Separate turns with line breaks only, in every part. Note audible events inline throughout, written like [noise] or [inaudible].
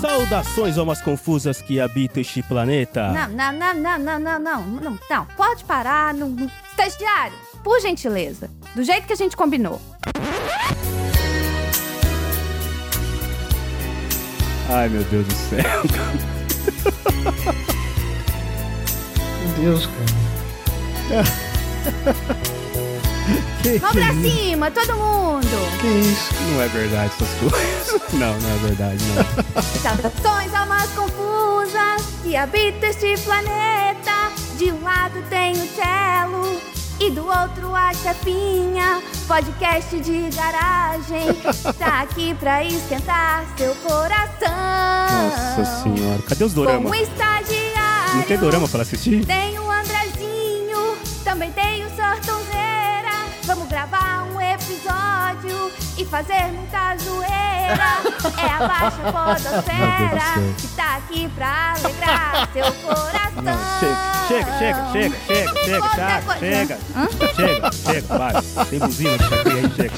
Saudações, almas confusas que habitam este planeta.
Não, não, não, não, não, não, não, não, não. Pode parar, não, não. Estagiário, por gentileza, do jeito que a gente combinou.
Ai, meu Deus do céu.
Meu Deus, cara.
Que
Vamos pra cima, todo mundo!
Que isso?
Não é verdade essas [laughs] coisas. Não, não é verdade, não.
Saudações, almas confusas que habitam este planeta. De um lado tem o Telo e do outro a Chapinha. Podcast de
[laughs]
garagem tá aqui pra esquentar seu coração.
Nossa senhora. Cadê os
Como
dorama?
estagiário.
Não tem dorama pra assistir?
Tem o um Andrezinho, também tem o Sortonzeira. Vamos gravar um episódio e fazer muita zoeira. É
[laughs]
a Baixa
Meu
Podosfera
Deus do
que tá aqui pra alegrar seu coração.
Não, chega, chega, chega, chega, chega, chega,
Outra
chega,
coisa. né?
chega, chega, chega, vai. Tem buzina que tá aqui, aí chega,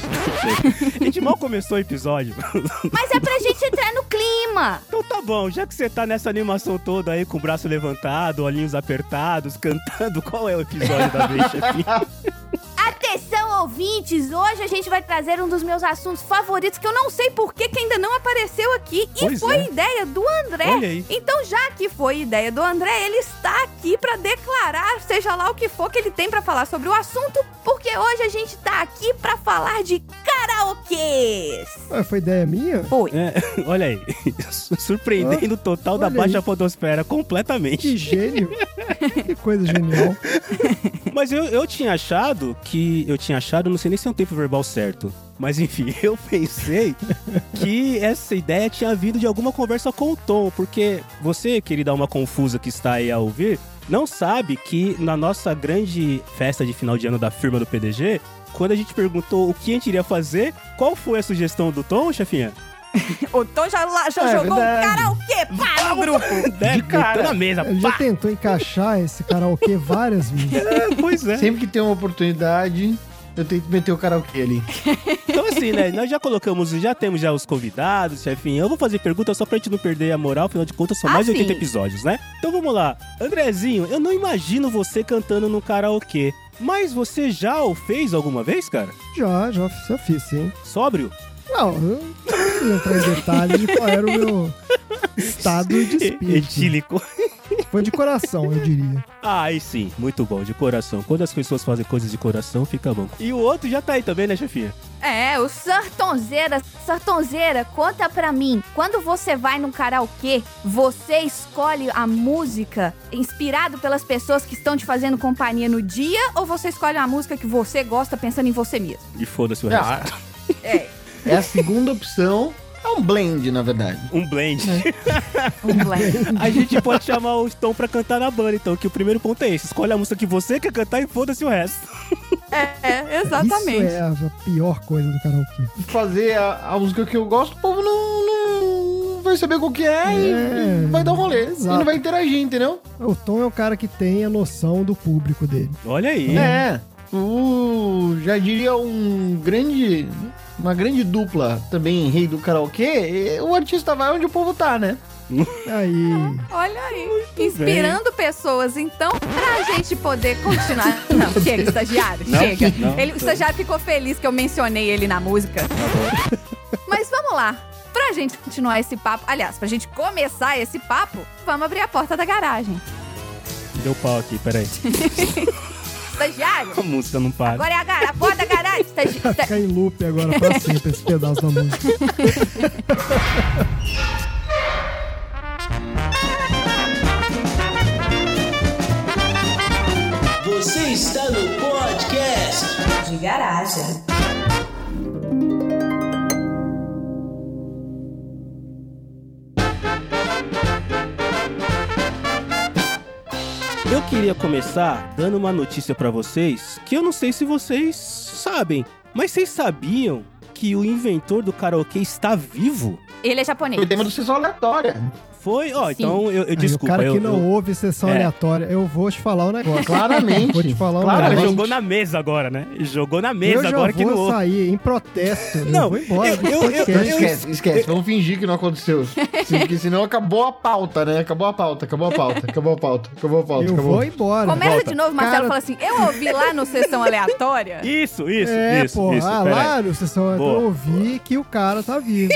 chega. A gente mal começou o episódio. [laughs]
Mas é pra gente entrar no clima.
Então tá bom, já que você tá nessa animação toda aí, com o braço levantado, olhinhos apertados, cantando, qual é o episódio da vez, chefinho?
Atenção, ouvintes! Hoje a gente vai trazer um dos meus assuntos favoritos que eu não sei por que que ainda não apareceu aqui. E
Pois
foi
é.
ideia do André.
Olha aí.
Então, já que foi ideia do André, ele está aqui pra declarar, seja lá o que for que ele tem pra falar sobre o assunto, porque hoje a gente tá aqui pra falar de karaokês.
Ah, foi ideia minha?
Foi.
É, olha aí, su- [laughs] surpreendendo o total da
Olha
baixa
aí.
podosfera
Que
completamente.
gênio. que coisa genial.
Mas eu, eu tinha achado que. Eu tinha achado, não sei nem se é um tempo verbal certo. Mas enfim, [laughs] eu pensei que essa ideia tinha vindo de alguma conversa com o Tom, porque você, querida uma confusa que está aí a ouvir, não sabe que na nossa grande festa de final de ano da firma do PDG, quando a gente perguntou o que a gente iria fazer, qual foi a sugestão do Tom, chefinha?
O Tom então já, lá- já
É
jogou
verdade.
um karaokê pá,
[laughs]
no grupo.
De
cara.
na mesa,
Ele já
pá!
tentou encaixar esse karaokê várias vezes.
É, pois é.
Sempre que tem uma oportunidade, eu tento meter o karaokê ali.
[laughs] Então assim, né? Nós já colocamos, já temos já os convidados, chefinho. Eu vou fazer pergunta só pra gente não perder a moral, afinal de contas são
Ah,
mais de
sim.
80 episódios, né? Então vamos lá. Andrezinho, eu não imagino você cantando no karaokê. Mas você já o fez alguma vez, cara?
Já, já, já fiz, sim.
[laughs]
Sóbrio?
Não, eu não ia entrar em detalhes de qual era o meu estado de espírito.
Etílico.
Foi de coração, eu diria.
Ah, aí sim, muito bom, de coração. Quando as pessoas fazem coisas de coração, fica bom. E o outro já tá aí também, né, chefinha?
É, o Sartonzeira. Sartonzeira, conta pra mim. Quando você vai num karaokê, você escolhe a música inspirado pelas pessoas que estão te fazendo companhia no dia ou você escolhe uma música que você gosta pensando em você mesmo?
E foda-se o resto.
Ah,
É,
é a segunda opção. É um blend, na verdade.
Um
[laughs]
blend.
um blend.
A gente pode chamar o Tom pra cantar na banda, então, que o primeiro ponto é esse. Escolhe a música que você quer cantar e foda-se o resto.
É,
Isso é a a pior coisa do karaokê.
Fazer a, a música que eu gosto, o povo não, não vai saber qual que é, e
É.
vai dar um rolê.
Exato.
E não vai interagir, entendeu?
O Tom é o cara que tem a noção do público dele.
Olha aí.
É. O, já diria um grande. Uma grande dupla também, rei do karaokê. e O artista vai onde o povo tá, né?
Aí.
Olha aí, inspirando pessoas, então, pra gente poder continuar.
[laughs]
Não, chega, estagiário,
Não,
chega.
não. Tá
ele, o estagiário ficou feliz que eu mencionei ele na música. Mas vamos lá. Pra gente continuar esse papo, aliás, pra gente começar esse papo, vamos abrir a porta da garagem.
Deu pau aqui,
[laughs]
peraí.
Estagiário,
A música não para.
agora é a, gar- a porta da garagem. Estagi- esta-
Fica em loop agora pra sempre esse pedaço da música.
Você está no podcast
de garagem.
Eu queria começar dando uma notícia pra vocês que eu não sei se vocês sabem, mas vocês sabiam que o inventor do karaokê está vivo?
Ele é japonês.
O tema do sessão aleatória.
Foi? Ó,
Sim.
então eu, eu
Aí,
desculpa.
o cara
eu,
que não
eu-
ouve sessão
É.
aleatória, eu vou te falar um negócio.
Claramente.
Vou te falar um
Cara,
Claramente.
jogou na mesa agora, né? Jogou na
eu
mesa
já
agora que
vou
não ouve.
sair em protesto. Eu
Não,
vou embora.
eu-
do
eu- eu-
podcast.
Não, Então, esquece, esquece. Vamos fingir que não aconteceu. Sim, Porque senão acabou a pauta, né? Acabou a pauta, acabou a pauta, acabou a pauta, acabou a pauta,
Eu
acabou.
vou embora.
Começa
Volta.
de novo, Marcelo
Cara-
fala assim: eu ouvi lá no sessão aleatória.
Isso, isso,
é,
isso,
pô,
isso.
ah,
peraí.
lá no sessão
Boa.
eu ouvi que o cara
[laughs]
tá vivo.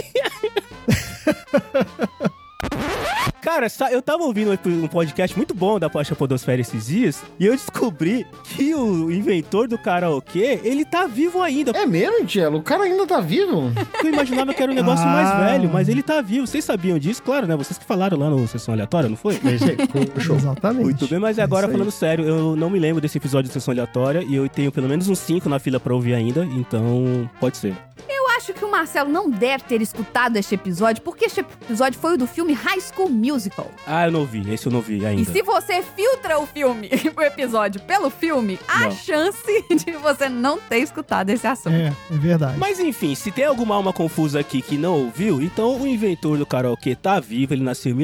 Cara, sa- eu tava ouvindo um podcast muito bom da Pacha Podosfera esses dias e eu descobri que o inventor do karaokê, ele tá vivo ainda.
É mesmo, Tielo? O cara ainda tá vivo?
Eu imaginava que era um negócio mais
Ah.
velho, mas ele tá vivo. Vocês sabiam disso? Claro, né? Vocês que falaram lá no Sessão Aleatória, não foi?
É isso aí, show.
Exatamente.
Muito bem, mas
É
agora
isso aí.
falando sério, eu não me lembro desse episódio de Sessão Aleatória e eu tenho pelo menos uns cinco na fila pra ouvir ainda, então pode ser.
Eu acho que o Marcelo não deve ter escutado este episódio, porque este episódio foi o do filme High School Musical.
Ah, eu não vi, esse eu não vi ainda.
E se você filtra o filme, [laughs] o episódio pelo filme, a
Não.
chance [laughs] de você não ter escutado esse assunto.
É, é verdade.
Mas enfim, se tem alguma alma confusa aqui que não ouviu, então o inventor do karaokê tá vivo, ele nasceu em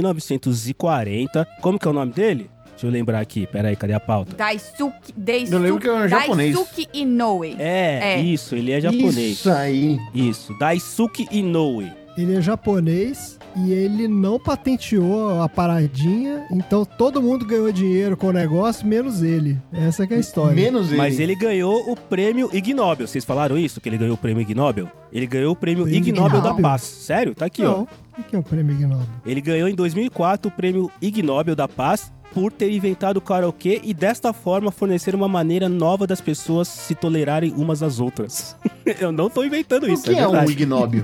1940. Como que é o nome dele? Deixa eu lembrar aqui, peraí, cadê a pauta?
Daisuke, Daisuke,
É. Eu lembro que era japonês.
Daisuke Inoue.
É,
É.
isso, ele é japonês.
Isso aí.
Isso, Daisuke Inoue.
Ele é japonês e ele não patenteou a paradinha, então todo mundo ganhou dinheiro com o negócio, menos ele. Essa que é a história.
Menos ele.
Mas ele ganhou o prêmio Ig Nobel. Vocês falaram isso? Que ele ganhou o prêmio Ig Nobel? Ele ganhou o prêmio
Prêmio
Ig
Ig
Nobel da
Nobel?
Paz. Sério? Tá aqui, ó.
não, o que é o prêmio Ignoble?
Ele ganhou em 2004 o prêmio Ig Nobel da Paz por ter inventado o karaokê e desta forma fornecer uma maneira nova das pessoas se tolerarem umas às outras. [laughs] Eu não tô inventando
O
isso,
que
é
é um
verdade.
ignóbio?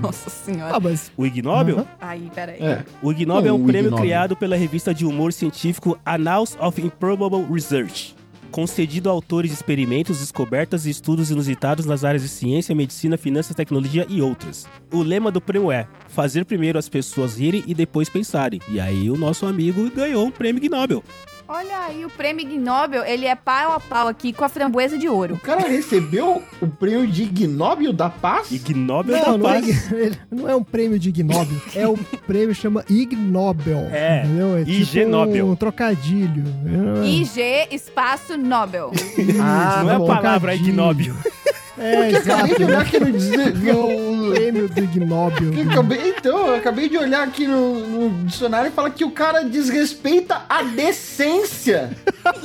[laughs] Nossa senhora.
Ah, mas.
O Ig Nobel?
Aham.
Aí, peraí.
Tá É.
O Ig Nobel é
Não,
um
o
prêmio
Ig Nobel.
criado pela revista de humor científico Annals of Improbable Research, concedido a autores de experimentos, descobertas e estudos inusitados nas áreas de ciência, medicina, finanças, tecnologia e outras. O lema do prêmio é fazer primeiro as pessoas rirem e depois pensarem. E aí o nosso amigo ganhou um prêmio Ig Nobel.
Olha aí, o prêmio Ig Nobel, ele é pau a pau aqui com a framboesa de
O
ouro.
cara recebeu o prêmio de ignóbio da paz?
Ig Nobel
Não,
da
não é,
paz.
Ig- [laughs] ele- não é um prêmio de Ignoble.
[laughs]
é um prêmio que chama Ignobel.
É,
Entendeu? É
IG Nobel.
um trocadilho. né?
É.
IG espaço Nobel.
Ah,
não é
tá
a
bom.
palavra
um Trocadilho.
Ig Nobel.
É,
Eu acabei de
exato.
olhar
né?
aqui no...
[laughs]
dizer- no-
prêmio do né? Ignobel.
Eu acabei- então, eu acabei de olhar aqui no, no dicionário e falar que o cara desrespeita a decência.
[laughs]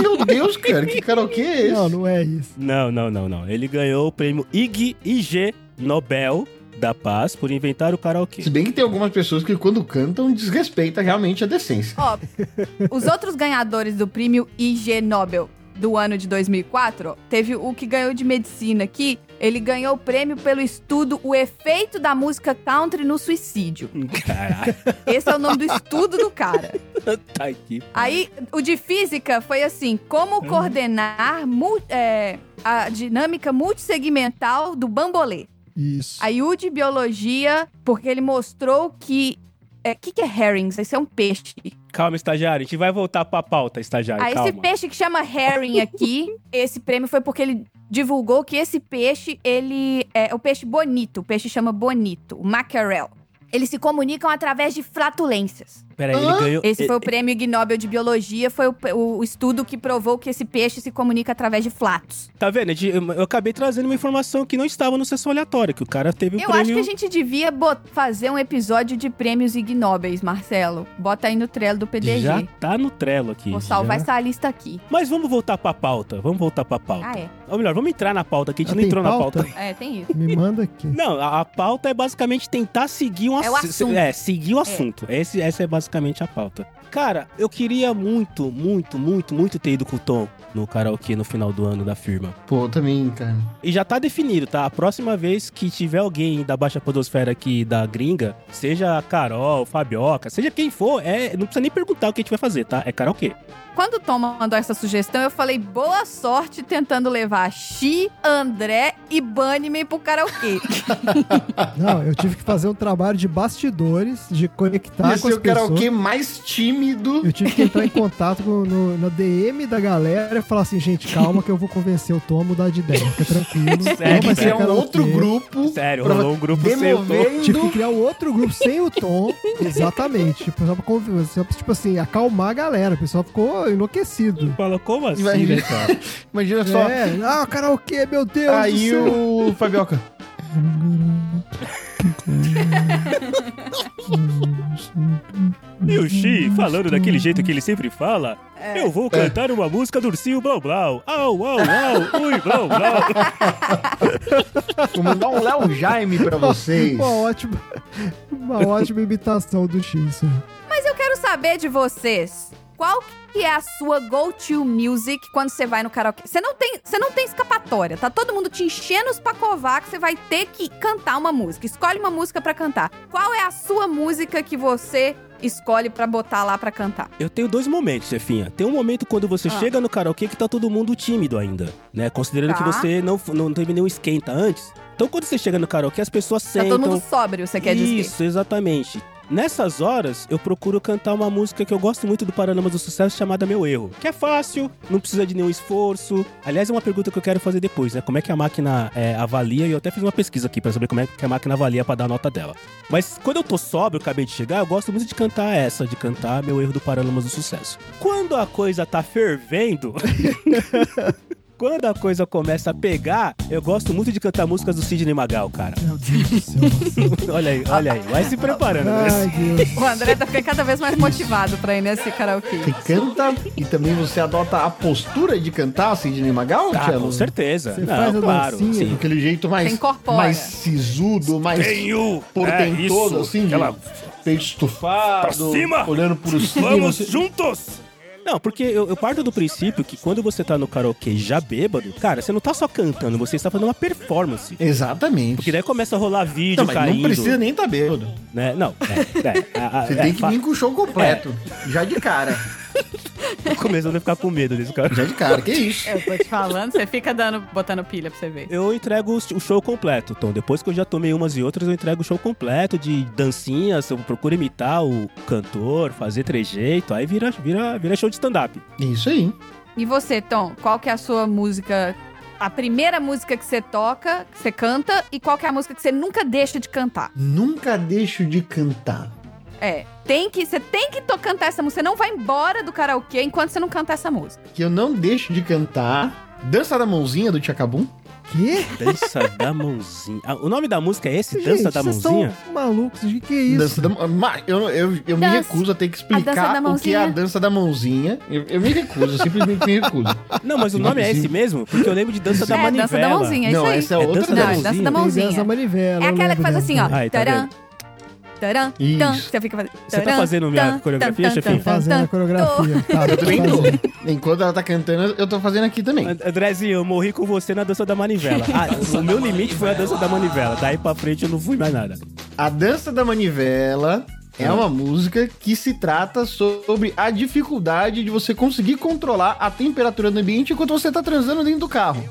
Meu Deus, cara, que karaokê é esse?
Não, não é isso.
Não, não, não, não. Ele ganhou o prêmio Ig IG Nobel da Paz por inventar o karaokê.
[laughs] Se bem que tem algumas pessoas que quando cantam desrespeita realmente a decência.
Ó, os outros ganhadores do prêmio IG Nobel do ano de 2004, ó, teve o que ganhou de medicina aqui, ele ganhou o prêmio pelo estudo O Efeito da Música Country no Suicídio.
Caraca,
Esse é o nome do estudo do cara.
tá aqui.
Aí, o de física foi assim, como coordenar mu- é, a dinâmica multissegmental do bambolê.
Isso.
Aí o de biologia, porque ele mostrou que... O é, que, que é herrings? Esse é um peixe.
Calma, estagiário. A gente vai voltar pra pauta, estagiário.
Ah, esse
calma.
peixe que chama herring
[laughs]
aqui, esse prêmio foi porque ele divulgou que esse peixe, ele é o peixe bonito, o peixe chama bonito, o mackerel. Eles se comunicam através de flatulências.
Peraí, ele ganhou.
Esse
e-
foi o prêmio Ig Nobel de biologia, foi o, o estudo que provou que esse peixe se comunica através de flatos.
Tá vendo? A gente- Eu eu acabei trazendo uma informação que não estava no sessão aleatória, que o cara teve o
Eu acho
prêmio.
que a gente devia bot- fazer um episódio de prêmios Ig Nobels, Marcelo. Bota aí no trelo do PDG.
Já tá no trelo aqui.
Vou salvar
já.
essa lista aqui.
Mas vamos voltar pra pauta. Vamos voltar pra pauta.
Ah, é.
Ou melhor, vamos entrar na pauta, que a gente
Ah,
não
tem
entrou
pauta?
na pauta.
É, tem isso.
Me manda aqui.
Não, a, a pauta é basicamente tentar seguir um
É o
assu-
assunto.
É, seguir o assunto. Esse- essa é basicamente a pauta. Cara, eu queria muito, muito, muito, muito ter ido com o Tom no karaokê no final do ano da firma.
Pô, também, cara.
E já tá definido, tá? A próxima vez que tiver alguém da Baixa Podosfera aqui da gringa, seja a Carol, Fabioca, seja quem for, é, não precisa nem perguntar o que a gente vai fazer, tá? É karaokê.
Quando o Tom mandou essa sugestão, eu falei boa sorte tentando levar Xi, André e Bunnyman pro karaokê.
Não, eu tive que fazer um trabalho de bastidores, de conectar
Esse
com as
Tá
é o karaokê karaokê mais tímido.
Eu tive que entrar em contato com, no, na DM da galera e falar assim, gente, calma que eu vou convencer o Tom a mudar de ideia, fica tranquilo.
[laughs] Sério, é
Não vai
mas
ser
Criar um
karaokê.
outro grupo.
Sério,
pra-
rolou um grupo sem o
demovendo
Tive que criar um outro grupo sem o Tom, exatamente, tipo, só pra conven- só pra, tipo assim, acalmar a galera, o pessoal ficou enlouquecido.
Fala, como assim,
Imagina.
né, cara?
[laughs] Imagina só.
É, ah, karaokê, meu Deus do
Aí
céu.
o Fabioca.
E o Xi, falando daquele jeito que ele sempre fala,
É.
eu vou cantar uma música do ursinho Blau Blau. Au, au, au, ui, Blau Blau.
Vou mandar um Léo Jaime [laughs] pra vocês.
Uma ótima, uma ótima imitação do X. né?
Mas eu quero saber de vocês. Qual que é a sua go-to music quando você vai no karaokê? Você não tem, você não tem escapatória, tá todo mundo te enchendo os pacovar que você vai ter que cantar uma música. Escolhe uma música pra cantar. Qual é a sua música que você escolhe pra botar lá pra cantar?
[laughs] Eu tenho dois momentos, Cefinha. Tem um momento quando você
Ah.
chega no karaokê que tá todo mundo tímido ainda, né? Considerando que
Tá.
você não, não teve nenhum esquenta antes. Então quando você chega no karaokê, as pessoas
Tá
sentam.
todo mundo sóbrio, você quer dizer?
Isso, exatamente. Nessas horas, eu procuro cantar uma música que eu gosto muito do Paralamas do Sucesso, chamada Meu Erro. Que é fácil, não precisa de nenhum esforço. Aliás, é uma pergunta que eu quero fazer depois, né? Como é que a máquina é, avalia, e eu até fiz uma pesquisa aqui pra saber como é que a máquina avalia pra dar a nota dela. Mas quando eu tô sóbrio, eu acabei de chegar, eu gosto muito de cantar essa, de cantar Meu Erro do Paralamas do Sucesso. Quando a coisa tá fervendo... [laughs] Quando a coisa começa a pegar, eu gosto muito de cantar músicas do Sidney Magal, cara.
Meu Deus do céu.
[laughs] Olha aí, olha aí. Vai se preparando.
Ai,
né?
Deus.
O André tá ficando cada vez mais motivado pra ir nesse karaokê.
Você canta e também você adota a postura de cantar, Sidney Magal,
Ah,
Tiago?
com certeza.
Você
Não,
faz a
claro.
dancinha.
Sim.
Aquele jeito mais,
Você incorpora.
mais sisudo, mais
Tenho!
portentoso,
um- É isso,
um assim, de
aquela-
peito estufado,
Pra cima!
olhando por cima. você-
juntos! Não, porque eu, eu parto do princípio que quando você tá no karaokê já bêbado, cara, você não tá só cantando, você está fazendo uma performance.
Exatamente.
Porque daí começa a rolar vídeo
não, mas
caindo.
não precisa nem tá bêbado.
né? Não, é, é, a- a-
Você
é,
tem que
fa- É.
vir com o show completo. Já de cara.
tô [laughs] começando a ficar com medo desse
[laughs]
cara.
Já de cara. Que isso?
Eu tô te falando, você fica dando, botando pilha pra você ver.
Eu entrego o show completo, Tom. Depois que eu já tomei umas e outras, eu entrego o show completo de dancinhas, eu procuro imitar o cantor, fazer trejeito, aí vira, vira, vira show de stand-up.
É Isso aí.
E você, Tom, qual que é a sua música? A primeira música que você toca, que você canta, e qual que é a música que você nunca deixa de cantar?
Nunca deixo de cantar.
É, tem que, você tem que to- cantar essa música. Você não vai embora do karaokê enquanto você não canta essa música.
Que eu não deixo de cantar. Dança da mãozinha do Tchacabum.
Que?
Dança da mãozinha. Ah, o nome da música é esse? Dança
Gente,
da
vocês
mãozinha?
São malucos, de que é isso?
Dança da mão- Ma- eu, eu, eu me
Dança-
recuso a ter que
dança da
explicar o que é a
mãozinha.
dança da mãozinha. Eu, eu me recuso, eu simplesmente me recuso.
Não, mas o nome é esse mesmo? Porque eu lembro de Dança da
é,
Manivela.
dança da mãozinha, é
não,
isso
essa é
É
outra
dança da
aí.
dança.
mãozinha?
Não, dança da
Tem
mãozinha.
dança manivela. né?
É
eu
aquela que
lembro
faz assim, ó.
Aí, tá
Taran, taran, tan.
Isso.
Você fica fazendo.
Você tá
taran,
fazendo minha coreografia, chefinho?
dessa. Fazendo a coreografia. Tá, tá
Eu também tô.
fazendo.
Enquanto ela tá cantando, eu tô fazendo aqui também.
And- Andrezinho, eu morri com você na dança da manivela. Ah, o meu limite foi a dança da manivela. Daí pra frente eu não fui mais nada.
A dança da manivela é uma música que se trata sobre a dificuldade de você conseguir controlar a temperatura do ambiente enquanto você tá transando dentro do carro.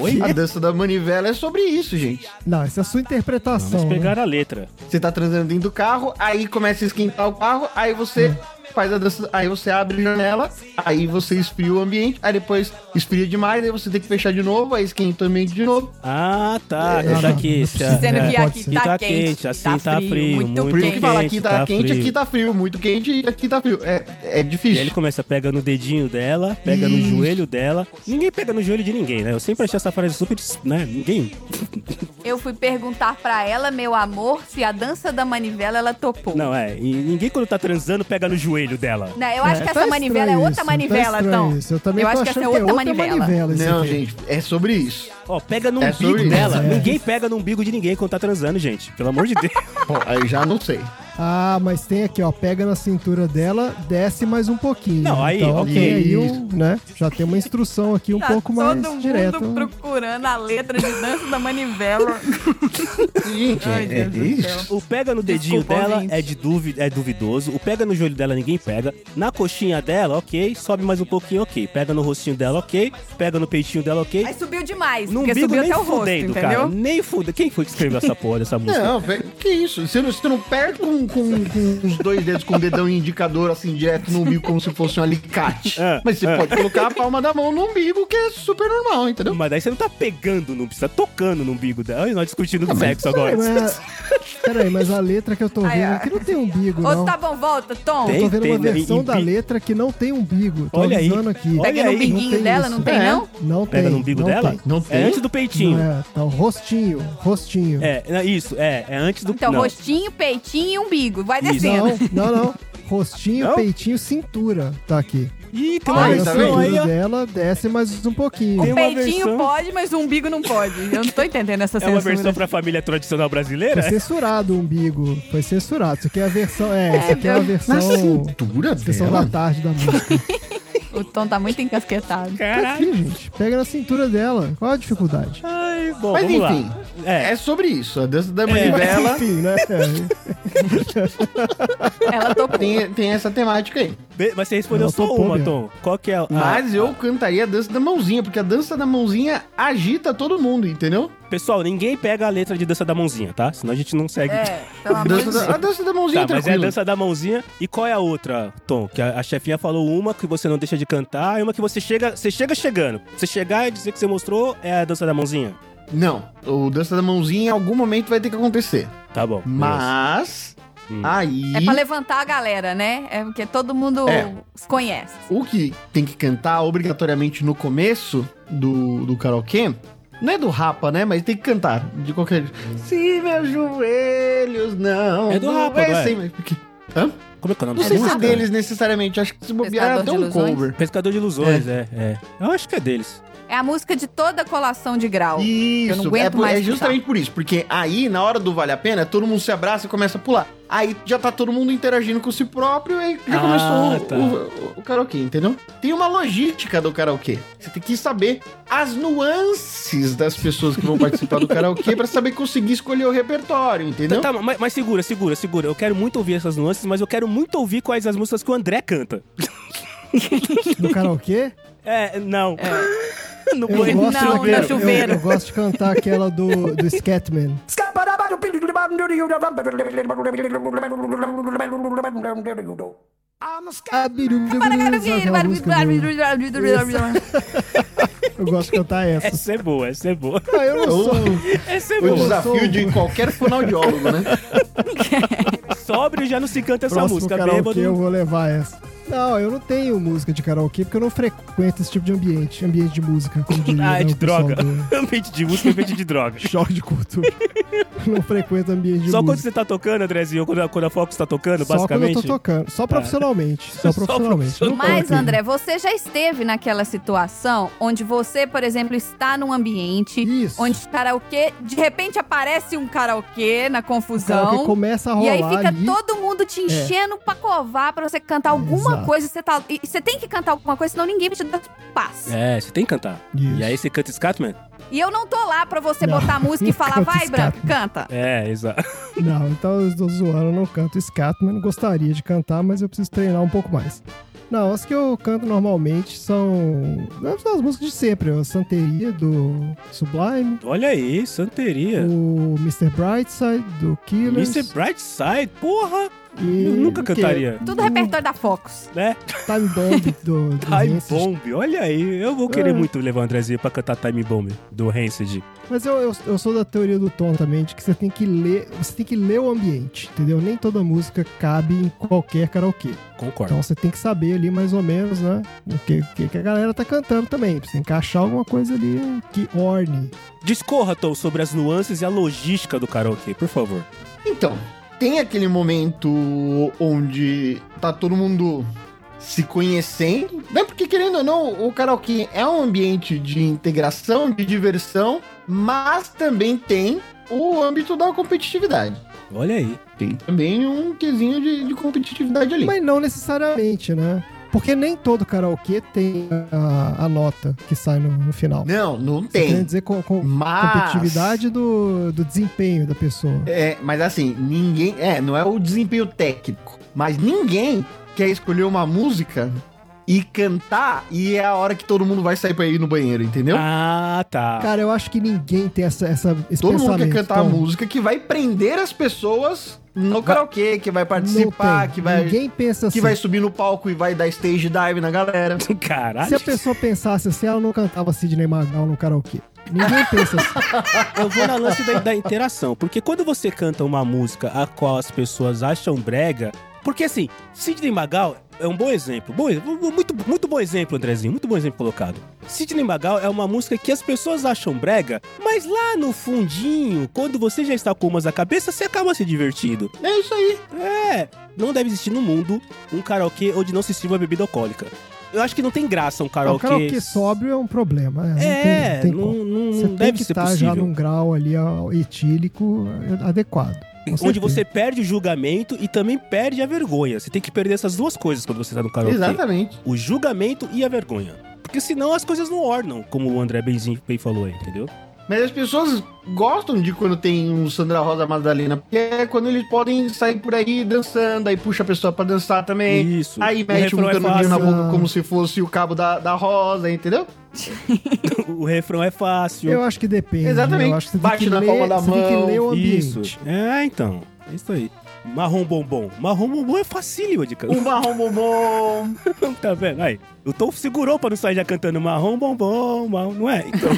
Oi?
A dança da manivela é sobre isso, gente.
Não, essa é a sua interpretação.
Mas
né?
pegaram a letra.
Você tá transando dentro do carro, aí começa a esquentar o carro, aí você faz a dança, aí você abre a janela, aí você esfria o ambiente, aí depois esfria demais, aí você tem que fechar de novo, aí esquenta o ambiente de novo.
Ah, tá. tá
É, não,
aqui.
não
tá-
precisa.
Sendo
é.
que
pode
aqui tá,
ser.
E tá
quente,
quente, assim tá frio, muito
Por isso
Quente,
que fala aqui tá,
tá
quente,
frio.
aqui tá frio, muito quente, aqui tá frio. É, é
E aí
difícil.
ele começa, pega no dedinho dela, pega no
Isso.
joelho dela. Ninguém pega no joelho de ninguém, né? Eu sempre achei essa frase super, né? Ninguém.
[laughs] Eu fui perguntar pra ela, meu amor, se a dança da manivela ela topou.
Não, é. E ninguém quando tá transando pega no joelho dela.
Não, Né, eu acho que essa
Tá estranho
manivela é outra
isso,
manivela,
tá estranho
Tom.
isso. Eu também
eu
tô
acho que essa
achando
é outra, manivela.
esse
Não,
aqui.
gente, é sobre isso.
Ó, pega no
É
umbigo
sobre isso,
dela.
é.
Ninguém pega no umbigo de ninguém quando tá transando, gente. Pelo amor de Deus.
Bom, aí já não sei.
Ah, mas tem aqui, ó. Pega na cintura dela, desce mais um pouquinho.
Não, aí,
então,
ok.
Tem aí um, né? Já tem uma instrução aqui um
Tá
pouco mais
todo mundo
direta.
procurando a letra de dança da [laughs] manivela.
Gente,
Ai,
é, é
Deus do céu.
isso.
O pega no dedinho
Desculpa,
dela
ouvinte.
é de duvi- é duvidoso. O pega no joelho dela ninguém pega. Na coxinha dela, ok. Sobe mais um pouquinho, ok. Pega no rostinho dela, ok. Pega no peitinho dela, ok.
Aí subiu demais. rosto, porque subiu até o rosto,
fudendo,
entendeu?
cara. Nem fudendo. Quem foi que escreveu essa porra dessa música?
Não, velho, que isso? Você não, você não perde com, com, com os dois dedos, com o dedão e indicador assim, direto no umbigo, como se fosse um alicate.
É,
Mas você
é.
pode colocar a palma da mão no umbigo, que é super normal, entendeu?
Mas daí você não tá pegando no umbigo, você tá tocando no umbigo dela e nós discutindo sexo agora.
Peraí, mas, é- peraí, mas a letra que eu tô
Ai,
vendo
ai.
aqui não tem umbigo,
Ô,
não.
tá bom, volta, Tom.
Tem?
Tô vendo uma
né?
versão
Em-
da
em-
letra que não tem umbigo. Tô
Olha aí.
avisando aqui.
Olha
Pega no
aí, não
biguinho
tem
dela,
isso.
não tem,
É.
não?
Não tem.
Pega no umbigo
não
dela?
Tem.
Não
É antes do peitinho.
Não é, tá, o rostinho, rostinho.
É, é, isso, é, é antes do.
Então,
não.
rostinho, peitinho e umbigo. Vai
Isso.
descendo.
Não, não, não. Rostinho,
Não?
peitinho, cintura. Tá aqui.
Ih, tem uma
Olha,
a
tá
versão
vendo?
aí,
cintura
ó.
dela desce mais um pouquinho.
Tem
O
uma
peitinho
versão-
pode, mas o umbigo não pode. Eu não tô entendendo
É
essa
uma
censura.
versão pra família tradicional brasileira?
Foi censurado o umbigo. Foi censurado. Isso aqui é a versão. É, isso aqui é a
meu-
versão.
cintura
Sessão da tarde da música. Tá
O Tom tá muito encasquetado.
Caralho.
Aqui, gente. Pega na cintura dela. Qual a dificuldade?
Ai, bom,
Mas
vamos lá.
enfim,
É,
é sobre isso. A dança da manivela
Enfim, né?
Ela tocou.
tem, tem essa temática aí.
de- mas você respondeu
Eu
só
tô
uma,
pobre.
Tom. Qual que é a...
Mas eu cantaria a dança da mãozinha, porque a dança da mãozinha agita todo mundo, entendeu?
Pessoal, ninguém pega a letra de dança da mãozinha, tá? Senão a gente não segue.
É, pelo amor de
Dança
Deus.
da- a dança da mãozinha
Tá,
é
mas é a
tranquila.
dança da mãozinha. E qual é a outra, Tom? Que a, a chefinha falou uma que você não deixa de cantar e uma que você chega, você chega chegando. Você chegar e dizer que você mostrou é a dança da mãozinha.
Não, o dança da mãozinha em algum momento vai ter que acontecer.
Tá bom. beleza.
Mas
Hum.
aí
É pra levantar a galera, né? É porque todo mundo
É.
se conhece.
o que tem que cantar obrigatoriamente no começo do, do karaokê. Não é do Rapa, né? Mas tem que cantar de qualquer jeito. Se meus joelhos não.
Hum. É do Rapa, não é?
sem- mas porque- Hã?
Como é que é o nome
Não
da
sei se é
música?
deles necessariamente. Acho que se bobear é até
Pescador de
um
ilusões?
cover.
Pescador de ilusões, é. é, Eu acho que é deles.
É a música de toda a colação de grau. Eu não
Isso,
aguento
é, por-
mais
é
escutar.
justamente por isso. Porque aí, na hora do Vale a Pena, é todo mundo se abraça e começa a pular. Aí já tá todo mundo interagindo com si próprio e já
Ah,
começou o-
tá.
o, o karaokê, entendeu? Tem uma logística do karaokê. Você tem que saber as nuances das pessoas que vão participar do karaokê pra saber conseguir escolher o repertório, entendeu?
Tá, mas, mas segura, segura, segura. Eu quero muito ouvir essas nuances, mas eu quero muito ouvir quais as músicas que o André canta.
No karaokê?
É, não. [laughs] no
É. Eu
banheiro.
gosto
Não,
daquela-
no chuveiro.
Eu, eu gosto de cantar aquela do, do Scatman. Ah, biru, biru, biru, aquela música do- [laughs] Eu gosto de cantar essa.
Essa é boa, essa é
[laughs]
boa.
Ah, eu não sou.
Essa é
O
boa.
desafio de qualquer fonoaudiólogo, né?
Sóbrio já não se canta essa
Próximo
música,
karaokê
bêbado.
eu vou levar essa. Não, eu não tenho música de karaokê porque eu não frequento esse tipo de ambiente. Ambiente de música, como
[laughs] [laughs]
diria,
Ah, é
né,
de
o pessoal
droga. [laughs]
do
Ambiente de música, ambiente de droga.
Choque
[laughs]
de cultura. não frequento ambiente de
Só quando
música.
você tá tocando, Andrezinho, quando a, quando a Fox tá tocando,
Só quando eu
basicamente. Ah.
tô tocando. Só profissionalmente.
[laughs] Só
Só profissionalmente. Não
Mas,
canto.
André, você já esteve naquela situação onde você, por exemplo, está num ambiente
Isso.
onde o karaokê, de repente aparece um karaokê na
O karaokê
confusão.
começa a rolar
E aí fica
ali. É.
todo mundo te enchendo pra covar pra você cantar alguma
Exato.
coisa. Você, tá, e você tem que cantar alguma coisa, senão ninguém vai te dar paz.
É, você tem que cantar.
Isso.
E aí você canta Scatman?
E eu não tô lá pra você
Não.
botar
[laughs]
música e falar,
Canta
vai,
esse
Branca, canta.
É, exato. [laughs]
Não, então eu estou zoando, eu não canto Scatman. Gostaria de cantar, mas eu preciso treinar um pouco mais. Não, as que eu canto normalmente são são as músicas de sempre. A Santeria, do Sublime.
Olha aí, santeria.
O Mr. Brightside, do Killers.
Mr. Brightside, porra!
E
Eu nunca
o quê?
cantaria.
Tudo repertório da Focus.
Né?
é Time Bomb, do, do
[laughs] Time
Rancid.
Bomb, olha aí. Eu vou querer
É.
muito levar o Andrezinho pra cantar Time Bomb do Rancid.
Mas eu, eu, eu sou da teoria do tom também, de que você tem que ler, você tem que ler o ambiente, entendeu? Nem toda música cabe em qualquer karaokê.
Concordo.
Então você tem que saber ali mais ou menos, né? O que, o que que a galera tá cantando também. Pra você encaixar alguma coisa ali que orne.
Discorra, Tom, sobre as nuances e a logística do karaokê, por favor.
Então, tem aquele momento onde tá todo mundo se conhecendo, né? Porque querendo ou não, o karaokê é um ambiente de integração, de diversão, mas também tem o âmbito da competitividade.
Olha aí.
Tem também um quesinho de, de competitividade ali.
Mas não necessariamente, né? Porque nem todo karaokê tem a, a nota que sai no, no final.
Não, não
Você Quer
tem.
dizer com, com
Mas
competitividade do, do desempenho da pessoa.
É, mas assim, ninguém. É, não é o desempenho técnico. Mas ninguém quer escolher uma música e cantar, e é a hora que todo mundo vai sair pra ir no banheiro, entendeu?
Ah, tá.
Cara, eu acho que ninguém tem essa, essa, esse
todo mundo
pensamento. Então,
quer cantar a
Tom.
música que vai prender as pessoas no karaokê, que vai
Não
participar,
tem.
que vai,
Ninguém pensa assim.
que vai subir no palco e vai dar stage dive na galera.
Caralho.
Se a pessoa pensasse assim, ela não cantava Sidney Magal no karaokê. Ninguém pensa
[laughs]
assim.
Eu vou na lance da, da interação. Porque quando você canta uma música a qual as pessoas acham brega. Porque assim, Sidney Magal é um bom exemplo. Bom, muito, muito bom exemplo, Andrezinho. Muito bom exemplo colocado. Sidney Magal é uma música que as pessoas acham brega, mas lá no fundinho, quando você já está com umas na cabeça, você acaba se divertindo.
É isso aí.
É, não deve existir no mundo um karaokê onde não se sirva bebida alcoólica. Eu acho que não tem graça um
O
karaokê.
É karaokê sóbrio é um problema. né? Não
É,
tem, não tem
não,
como.
não-
Você
não
tem
deve
que
ser
estar já
possível.
num grau ali ó, etílico eh, adequado. Com
Onde
certeza.
você perde o julgamento e também perde a vergonha. Você tem que perder essas duas coisas quando você tá no karaokê.
Exatamente.
O julgamento e a vergonha. Porque senão as coisas não ornam, como o André Benzinho bem falou aí, entendeu?
Mas as pessoas gostam de quando tem um Sandra Rosa Madalena, porque é quando eles podem sair por aí dançando, aí puxa a pessoa pra dançar também.
Isso.
É, Aí
O
mexe um
refrão é
canudinho na
fácil.
boca como se fosse o cabo da, da rosa, entendeu?
[laughs] O refrão é fácil.
Eu acho que depende. né?
Exatamente.
Eu acho que você
Bate
tem que
na
ler,
palma da
você tem que
mão.
ler o ambiente.
Isso. É, então. É isso aí. Marrom bombom. Marrom bombom é facílimo de
O
cantar.
marrom bombom.
tá vendo? Aí. O Tom segurou pra não sair já cantando marrom bombom, marrom, não é? Então.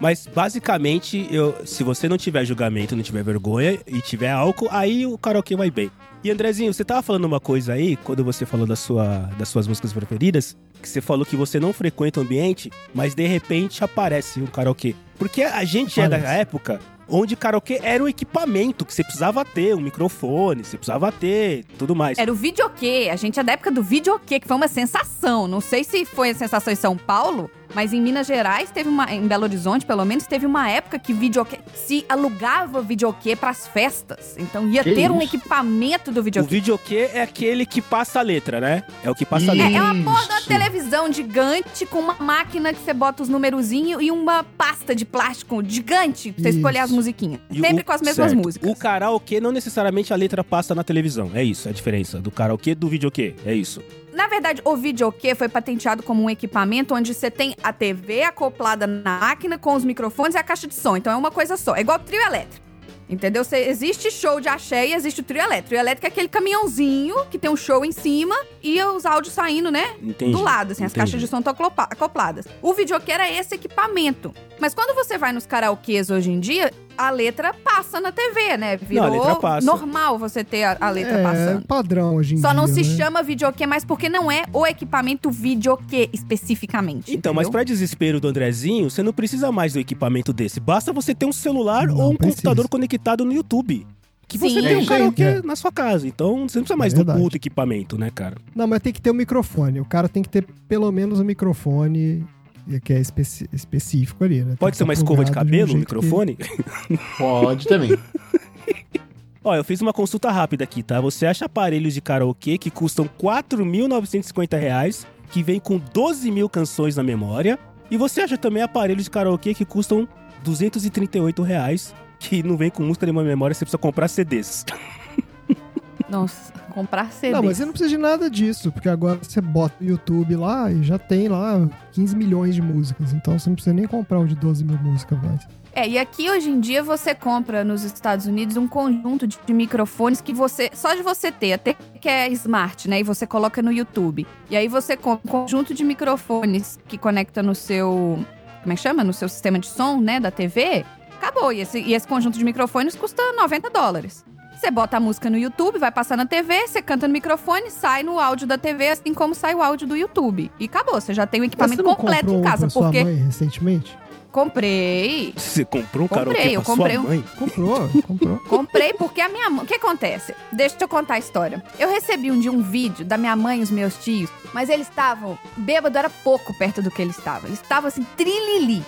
Mas basicamente, eu, se você não tiver julgamento, não tiver vergonha e tiver álcool, aí o karaokê vai bem. E Andrezinho, você tava falando uma coisa aí, quando você falou da sua, das suas músicas preferidas, que você falou que você não frequenta o ambiente, mas de repente aparece um karaokê. Porque a gente é da
Aparece.
época onde karaokê era um equipamento que você precisava ter, um microfone, você precisava ter, tudo mais.
Era o videokê. A gente é da época do videokê, que foi uma sensação. Não sei se foi a sensação em São Paulo, mas em Minas Gerais teve uma. Em Belo Horizonte, pelo menos, teve uma época que videokê se alugava videokê pras festas. Então ia
Que
ter um
isso?
equipamento do
O
videokê.
videokê é aquele que passa a letra, né? É o que passa a
Ih.
letra.
É uma porra de uma
Isso.
televisão gigante com uma máquina que você bota os numerozinhos e uma pasta de plástico gigante pra você
Isso.
escolher as musiquinhas.
E
Sempre
o-
com as mesmas
certo.
músicas.
O karaokê não necessariamente a letra passa na televisão. É isso, é a diferença do karaokê do videokê. É isso.
Na verdade, o videokê foi patenteado como um equipamento onde você tem a TV acoplada na máquina com os microfones e a caixa de som. Então é uma coisa só. É igual trio elétrico. Entendeu? Você- existe show de axé e existe o trio elétrico. Trio elétrico é aquele caminhãozinho que tem um show em cima e os áudios saindo, né?
Entendi.
Do lado, assim, as
Entendi.
caixas de som estão aclopa- acopladas. O videokê era esse equipamento. Mas quando você vai nos karaokês hoje em dia, a letra passa na TV, né? Virou
letra passa.
normal você ter a, a letra
é,
passando.
padrão hoje em
Só
dia.
não se
né?
chama videokê mais porque não é o equipamento videokê especificamente.
Então, mas
entendeu?
pra desespero do Andrezinho, você não precisa mais do equipamento desse. Basta você ter um celular
Não
ou um
precisa.
computador conectado no YouTube. Que você
Sim.
tem
É
um
isso aí.
karaokê
É.
na sua casa. Então, você não precisa mais
É
do
verdade.
puto equipamento, né, cara?
Não, mas tem que ter um microfone. O cara tem que ter pelo menos um microfone que é especi- específico ali, né?
Pode ser uma escova de cabelo,
um
um microfone?
Pode também.
Ó, eu fiz uma consulta rápida aqui, tá? Você acha aparelhos de karaokê que custam R$ 4.950, reais, que vem com 12 mil canções na memória. E você acha também aparelhos de karaokê que custam R$ 238, reais, que não vem com música nenhuma na memória, você precisa comprar CDs.
Nossa, comprar CD.
Não, mas você não precisa de nada disso, porque agora você bota o YouTube lá e já tem lá 15 milhões de músicas. Então você não precisa nem comprar o de 12 mil músicas mais.
É, e aqui hoje em dia você compra nos Estados Unidos um conjunto de, de microfones que você. Só de você ter, até que é smart, né? E você coloca no YouTube. E aí você compra um conjunto de microfones que conecta no seu. Como é que chama? No seu sistema de som, né? Da TV. Acabou. E esse, e esse conjunto de microfones custa 90 dólares. Você bota a música no YouTube, vai passar na TV, você canta no microfone, sai no áudio da TV, assim como sai o áudio do YouTube. E acabou, você já tem o
Mas
equipamento completo
comprou
em
um
casa.
pra sua
Porque
mãe recentemente?
comprei,
[laughs] Você comprou um
Comprei,
karaokê
eu
pra sua
comprei um.
mãe?
Comprou, [laughs] comprou.
Comprei porque a minha mãe. O que acontece? Deixa eu contar a história. Eu recebi um dia um vídeo da minha mãe e os meus tios, mas eles estavam. Bêbado era pouco perto do que eles estavam. Eles estavam assim, trilili.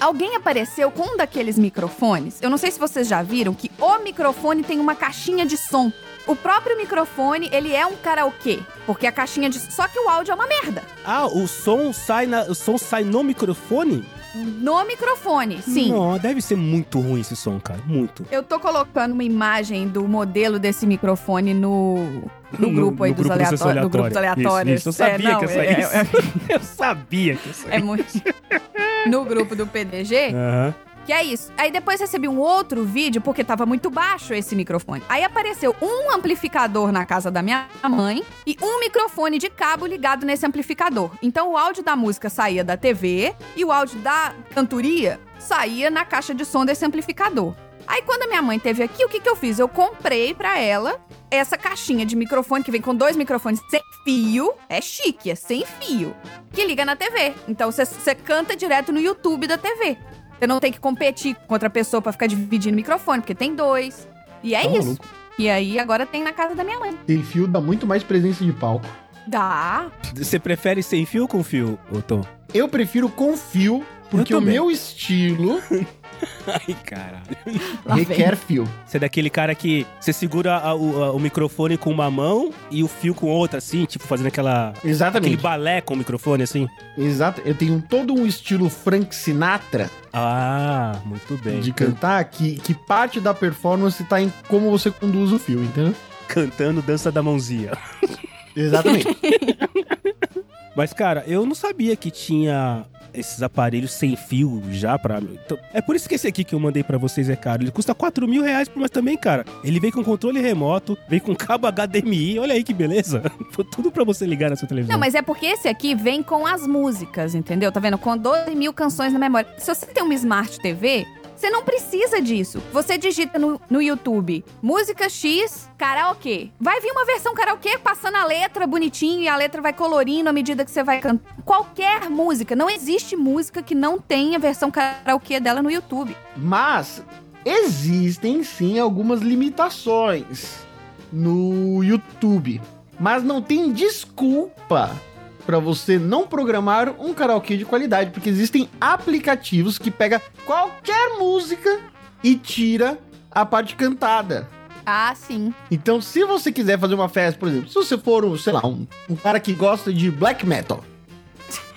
Alguém apareceu com um daqueles microfones. Eu não sei se vocês já viram que o microfone tem uma caixinha de som. O próprio microfone, ele é um karaokê, porque a caixinha de. Só que o áudio é uma merda.
Ah, o som sai, na- o som sai no microfone?
no microfone. Sim.
Não, deve ser muito ruim esse som, cara. Muito.
Eu tô colocando uma imagem do modelo desse microfone no, no grupo aí dos,
grupo do
aleatórios.
Sessão
do grupo dos
Aleatória.
aleatórios.
Isso, isso. Eu sabia
É, não,
que ia [laughs]
é-
sair
é-
isso. Eu sabia que ia
[laughs]
sair
é muito. No grupo do PDG,
Aham.
que é isso. Aí depois recebi um outro vídeo, porque tava muito baixo esse microfone. Aí apareceu um amplificador na casa da minha mãe e um microfone de cabo ligado nesse amplificador. Então o áudio da música saía da TV e o áudio da cantoria saía na caixa de som desse amplificador. Aí quando a minha mãe teve aqui, o que, que eu fiz? Eu comprei pra ela essa caixinha de microfone que vem com dois microfones sem fio. É chique, é sem fio. Que liga na TV. Então você- você canta direto no YouTube da TV. Você não tem que competir com outra pessoa pra ficar dividindo microfone, porque tem dois. E é
Tá
isso.
maluco.
E aí agora tem na casa da minha mãe.
[laughs] Tem fio, dá muito mais presença de palco.
Dá.
Você prefere sem fio ou com fio, ô Tom?
Eu prefiro com fio, porque o
também.
meu estilo
Ai, caralho.
[laughs] Lá vem.
requer fio.
Você é daquele cara que você segura a- o, a- o microfone com uma mão e o fio com outra, assim, tipo fazendo aquela. Aquele
Exatamente.
balé com o microfone, assim.
Exato. Eu tenho todo um estilo Frank Sinatra
Ah, muito bem.
de cantar que, que parte da performance tá em como você conduz o fio, entendeu?
Cantando dança da mãozinha.
Exatamente.
Mas, cara, eu não sabia que tinha esses aparelhos sem fio já pra. Então, é por isso que esse aqui que eu mandei pra vocês é caro. Ele custa 4 mil reais, mas também, cara, ele vem com controle remoto, vem com cabo HDMI. Olha aí que beleza. [laughs] Foi tudo pra você ligar na sua televisão.
Não, mas é porque esse aqui vem com as músicas, entendeu? Tá vendo? Com 12 mil canções na memória. Se você tem uma Smart TV, você não precisa disso. Você digita no, no YouTube música X, karaokê. Vai vir uma versão karaokê passando a letra bonitinho e a letra vai colorindo à medida que você vai cantando. Qualquer música. Não existe música que não tenha versão karaokê dela no YouTube.
Mas existem sim algumas limitações no YouTube. Mas não tem desculpa pra você não programar um karaokê de qualidade, porque existem aplicativos que pega qualquer música e tira a parte cantada.
Ah, sim.
Então, se você quiser fazer uma festa, por exemplo, se você for, um, sei lá, um, um cara que gosta de black metal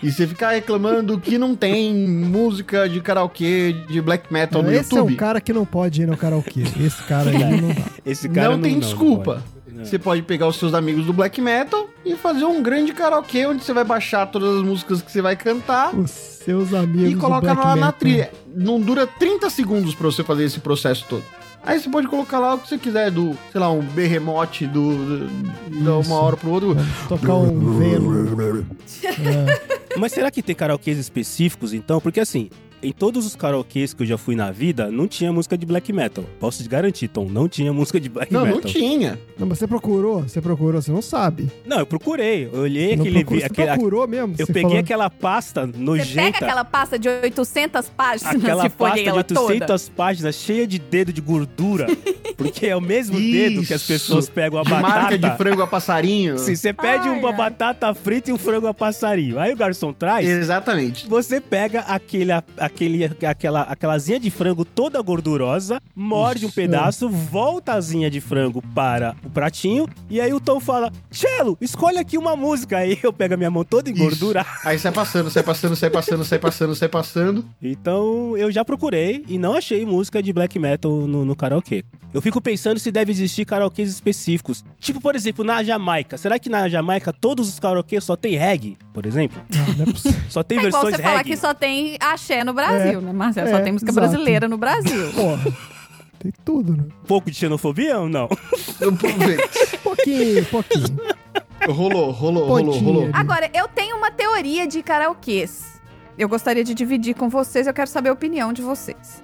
e você ficar reclamando que não tem música de karaokê de black metal no
esse é
YouTube,
um cara que não pode ir no karaokê. Esse cara aí não
[laughs]
dá.
Esse
não tem desculpa.
pode.
você pode pegar os seus amigos do black metal e fazer um grande karaokê onde você vai baixar todas as músicas que você vai cantar
Os seus amigos
e
do
coloca
Black
lá na
Metal.
trilha. Não dura 30 segundos pra você fazer esse processo todo. Aí você pode colocar lá o que você quiser do, sei lá, um berremote do, do da
Isso.
uma hora pro outro.
Tocar um velo.
[laughs]
É,
Mas será que tem karaokês específicos, então? Porque assim, em todos os karaokês que eu já fui na vida, não tinha música de black metal. Posso te garantir, Tom, não tinha música de black
Não,
metal.
não tinha.
Não, mas você procurou? Você procurou, você não sabe.
Não, eu procurei. Eu olhei
Não
aquele.
procurou,
vi-
você
aquele-
procurou mesmo?
eu
Você
peguei
falou,
aquela pasta
Você
nojenta.
pega aquela pasta de 800
[laughs]
páginas
aquela
e folheia
pasta de
ela toda.
800 páginas cheia de dedo de gordura.
[laughs]
porque é o mesmo
Isso.
dedo que as pessoas pegam a
De marca de
batata.
frango a
[laughs]
passarinho.
Sim, você pede
Ai,
uma
ai.
batata frita e um frango a passarinho. Aí o garçom traz.
Exatamente.
Você pega aquele, aquele, aquela, aquela asinha de frango toda gordurosa, morde um
Isso.
pedaço, volta a asinha de frango para o pratinho, e aí o Tom fala: Chelo, escolhe aqui uma música. Aí eu pego a minha mão toda
Isso.
engordurada.
Aí sai passando, sai passando, sai passando, sai passando, sai passando.
Então eu já procurei e não achei música de black metal no, no karaokê. Eu fico pensando se deve existir karaokês específicos. Tipo, por exemplo, na Jamaica. Será que na Jamaica todos os karaokês só tem reggae, por exemplo?
Não, não
[laughs]
é possível.
Só tem
É igual
versões
você falar
reggae?
que só tem axé no Brasil, né, Marcelo? Só
é,
tem música
exato.
brasileira no Brasil.
Porra. Tem tudo, né?
Pouco de xenofobia ou não?
Eu- pô,
Pouquinho, pouquinho.
Rolou, rolou, rolou,
Pontinha.
rolou.
Agora, eu tenho uma teoria de karaokês. Eu gostaria de dividir com vocês, eu quero saber a opinião de vocês.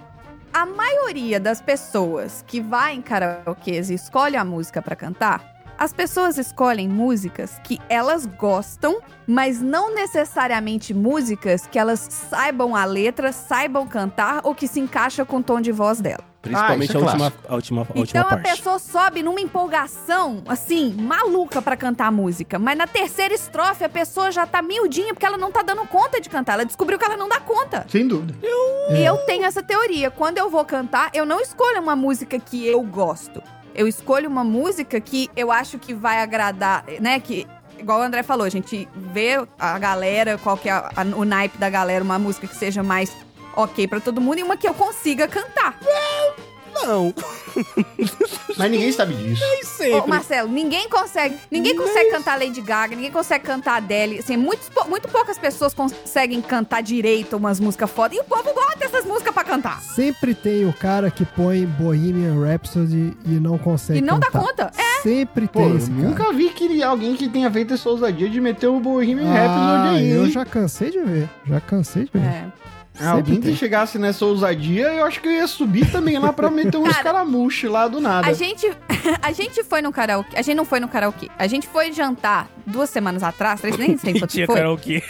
A maioria das pessoas que vai em karaokês e escolhe a música pra cantar, as pessoas escolhem músicas que elas gostam, mas não necessariamente músicas que elas saibam a letra, saibam cantar ou que se encaixa com o tom de voz dela.
Principalmente
Ah, isso é
a, última,
clássico.
a última, a última
Então a
parte.
pessoa sobe numa empolgação, assim, maluca pra cantar a música. Mas na terceira estrofe a pessoa já tá miudinha porque ela não tá dando conta de cantar. Ela descobriu que ela não dá conta.
Sem dúvida.
E eu tenho essa teoria. Quando eu vou cantar, eu não escolho uma música que eu gosto. Eu escolho uma música que eu acho que vai agradar, né? Que, igual o André falou, a gente vê a galera, qual que é a- a- o naipe da galera, uma música que seja mais ok pra todo mundo e uma que eu consiga cantar.
Não,
Mas ninguém sabe disso.
nem sempre.
Ô, Marcelo, ninguém consegue, ninguém consegue cantar Lady Gaga, ninguém consegue cantar Adele. Assim, muitos, pou- muito poucas pessoas conseguem cantar direito umas músicas foda. E o povo gosta dessas músicas pra cantar.
Sempre tem o cara que põe Bohemian Rhapsody e não consegue
E não dá
cantar.
conta. É.
Sempre
Pô,
tem
eu
esse cara.
nunca vi que alguém que tenha feito essa ousadia de meter o Bohemian
Ah,
Rhapsody aí.
eu
hein?
já cansei de ver. Já cansei de ver.
É.
Sempre
Alguém que
tem.
chegasse nessa ousadia, eu acho que eu ia subir também lá pra meter uns
Cara,
caramuche lá do nada.
A gente, [laughs] a gente foi no karaokê. A gente não foi no karaokê. A gente foi jantar duas semanas atrás, três,
[laughs]
nem sei
E
quanto
tinha
foi.
karaokê.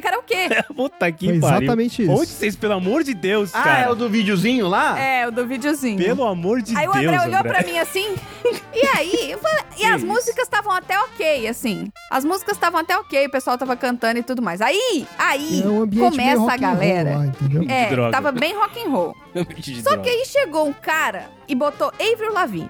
[laughs]
karaokê.
Puta que
Foi
pariu.
exatamente isso.
Onde vocês, pelo amor de Deus,
Ah,
cara.
é o do videozinho lá?
É, o do videozinho.
Pelo amor de
aí
Deus,
o André olhou
André. [laughs]
pra mim assim. E aí? eu falei- e as
isso?
músicas estavam até ok, assim. As músicas estavam até ok, o pessoal tava cantando e tudo mais. Aí, aí,
É um ambiente meio
começa
rock
a
and roll né?
galera.
lá, entendeu?
De
É,
droga.
tava bem rock and roll.
De
Só
droga.
que aí chegou um cara e botou Avril Lavigne.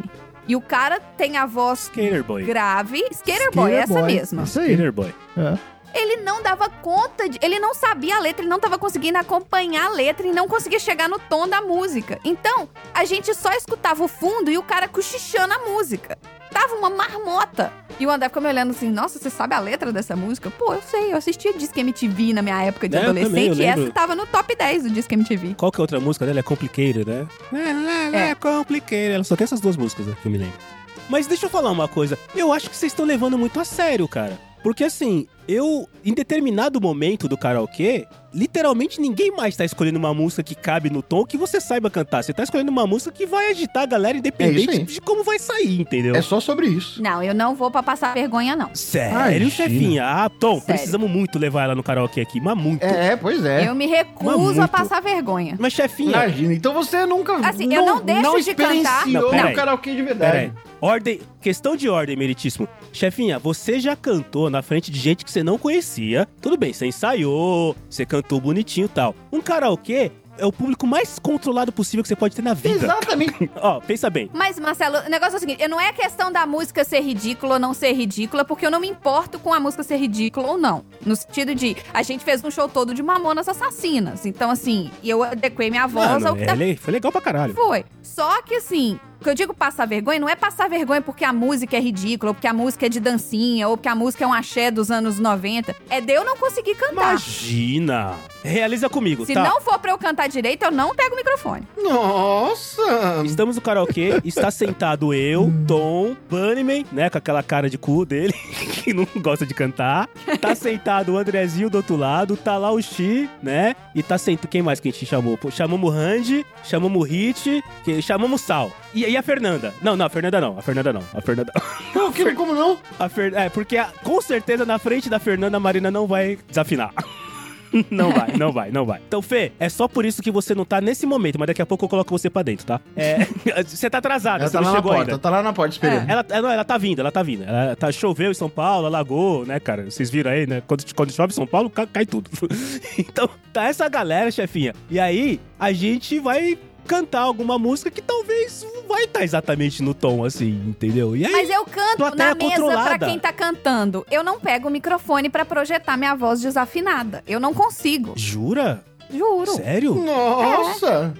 E o cara tem a voz
Skater Boy.
grave, Skater Boy,
Skater
essa
Boy,
mesma.
Isso aí.
Skater Boy.
É.
ele não dava conta de. Ele não sabia a letra, ele não tava conseguindo acompanhar a letra e não conseguia chegar no tom da música. Então, a gente só escutava o fundo e o cara cochichando a música. Tava uma marmota. E o André ficou me olhando assim: Nossa, você sabe a letra dessa música? Pô, eu sei, eu assistia Disque MTV na minha época de
É, eu também, eu
adolescente e
lembro.
essa tava no top 10 do Disque MTV.
Qual que é a outra música dela? É Complicated, né? É, é, é Complicated. Ela só tem essas duas músicas, né, que eu me lembro. Mas deixa eu falar uma coisa. Eu acho que vocês estão levando muito a sério, cara. Porque assim, eu, em determinado momento do karaokê, literalmente ninguém mais tá escolhendo uma música que cabe no tom que você saiba cantar. Você tá escolhendo uma música que vai agitar a galera independente
É isso aí.
de como vai sair, entendeu?
É só sobre isso.
Não, eu não vou pra passar vergonha, não.
Sério,
Imagina.
chefinha? Ah, Tom,
Sério.
precisamos muito levar ela no karaokê aqui, mas muito.
É, é, pois é.
Eu me recuso
muito.
a passar vergonha.
Mas chefinha,
Imagina. Então você nunca.
Assim, eu não deixo de cantar.
Não,
experienciou
pera aí.
o karaokê de verdade.
Peraí. Ordem, questão de ordem, meritíssimo. Chefinha, você já cantou na frente de gente que você não conhecia. Tudo bem, você ensaiou, você cantou bonitinho e tal. Um karaokê é o público mais controlado possível que você pode ter na vida.
Exatamente.
[laughs] Ó, pensa bem.
Mas, Marcelo, o negócio é o seguinte: eu não é questão da música ser ridícula ou não ser ridícula, porque eu não me importo com a música ser ridícula ou não. No sentido de, a gente fez um show todo de Mamonas Assassinas. Então, assim, eu adequei minha voz
Mano,
ao que
é,
tá-
le- foi legal pra caralho.
foi. Só que, assim, o que eu digo passar vergonha não é passar vergonha porque a música é ridícula, ou porque a música é de dancinha, ou porque a música é um axé dos anos 90. É de eu não conseguir cantar.
Imagina! Realiza comigo,
Se
tá?
não for pra eu cantar direito, eu não pego o microfone.
Nossa.
Estamos no karaokê, está sentado eu, Tom, Bunnyman, né, com aquela cara de cu dele, [laughs] que não gosta de cantar. Tá sentado o Andrezinho do outro lado, tá lá o Xi, né, e tá sentado... Quem mais que a gente chamou? Pô, chamamos o Randy, chamamos o Hit, que- chamamos o Sal. E, e a Fernanda? Não, não, a Fernanda não, a Fernanda não, a Fernanda... Então,
Não, que- como não?
A Fer... É, porque a- com certeza na frente da Fernanda a Marina não vai desafinar. [laughs] Não vai, não vai, não vai. Então, Fê, é só por isso que você não tá nesse momento, mas daqui a pouco eu coloco você pra dentro, tá? É, [laughs] você tá atrasada,
Ela
você
tá lá
não
na
chegou
porta,
ainda.
tá lá na porta esperando.
Ela, ela, ela tá vindo, ela tá vindo. Ela tá, choveu em São Paulo, alagou, né, cara? Vocês viram aí, né? Quando, quando chove em São Paulo, ca- cai, tudo. [laughs] então, tá essa galera, chefinha. E aí, a gente vai cantar alguma música que talvez não vai estar exatamente no tom, assim, entendeu? E aí,
Mas eu canto
Plateia
na mesa
controlada.
pra quem tá cantando. Eu não pego o microfone pra projetar minha voz desafinada. Eu não consigo.
jura?
Juro.
Sério?
Nossa!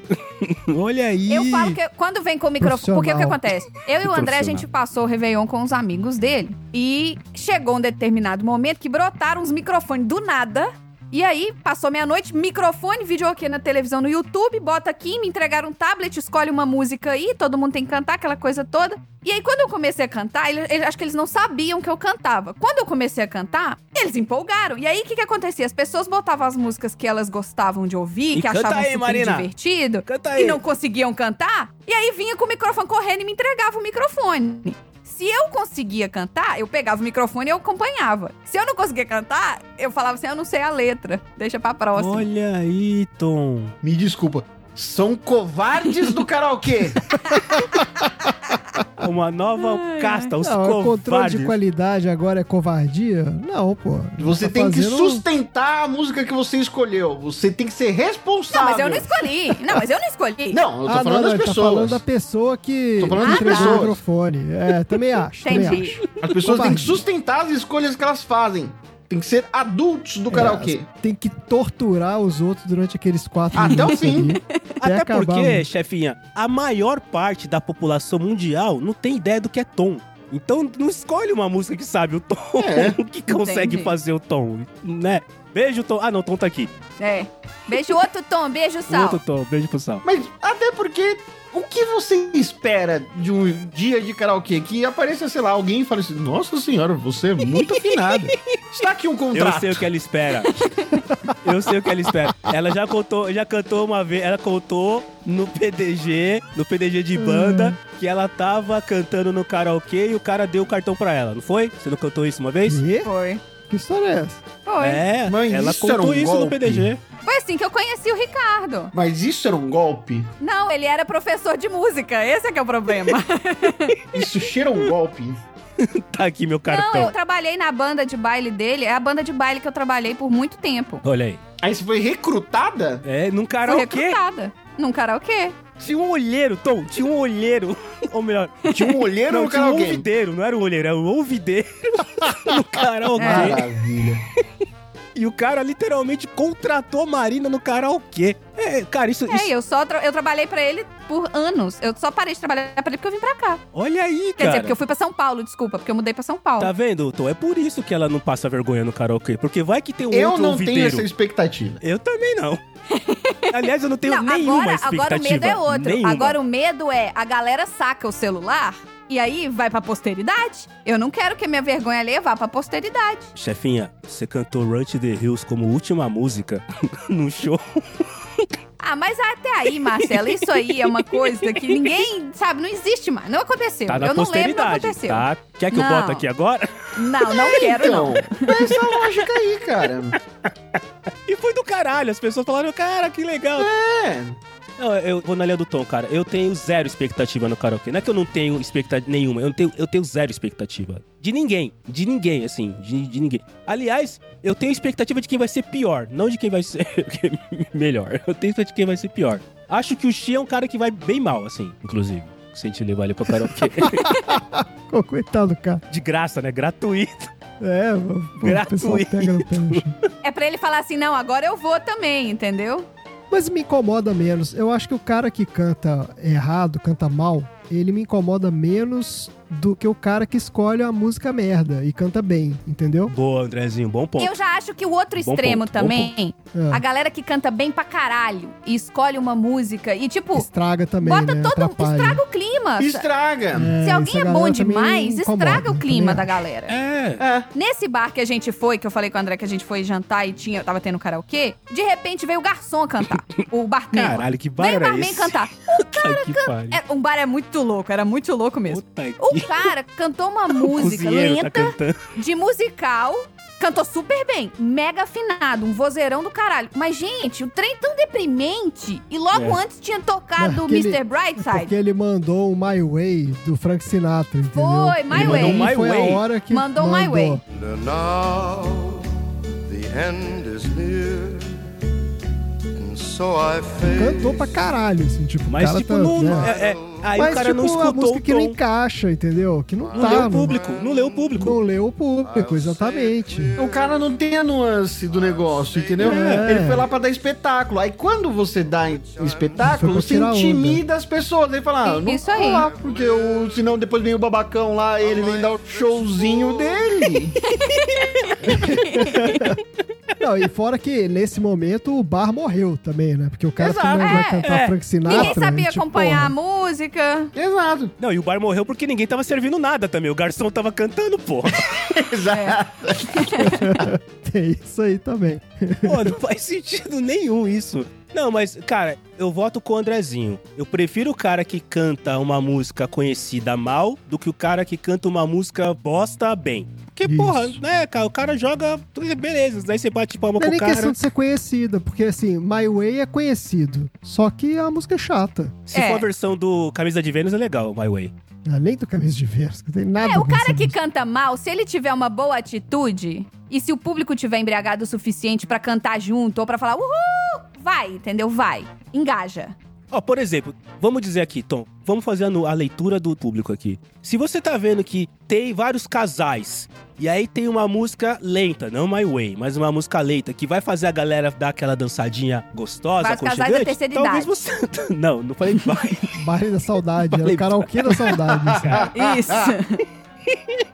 Olha aí.
Eu falo que quando vem com o microfone. Porque o que
Profissional.
acontece? Eu e o André, a gente
Profissional.
passou o Réveillon com os amigos dele. E chegou um determinado momento que brotaram os microfones do nada. E aí, passou meia-noite, microfone, vídeo aqui na televisão no YouTube, bota aqui, me entregaram um tablet, escolhe uma música aí, todo mundo tem que cantar, aquela coisa toda. E aí, quando eu comecei a cantar, ele- ele- acho que eles não sabiam que eu cantava. Quando eu comecei a cantar, eles empolgaram. E aí, o que, que acontecia? As pessoas botavam as músicas que elas gostavam de ouvir,
E
que
canta
achavam
aí,
super
Marina.
divertido
Canta
e não conseguiam cantar, e aí vinha com o microfone correndo e me entregava o microfone. Se eu conseguia cantar, eu pegava o microfone e eu acompanhava. Se eu não conseguia cantar, eu falava assim, eu não sei a letra, deixa pra próxima.
Olha aí, Tom.
Me desculpa. São covardes do
[laughs]
karaokê.
Tá
Uma nova casta, os
Não, é o controle
covardes.
de qualidade agora é covardia? Não, pô.
Você
Tá
tem que
fazendo-
sustentar a música que você escolheu. Você tem que ser
não,
responsável.
mas eu não escolhi. Não, mas eu não escolhi.
Não, eu tô
Ah,
falando
não, não,
das
ele tá
pessoas.
falando da pessoa que
Tô falando
que
das
entregou
pessoas.
o microfone. É, também acho, também
Entendi.
acho.
As pessoas têm que
Covardia.
sustentar as escolhas que elas fazem. Tem que ser adultos
É,
do karaokê.
assim, Tem que torturar os outros durante aqueles quatro
Até o
minutos
fim.
ali,
Até
acabar
porque,
muito.
chefinha, a maior parte da população mundial não tem ideia do que é tom. Então não escolhe uma música que sabe o tom,
É.
[laughs] que consegue
Entendi.
fazer o tom, né? Beijo, Tom. Ah, não, Tom tá aqui. Um
É. Beijo outro Tom, beijo Sal.
Outro Tom, beijo pro Sal.
Mas até porque o que você espera de um dia de karaokê? Que apareça, sei lá, alguém e fale assim: Nossa senhora, você é
[laughs]
muito afinado. Está aqui um
Eu
contrato.
sei o que ela espera. Eu sei o que ela espera. Ela já contou, já cantou uma vez, ela contou no PDG, no PDG de
Hum.
banda, que ela tava cantando no karaokê e o cara deu o cartão pra ela, não foi? Você não cantou [laughs] isso uma vez?
Quê?
Foi.
Que história é essa?
Foi.
É,
Mãe,
ela
isso era
contou
um
isso no
golpe.
PDG.
Foi assim que eu conheci o Ricardo.
Mas isso era um golpe?
Não, ele era professor de música. Esse é que é
[laughs]
o problema.
Isso cheira um golpe?
Tá aqui meu
Não,
cartão.
eu trabalhei na banda de baile dele. É a banda de baile que eu trabalhei por muito tempo.
Olha aí.
Aí você foi recrutada?
É, num
Fui
karaokê.
recrutada. Num karaokê.
Tinha um olheiro, Tom, tinha um olheiro. [laughs] Ou melhor,
Tinha um olheiro
não,
no
tinha um
karaokê? É.
ouvideiro, não era um olheiro, era um ouvideiro [laughs] no karaokê.
É.
Maravilha.
E o cara literalmente contratou a Marina no karaokê. É, cara, isso.
É,
isso-
eu só tra- eu trabalhei pra ele por anos. Eu só parei de trabalhar pra ele porque eu vim pra cá.
Olha aí,
Quer
cara.
dizer, porque eu fui pra São Paulo, desculpa, porque eu mudei pra São Paulo.
Tá vendo, Tom? É por isso que ela não passa vergonha no karaokê. Porque vai que tem um
Eu
outro
não tenho
ouvideiro.
essa expectativa.
Eu também
[laughs]
não. Aliás, eu não tenho
Não,
nenhuma
agora,
expectativa.
agora o medo é outro.
Nenhuma.
Agora o medo é a galera saca o celular e aí vai pra posteridade. Eu não quero que minha vergonha alheia vá pra posteridade.
Chefinha, você cantou Run to the Hills como última música [laughs] no show.
Ah, mas até aí, Marcela, isso aí é uma coisa que ninguém, sabe, não existe mais. Não aconteceu.
Tá na
eu não lembro, não
posteridade,
aconteceu.
tá? Quer que eu
Não.
bote aqui agora?
Não, não quero, não.
[laughs] Então, essa lógica aí, cara.
E foi do caralho. As pessoas falaram, cara, que legal.
É.
Não, eu vou na linha do Tom, cara. Eu tenho zero expectativa no karaokê. Não é que eu não tenho expectativa nenhuma. Eu tenho, eu tenho zero expectativa. De ninguém. De ninguém, assim. De, de ninguém. Aliás, eu tenho expectativa de quem vai ser pior. Não de quem vai ser [laughs] melhor. Eu tenho expectativa de quem vai ser pior. Acho que o Xi é um cara que vai bem mal, assim, inclusive. Se a gente levar ele pra
[laughs]
karaokê.
Ô, coitado do cara.
de graça, né? Gratuito.
É, o- o pessoal
Gratuito.
pega no pé. gente.
É pra ele falar assim, não, agora eu vou também, entendeu?
Mas me incomoda menos. Eu acho que o cara que canta errado, canta mal, ele me incomoda menos do que o cara que escolhe a música merda e canta bem, entendeu?
Boa, Andrezinho. Bom ponto.
Eu já acho que o outro
Bom
extremo
ponto, bom
também,
É.
a galera que canta bem pra caralho e escolhe uma música e, tipo,
Estraga também,
bota
né?
todo
Atrapalha.
estraga o clima.
Estraga.
Se
É,
alguém
isso a
é bom
galera também
demais,
incomoda, tá né,
estraga o
também
clima
acho.
da galera.
É.
É.
Nesse bar que a gente foi, que eu falei com o André que a gente foi jantar e tinha, tava tendo karaokê, de repente veio o garçom cantar. o barman.
Caralho, que
veio o
barulho é
barman
esse?
cantar.
Puta que pariu.
É, um bar é muito louco, era muito louco mesmo.
Puta
O
que...
cara cantou
[laughs]
uma música
cozinheiro tá
lenta,
cantando.
de musical. Cantou super bem, mega afinado, um vozeirão do caralho. Mas, gente, o trem tão deprimente. E logo
É.
antes tinha tocado o
Aquele-
Mr.
Porque é
Brightside.
ele mandou o My Way do Frank Sinatra, entendeu? um
Foi, My
E
Way.
aí
Mandou My
foi
Way.
a hora que
Mandou My Way.
And now the end is near, and so I face.
Cantou pra caralho, assim, tipo, o
Mas,
cara
tipo,
tá,
não,
né?
é- é- aí
Mas,
o cara
tipo,
não
a
escutou
música
o
que não
tom.
encaixa, entendeu? Que não,
Não
tá.
leu o
no-
público, não leu o
Não
público. Ah,
leu o público, exatamente.
O cara não tem a nuance do negócio, entendeu?
É.
Ele foi lá pra dar espetáculo. Aí quando você dá em-
Foi
espetáculo,
pra
você
tirar onda.
intimida as pessoas. Ele fala, ah, não
Isso
vou
aí.
lá, porque o, senão depois vem o babacão lá, ele vem dar o showzinho
[laughs]
dele.
Não, e fora que nesse momento o bar morreu também, né? Porque o cara
Exato.
que não
É,
vai cantar
é.
Frank Sinatra.
Ninguém sabia
tipo,
acompanhar a
porra,
música.
Exato.
Não, e o bar morreu porque ninguém tava servindo nada também. O garçom tava cantando, porra.
Exato.
É.
[laughs] Tem isso aí também.
Pô, não faz sentido nenhum isso. Não, mas, cara, eu voto com o Andrezinho. Eu prefiro o cara que canta uma música conhecida mal do que o cara que canta uma música bosta bem. Porque,
Isso.
porra, né, cara, o cara joga, beleza, daí você bate palma
Não é
pro
nem
cara.
questão de ser conhecida, porque assim, My Way é conhecido. Só que a música é chata.
Se
É.
for a versão do Camisa de Vênus, é legal, My Way.
Além do Camisa de Vênus, que não tem nada
É, o
com essa
cara que
música.
canta mal, se ele tiver uma boa atitude e se o público tiver embriagado o suficiente pra cantar junto ou pra falar uhul, vai, entendeu? Vai. Engaja.
Ó, por exemplo, vamos dizer aqui, Tom, vamos fazer a, nu- a leitura do público aqui. Se você tá vendo que tem vários casais, e aí tem uma música lenta, não My Way, mas uma música lenta, que vai fazer a galera dar aquela dançadinha gostosa,
Vários casais da
aconchegante,
terceira
talvez
idade.
você... [laughs] Não, não falei vai,
Baile da saudade, era
Falei-
o karaokê da saudade.
[laughs]
Assim.
Isso.
[laughs]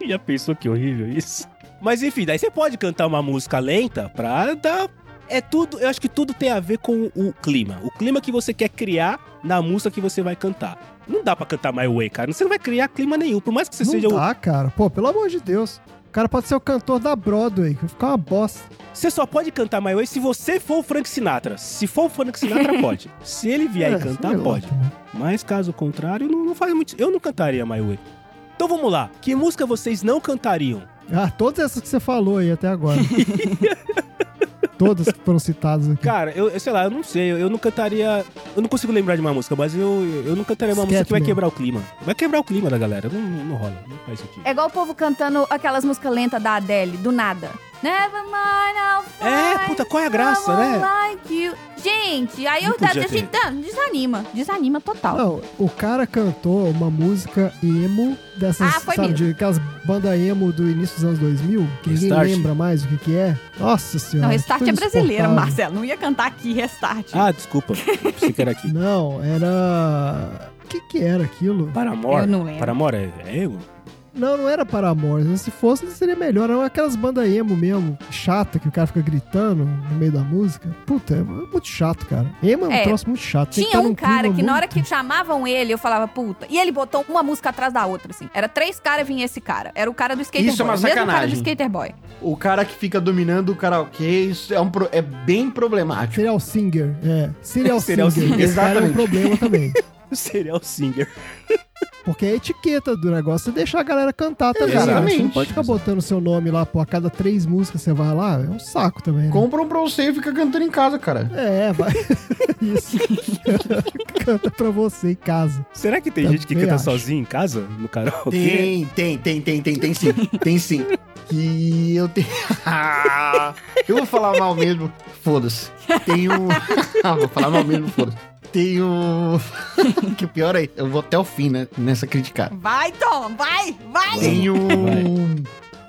Já pensou que horrível isso? Mas enfim, daí você pode cantar uma música lenta pra dar. É tudo, eu acho que tudo tem a ver com o clima. O clima que você quer criar na música que você vai cantar. Não dá pra cantar My Way, cara. Você não vai criar clima nenhum. Por mais que você seja
Não
o.
dá, cara. Pô, pelo amor de Deus. O cara pode ser o cantor da Broadway, que vai ficar uma bosta.
Você só pode cantar My Way se você for o Frank Sinatra. Se for o Frank
[laughs]
Sinatra, pode. Se ele vier
É,
e cantar,
sei lá,
pode.
também.
Mas caso contrário, não, não faz muito. Eu não cantaria My Way. Então vamos lá. Que música vocês não cantariam?
Ah, todas essas que você falou aí
[laughs]
até agora. todas que foram citadas aqui.
Cara, eu, eu sei lá, eu não sei, eu, eu não cantaria. Eu não consigo lembrar de uma música, mas eu, eu não cantaria uma
Esquece
música que vai
mesmo.
quebrar o clima. Vai quebrar o clima da galera, não, não não rola, não faz sentido.
É igual o povo cantando aquelas músicas lentas da Adele, do nada. Never mind, I'll find
É, puta, qual é a graça,
someone
né?
like you. Gente, aí
Não
eu
podia
a gente desanima. Desanima total.
Não, o cara cantou uma música emo dessas,
Ah, foi
sabe,
mesmo.
de, aquelas bandas emo do início dos anos 2000, que
Restart.
ninguém lembra mais o que que é. Nossa senhora.
Não, Restart
que
é
coisa
brasileira,
insuportável.
Marcelo. Não ia cantar aqui Restart.
um Ah, desculpa, pensei que era aqui.
Não, era... O que que era aquilo?
Paramore.
Eu não lembro.
Paramore é, é emo?
Não, não era Paramore. Se fosse, seria melhor. Eram aquelas bandas emo mesmo, chata, que o cara fica gritando no meio da música. Puta, é muito chato, cara. Emo é um
É.
troço muito chato. Tem
Tinha
estar
um
num
cara
clima
que na
muito-
hora que chamavam ele, eu falava, puta. E ele botou uma música atrás da outra, assim. Era três caras, vinha esse cara. Era o cara do Skater
Isso é
Boy.
uma
o mesmo cara do
sacanagem.
Skater Boy.
O cara que fica dominando o karaokê, isso é, um pro- é bem problemático.
Serial Singer, é.
[laughs]
Serial,
Serial
Singer.
Singer,
Esse cara é um
exatamente.
problema também.
[laughs] Serial singer.
Porque a etiqueta do negócio é deixar a galera cantar também. né?
Exatamente.
Você não pode ficar botando seu nome lá, pô, a cada três músicas você vai lá, é um saco também. né?
Compra um pra você e fica cantando em casa, cara.
É, vai. [laughs] Isso. Canta pra você em casa.
Será que tem
Também
gente que canta
acho.
sozinho em casa, no karaokê?
Tá Tem, tem, tem, tem, tem, tem sim. Tem sim. Que eu tenho. [laughs] eu vou falar mal mesmo. Foda-se. Tem um. [laughs] Ah, vou falar mal mesmo, foda-se. Tem um. [laughs] que pior é. Eu vou até o fim, né? Nessa criticada.
Vai, Tom, vai, vai.
Tem um.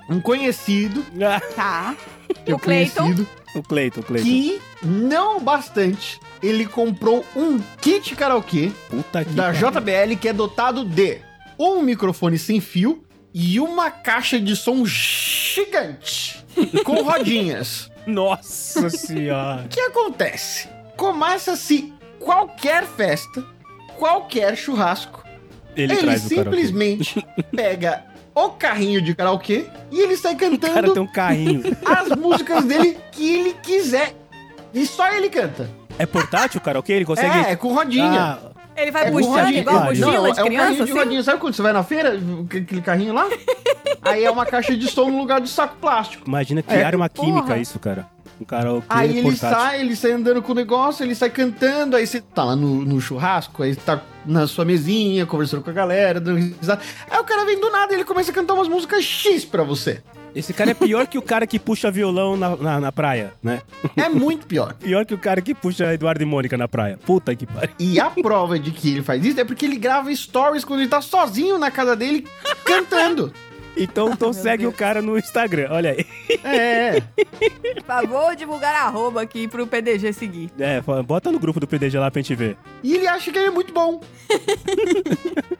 Um conhecido.
Ah,
Tá.
que eu
O Clayton.
conhecido,
o Cleiton, o Cleiton.
Que não bastante. Ele comprou um kit karaokê
puta que
da
pariu.
JBL que é dotado de um microfone sem fio e uma caixa de
[laughs]
som gigante com rodinhas.
Nossa senhora.
O que acontece? Começa-se qualquer festa, qualquer churrasco.
Ele,
Ele,
traz o karaokê.
simplesmente
[laughs]
pega o carrinho de karaokê e ele sai
O cara
cantando
tem um [laughs] carrinho.
[laughs] as músicas dele que ele quiser. E só ele canta.
É portátil o karaokê? Ele consegue...
É, é com rodinha.
Ah,
Ele vai
É com
puxando
rodinha.
igual
Não,
mochila de
é um carrinho
criança,
de
assim.
rodinha. Sabe quando você vai na feira, aquele carrinho lá? Aí é uma caixa de som no lugar do saco plástico.
Imagina que
É,
era uma
porra.
química isso, cara. Um karaokê
Aí ele
portátil.
sai, ele sai andando com o negócio, ele sai cantando, aí você tá lá no, no churrasco, aí tá na sua mesinha, conversando com a galera, dando risada. Aí o cara vem do nada e ele começa a cantar umas músicas X pra você.
Esse cara é pior que o cara que puxa violão na, na, na praia, né?
É muito pior.
Pior que o cara que puxa Eduardo e Mônica na praia. Puta que pariu.
E a prova de que ele faz isso é porque ele grava stories quando ele tá sozinho na casa dele cantando. [laughs]
Então, então segue
Deus.
o cara no Instagram, olha aí.
É.
Por favor, divulgar arroba aqui pro PDG seguir.
É, fala, bota no grupo do PDG lá pra gente ver.
E ele acha que ele é muito [laughs] bom.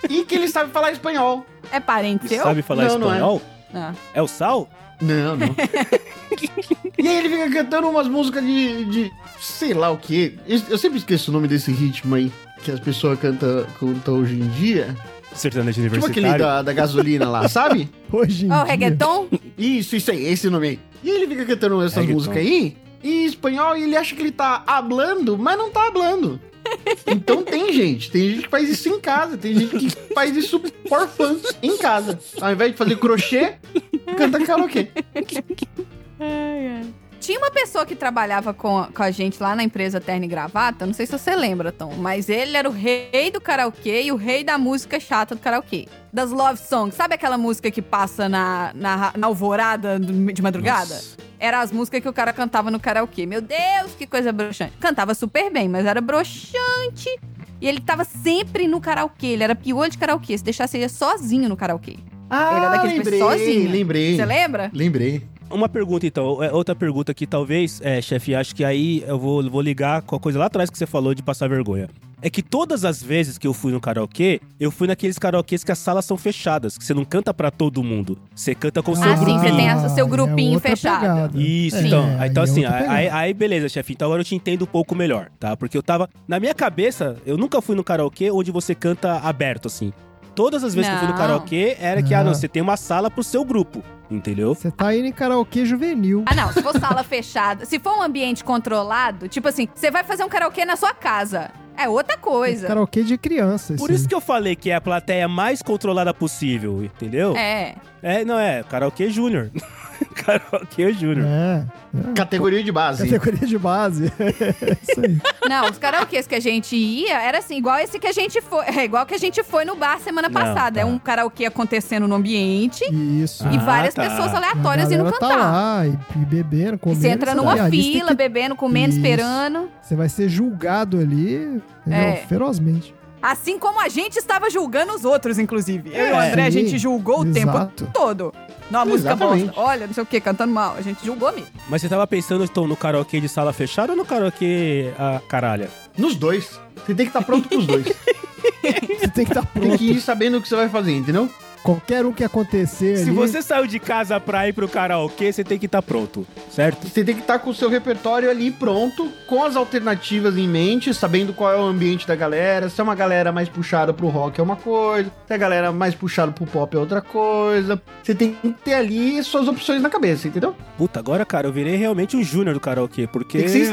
e que ele sabe falar espanhol.
É parente
Ele
seu?
sabe falar
Não, não é.
espanhol?
Ah.
é. o Sal?
Não, não. [laughs] e aí ele fica cantando umas músicas de, de sei lá o que. Eu sempre esqueço o nome desse ritmo aí que as pessoas cantam canta hoje em dia.
Sertanejo
Tipo aquele
universitário.
da, da gasolina lá, sabe?
Hoje em
Ó, o
dia-
reggaeton?
Isso, isso aí, esse nome aí. E ele fica cantando essas
Reggaeton.
músicas aí em espanhol e ele acha que ele tá hablando, mas não
[laughs]
tá hablando. Então tem gente, tem gente que faz isso em casa, tem gente que faz isso por fã em casa. Ao invés de fazer crochê, canta karaokê.
é Tinha uma pessoa que trabalhava com a, com a gente lá na empresa Terno e Gravata, não sei se você lembra, Tom, mas ele era o rei do karaokê e o rei da música chata do karaokê. Das love songs. Sabe aquela música que passa na, na, ra- na alvorada do- de madrugada?
Nossa.
Era as músicas que o cara cantava no karaokê. Meu Deus, que coisa broxante. Cantava super bem, mas era broxante. E ele tava sempre no karaokê. Ele era piolho de karaokê. Se deixasse, ele ia sozinho no karaokê. Ele é
Ah,
daqueles
lembrei,
sozinho.
lembrei.
Você lembra?
Lembrei.
Uma pergunta, então. é, Outra pergunta que talvez, é, chefe, acho que aí eu vou, vou ligar com a coisa lá atrás que você falou de passar vergonha. É que todas as vezes que eu fui no karaokê, eu fui naqueles karaokês que as salas são fechadas, que você não canta pra todo mundo. Você canta com o seu
Ah, sim, você tem
grupinho.
a- o seu grupinho
É outra
fechado.
pegada.
Isso,
É,
então. Aí, então,
aí é
assim,
outra
aí,
pegada.
aí- aí beleza, chefe. Então agora eu te entendo um pouco melhor, tá? Porque eu tava. Na minha cabeça, eu nunca fui no karaokê onde você canta aberto, assim. Todas as vezes que eu fui no
Não.
karaokê, era que, ah, não,
Não.
você tem uma sala pro seu grupo, entendeu?
Você tá indo em karaokê juvenil.
Ah, não. Se for sala [laughs] fechada, se for um ambiente controlado, tipo assim, você vai fazer um karaokê na sua casa. É outra coisa.
Karaokê de criança. assim.
Por isso que eu falei que é a plateia mais controlada possível, entendeu?
É.
É, não é, karaokê júnior. [laughs] karaokê júnior.
É.
Categoria de base.
Categoria de base. [laughs] É isso aí.
[laughs] Não, os karaokês que a gente ia era assim, igual esse que a gente foi. É igual que a gente foi no bar semana
Não,
passada.
tá.
É um karaokê acontecendo no ambiente
Isso.
e
Ah,
várias
tá.
pessoas
A
aleatórias indo
galera
cantar.
Tá lá e, e bebendo,
E
comendo.
você entra
sabe?
numa
A gente tem
fila,
que-
bebendo, comendo,
Isso.
esperando.
Você vai ser julgado ali, entendeu?
É.
ferozmente.
Assim como a gente estava julgando os outros, inclusive. Eu e o
É,
André, a
sim.
gente julgou o
Exato.
tempo todo. Não, a música é
Exatamente.
bosta. Olha, não sei o que, cantando mal. A gente julgou mesmo.
É.
Mas você tava pensando, então, no karaokê de sala fechada ou no karaokê ah, a caralha?
Nos dois. Você tem que estar pronto pros dois.
Você tem que estar
Tem
pronto.
que ir sabendo o que você vai fazer, entendeu?
Qualquer um que acontecer
Se
ali,
você saiu de casa pra ir pro karaokê, você tem que estar pronto, certo?
Você tem que estar com o seu repertório ali pronto, com as alternativas em mente, sabendo qual é o ambiente da galera. Se é uma galera mais puxada pro rock é uma coisa, se é a galera mais puxada pro pop é outra coisa. Você tem que ter ali suas opções na cabeça, entendeu?
Puta, agora, cara, eu virei realmente um júnior do karaokê, porque...
Tem que ser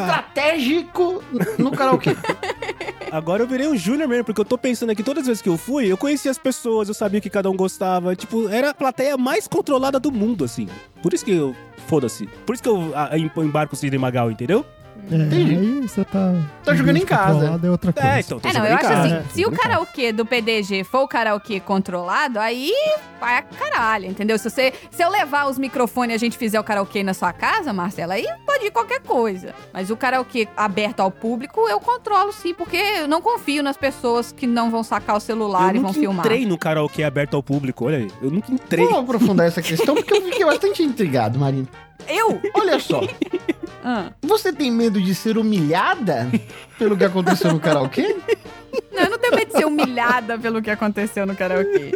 estratégico no karaokê.
Agora eu virei um júnior mesmo, porque eu tô pensando aqui, todas as vezes que eu fui, eu conhecia as pessoas, eu sabia o que cada um gostava. Tipo, era a plateia mais controlada do mundo, assim. Por isso que eu... Foda-se. Por isso que eu a, em- embarco o Sidney Magal, entendeu?
é,
Entendi.
aí você tá...
Tá jogando em casa.
descontrolado, É outra coisa.
É, então, tô
É, não,
jogando
eu
em
acho
casa.
assim, se o karaokê do PDG for o karaokê controlado, aí vai a caralho, entendeu? Se, você, se eu levar os microfones e a gente fizer o karaokê na sua casa, Marcela, aí pode ir qualquer coisa. Mas o karaokê aberto ao público, eu controlo sim, porque eu não confio nas pessoas que não vão sacar o celular
eu
e vão
nunca
filmar.
entrei no karaokê aberto ao público, olha aí. Eu nunca entrei.
Vamos aprofundar essa questão porque eu fiquei bastante intrigado, Marina.
Eu?
Olha só,
Ah.
você tem medo de ser humilhada pelo que aconteceu no karaokê?
Não, eu não tenho medo de ser humilhada pelo que aconteceu no karaokê.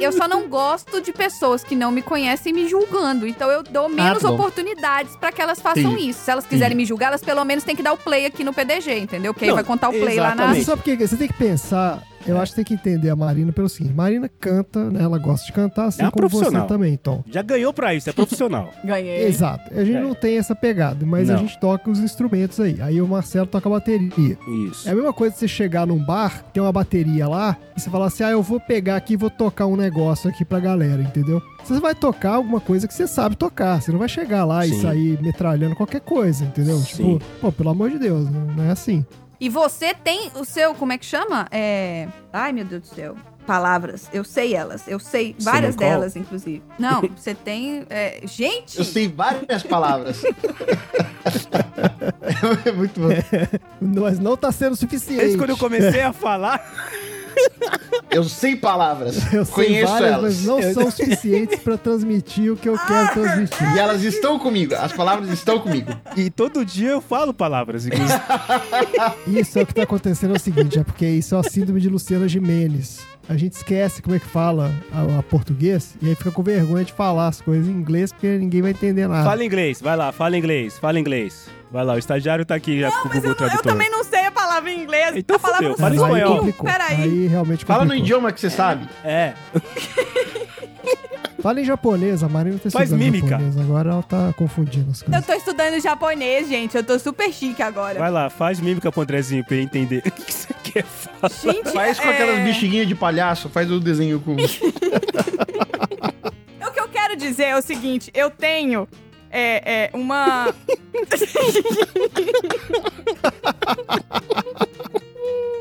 Eu só não gosto de pessoas que não me conhecem me julgando. Então eu dou menos
tá bom.
oportunidades pra que elas façam
Entendi.
isso. Se elas quiserem
Entendi.
me julgar, elas pelo menos têm que dar o play aqui no PDG, entendeu? Que aí
Não,
vai contar o play lá
Mas
na.
exatamente.
Você sabe por que você tem que pensar? Eu acho que tem que entender a Marina pelo seguinte: Marina canta, né? Ela gosta de cantar, assim
É uma
como você
profissional.
também, Tom.
Já ganhou pra isso, é profissional.
Ganhei.
Exato. A gente
É.
não tem essa pegada, mas a
Não.
gente toca os instrumentos aí. Aí o Marcelo toca a bateria.
[laughs] Isso.
É a mesma coisa de você chegar num bar, tem uma bateria lá, e você falar assim: ah, eu vou pegar aqui e vou tocar um negócio aqui pra galera, entendeu? Você vai tocar alguma coisa que você sabe tocar. Você não vai chegar lá e
Sim.
sair metralhando qualquer coisa, entendeu?
Sim.
Tipo, pô, pelo amor de Deus, não não é assim.
E você tem o seu, como é que chama? É. Ai, meu Deus do céu. Palavras. Eu sei elas. Eu sei
Você
várias
não cola?
delas, inclusive. Não, você tem. é, Gente!
Eu sei várias palavras. [laughs] é muito bom.
Mas não tá sendo suficiente.
Desde quando é eu comecei a falar,
Eu sei palavras.
Eu sei
conheço
várias,
elas.
mas não são suficientes pra transmitir o que
[laughs]
eu
Ah!
quero transmitir.
E elas estão comigo. As palavras estão comigo.
e todo dia eu falo palavras, [laughs] inclusive.
Isso é o que tá acontecendo é o seguinte, é porque isso é a síndrome de Luciana Jimenez. A gente esquece como é que fala a, a português e aí fica com vergonha de falar as coisas em inglês porque ninguém vai entender nada.
Fala inglês, vai lá, fala inglês, fala inglês. Vai lá, o estagiário tá aqui já com o
Mas eu,
Google
não- eu
Tradutor.
também não sei a palavra em inglês.
Então
a palavra
fudeu, fala
do
em espanhol.
Brasil.
complicou.
Peraí.
Aí realmente
Fala no
complicou.
idioma que você sabe.
É,
Fala em japonês, a Marina tá
Faz
estudando
mímica.
japonês, agora ela tá confundindo as
Eu
coisas.
tô estudando japonês, gente. Eu tô super chique agora.
vai lá, faz mímica pro Andrezinho pra ele entender. [laughs] O que que você quer falar?
Gente,
Faz com
é...
aquelas bexiguinhas de palhaço, faz o
[laughs]
desenho com.
O que eu quero dizer é o seguinte: eu tenho é, é, uma.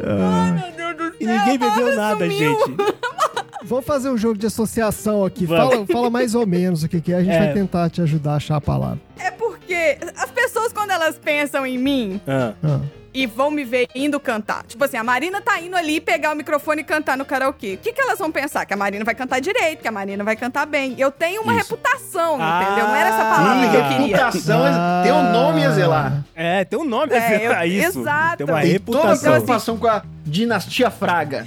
Ai, meu Deus do
E
céu,
ninguém
a palavra
bebeu nada,
sumiu.
gente.
[laughs]
Vamos fazer um jogo de associação aqui.
Vamos.
Fala, fala mais ou menos o que, que é, a gente
É.
vai tentar te ajudar a achar a palavra.
É porque as pessoas, quando elas pensam em mim
Ah,
Ah,
e vão me ver indo cantar. Tipo assim, a Marina tá indo ali pegar o microfone e cantar no karaokê. O que, que elas vão pensar? Que a Marina vai cantar direito, que a Marina vai cantar bem. Eu tenho uma
Isso.
reputação,
Ah,
entendeu? Não era essa palavra que eu queria.
reputação,
Ah.
tem um nome a zelar.
É, tem um nome
É,
é, pra
eu-
isso.
exato.
Tem uma
Tem toda
reputação.
preocupação com a dinastia Fraga.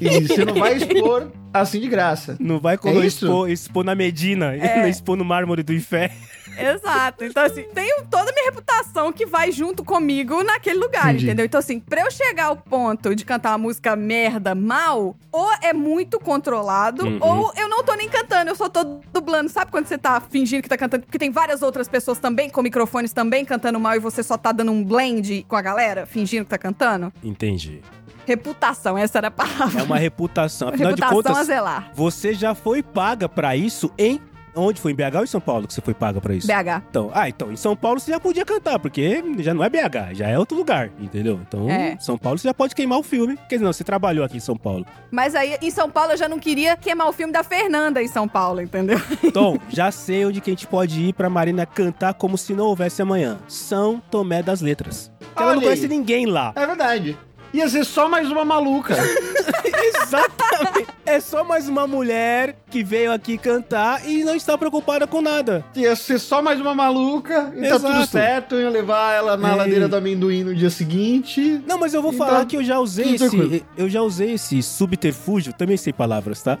E você
[laughs]
não vai expor assim de graça.
Não vai
É
colocar
isso?
expor, expor na Medina,
É.
[laughs] não expor no mármore do inferno.
Exato. Então, assim, tenho toda a minha reputação que vai junto comigo naquele lugar,
Entendi.
entendeu? Então, assim, pra eu chegar ao ponto de cantar uma música merda mal, ou é muito controlado,
Uhum.
ou eu não tô nem cantando, eu só tô dublando. Sabe quando você tá fingindo que tá cantando? Porque tem várias outras pessoas também com microfones também cantando mal e você só tá dando um blend com a galera, fingindo que tá cantando?
Entendi.
Reputação, essa era a palavra.
É uma reputação. [laughs] Afinal de
reputação a
contas,
zelar.
você já foi paga pra isso em. Onde foi? Em BH ou em São Paulo que você foi paga pra isso?
BH.
Então, ah, então, em São Paulo você já podia cantar, porque já não é BH, já é outro lugar, entendeu? Então,
É.
São Paulo você já pode queimar o filme. Quer dizer, não, você trabalhou aqui em São Paulo.
Mas aí, em São Paulo, eu já não queria queimar o filme da Fernanda em São Paulo, entendeu?
Tom, já sei onde que a gente pode ir pra Marina cantar como se não houvesse amanhã. São Tomé das Letras. Porque Ela
Olha
não conhece
aí.
ninguém lá.
É verdade. Ia ser só mais uma maluca.
[laughs] Exatamente. É só mais uma mulher que veio aqui cantar e não está preocupada com nada.
Ia ser só mais uma maluca. E tá tudo
Exato.
certo. Ia levar ela na
Ei.
ladeira do amendoim no dia seguinte.
Não, mas eu vou
Então,
falar que eu já usei
tudo
esse.
tranquilo.
Eu já usei esse subterfúgio, também sei palavras, tá?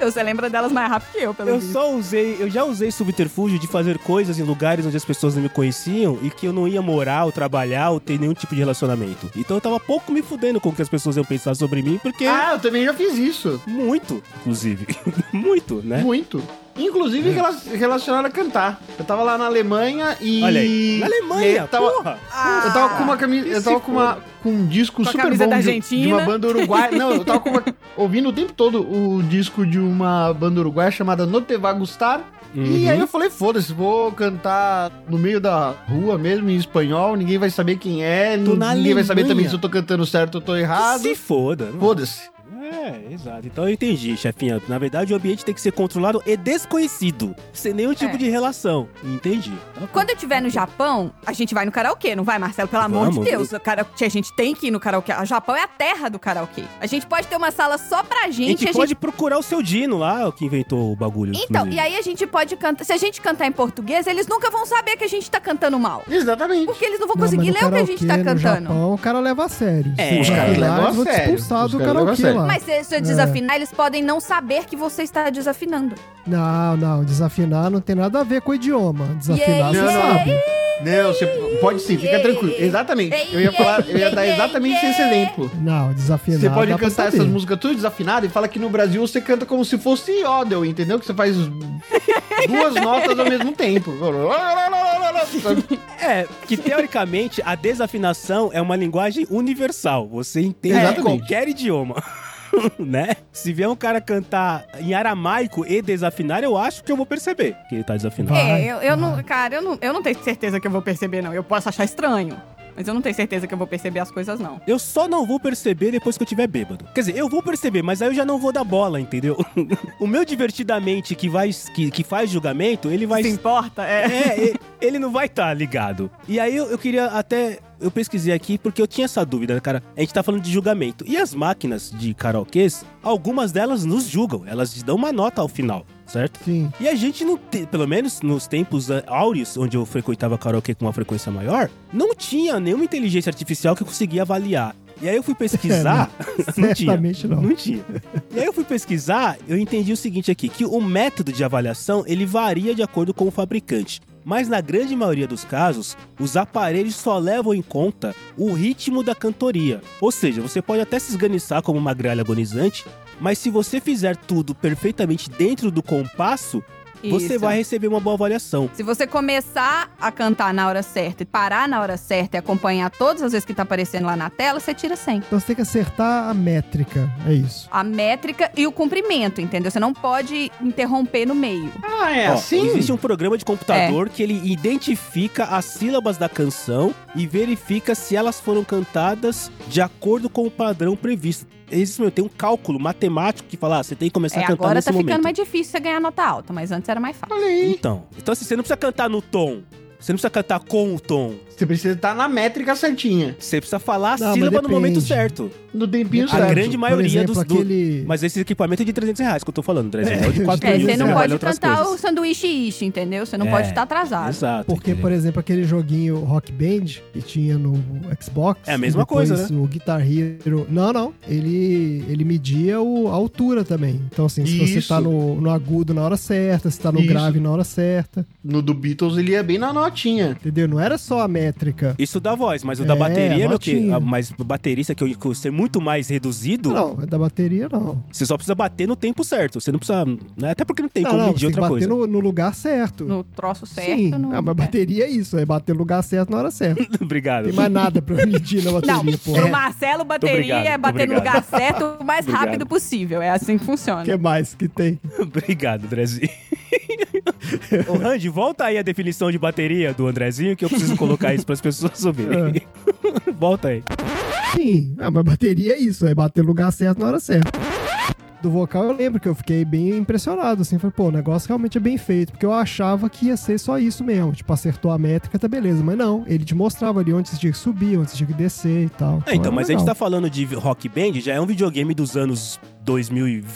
Você lembra delas mais rápido que eu, pelo
Eu
visto.
só usei, eu já usei subterfúgio de fazer coisas em lugares onde as pessoas não me conheciam e que eu não ia morar ou trabalhar ou ter nenhum tipo de relacionamento. Então eu tava pouco me fudendo com o que as pessoas iam pensar sobre mim, porque.
Ah, eu também já fiz isso.
Muito, inclusive. [laughs] muito, né?
Muito.
É.
Inclusive rela- relacionado a cantar. Eu tava lá na Alemanha e.
Olha aí. Na
e
Alemanha,
eu tava,
porra!
Eu tava com uma camisa.
que
Eu tava
se
com, uma, com um disco
Com a
super
camisa
bom
da
de,
Argentina.
de uma banda uruguaia. Não, eu tava
[laughs]
com uma, ouvindo o tempo todo o disco de uma banda uruguaia chamada No Te Va Gustar. E
Uhum.
aí eu falei, foda-se, vou cantar no meio da rua mesmo, em espanhol, ninguém vai saber quem é,
Tô
ninguém
na
vai saber
Alemanha.
também se eu tô cantando certo ou tô errado.
Ah, Se foda. não-
Foda-se.
É, exato. Então eu entendi, chefinha. Na verdade, o ambiente tem que ser controlado e desconhecido, sem nenhum tipo
É.
de relação. Entendi. Tá bom.
Quando eu estiver no Japão, a gente vai no karaokê, não vai, Marcelo? Pelo amor
Vamos.
de Deus. o karaokê- a gente tem que ir no karaokê. O Japão é a terra do karaokê. A gente pode ter uma sala só pra
a
gente.
gente
a
pode Uhum. procurar o seu Dino lá, o que inventou o bagulho.
Então,
inclusive.
e aí a gente pode cantar. Se a gente cantar em português, eles nunca vão saber que a gente tá cantando mal.
Exatamente.
Porque eles não vão
Não, mas
conseguir
no
ler o que a gente tá
karaokê, no
cantando.
Japão, o cara leva a sério.
É,
Se
os
eu
caras
desafinar,
levam a
eu vou te
sério.
expulsar
Os
do
caras levam a
karaokê
sério.
lá.
Mas se, se eu desafinar, eles podem não saber que você está desafinando.
Não, não, desafinar não tem nada a ver com o idioma. Desafinar,
Yeah,
você
yeah,
sabe.
Não, você pode sim, fica tranquilo. Exatamente. Eu ia falar, eu ia dar exatamente esse exemplo.
Não, desafinar
Você pode
dá pra
cantar
saber.
essas músicas tudo desafinado e fala que no Brasil você canta como se fosse Yodel, entendeu? Que você faz
[laughs]
duas notas ao mesmo tempo.
É, que teoricamente a desafinação é uma linguagem universal. Você entende
Exatamente.
qualquer idioma. [laughs] né? Se vier um cara cantar em aramaico e desafinar, eu acho que eu vou perceber que ele tá desafinado.
Vai,
é, eu, eu não.
vai.
Cara, eu não, eu não tenho certeza que eu vou perceber, não. Eu posso achar estranho. Mas eu não tenho certeza que eu vou perceber as coisas, não.
Eu só não vou perceber depois que eu tiver bêbado. Quer dizer, eu vou perceber, mas aí eu já não vou dar bola, entendeu? [laughs] o meu divertidamente que, vai, que, que faz julgamento, ele vai
Se importa, é.
É, e- ele não vai estar ligado. E aí eu, eu queria até. Eu pesquisei aqui porque eu tinha essa dúvida, cara. A gente tá falando de julgamento. E as máquinas de karaokês, algumas delas nos julgam. Elas dão uma nota ao final, certo?
Sim.
E a gente não tem, pelo menos nos tempos ah, áureos, onde eu frequentava karaokê com uma frequência maior, não tinha nenhuma inteligência artificial que eu conseguia avaliar. E aí eu fui
[laughs]
pesquisar. [laughs] não tinha.
É, né? Certamente não.
Não tinha. E aí eu fui pesquisar, eu entendi o seguinte aqui, que o método de avaliação, ele varia de acordo com o fabricante. Mas na grande maioria dos casos, os aparelhos só levam em conta o ritmo da cantoria. Ou seja, você pode até se esganiçar como uma gralha agonizante, mas se você fizer tudo perfeitamente dentro do compasso, você
Isso.
vai receber uma boa avaliação.
Se você começar a cantar na hora certa e parar na hora certa e acompanhar todas as vezes que tá aparecendo lá na tela, você tira 100.
Então você tem que acertar a métrica, é isso.
A métrica e o comprimento, entendeu? Você não pode interromper no meio.
Ah, é
Ó,
assim?
Existe um programa de computador
É.
que ele identifica as sílabas da canção e verifica se elas foram cantadas de acordo com o padrão previsto. Existe, meu, tem um cálculo matemático que fala, ah, você tem que começar
É,
a cantar
agora
nesse
tá
momento.
ficando mais difícil você ganhar nota alta, mas antes era mais fácil.
Olha aí.
Então, então assim, você não precisa cantar no tom. Você não precisa cantar com o tom.
Você precisa estar na métrica certinha.
Você precisa falar a
Não, mas
sílaba no
depende.
momento certo.
No tempinho
A
certo.
grande maioria
Por exemplo,
dos... do-
aquele-
Mas esse equipamento é de 300 reais que eu tô falando, 300 reais. É, de 4
É,
mil,
você não
vale
pode
outras
cantar o
coisas.
sanduíche ishi, entendeu? Você não
É.
pode estar atrasado.
Exato.
Porque,
entendeu?
por exemplo, aquele joguinho Rock Band que tinha no Xbox.
É a mesma
e depois
coisa,
O Guitar Hero. Não, não. Ele, ele media o, a altura também. Então, assim, se você
Isso.
tá no, no agudo na hora certa, se tá no
Isso.
grave na hora certa.
No do Beatles ele ia bem na notinha.
Entendeu? Não era só a métrica.
Isso da voz, mas o da
É,
bateria, meu que,
notinha.
a- mas o baterista que eu que eu ser muito mais reduzido,
Não, é da bateria não.
você só precisa bater no tempo certo. Você não precisa. né? Até porque não tem
não,
como
não,
medir
você tem que
outra
bater
coisa.
no, no lugar certo.
No troço certo.
Sim,
não...
Ah, mas bateria é isso, é bater no lugar certo na hora certa.
[laughs]
Não
Obrigado.
tem mais nada pra medir na
Não,
bateria, pô.
pro Marcelo, bateria
obrigado,
é bater no
obrigado.
lugar certo o mais
Obrigado.
rápido possível. É assim que funciona.
O que mais que tem?
[laughs] Obrigado,
[laughs]
Andrezinho. Ô, Randy, volta aí a definição de bateria do Andrezinho, que eu preciso colocar isso pras pessoas
[laughs]
ouvirem.
É.
[laughs] volta aí.
Sim, ah, mas bateria é isso, é bater no lugar certo na hora certa. Do vocal eu lembro que eu fiquei bem impressionado, assim, falei, pô, o negócio realmente é bem feito, porque eu achava que ia ser só isso mesmo, tipo, acertou a métrica, tá beleza, mas não, ele te mostrava ali onde você tinha que subir, onde você tinha que descer e tal.
É, então,
era
mas a gente tá
legal.
falando de Rock Band, já é um videogame dos anos 2010.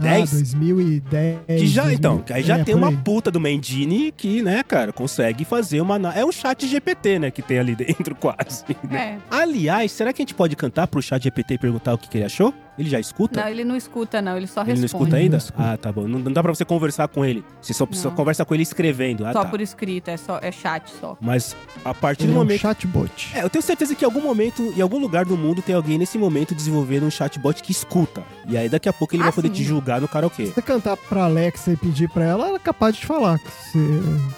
Ah, 2010.
Que já, então,
2000,
aí já
é,
tem
por
uma
aí.
puta do Mendini que, né, cara, consegue fazer uma. ana- É um chat GPT, né, que tem ali [laughs] dentro quase. né?
É.
Aliás, será que a gente pode cantar pro chat GPT e perguntar o que, que ele achou? Ele já escuta?
É, Não, ele não escuta, não. Ele só
ele não
responde.
escuta ainda?
Não escuta.
Ah, tá bom. Não, não dá pra você conversar com ele. Você só, só
Não.
conversa com ele escrevendo. Ah,
só
tá.
por escrito, é, só, é chat só.
Mas a partir
Ele
do
é um
momento.
chatbot.
É, eu tenho certeza que em algum momento, em algum lugar do mundo, tem alguém nesse momento desenvolvendo um chatbot que escuta. E aí daqui a pouco ele
Ah,
vai poder
sim.
te julgar no karaokê.
Se você cantar pra Alexa e pedir pra ela, ela é capaz de te falar que você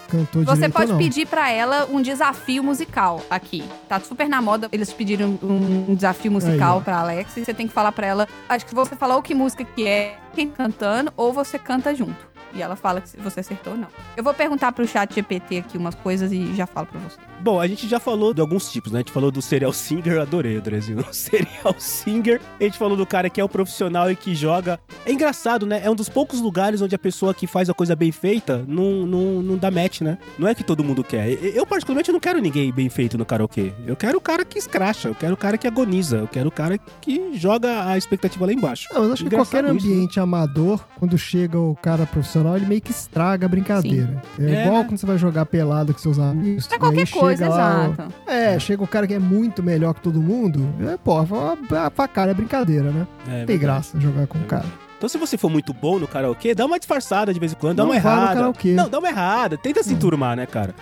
cantou
Você
direito ou
pode
não.
pedir pra ela um desafio musical aqui. Tá super na moda. Eles pediram um um desafio musical
Aí, ó.
pra Alex. E você tem que falar pra ela. Acho que você falou que música que é, quem cantando, ou você canta junto. E ela fala que você acertou ou não. Eu vou perguntar pro chat GPT aqui umas coisas e já falo pra você.
Bom, a gente já falou de alguns tipos, né? A gente falou do serial singer, eu adorei, Andrezinho. [laughs] O serial singer. A gente falou do cara que é o profissional e que joga. É engraçado, né? É um dos poucos lugares onde a pessoa que faz a coisa bem feita não, não, não dá match, né? Não é que todo mundo quer. E- Eu, particularmente, não quero ninguém bem feito no karaokê. Eu quero o cara que escracha, eu quero o cara que agoniza, eu quero o cara que joga a expectativa lá embaixo.
Não, mas acho que
Engraçado
qualquer
isso, né?
ambiente amador, quando chega o cara profissional, ele meio que estraga a brincadeira. É,
É,
igual
né?
quando você vai jogar pelado com seus amigos.
Pra
e aí
qualquer
chega
coisa,
lá o-
exato.
É, chega o cara que é muito melhor que todo mundo. É, pô, a, a facada é brincadeira, né?
É,
Tem
verdade.
graça jogar com
É
o cara.
Então, se você for muito bom no karaokê, dá uma disfarçada de vez em quando, dá
Não
uma
vá no
errada.
karaokê.
Não, dá uma errada. Tenta se enturmar, né, cara?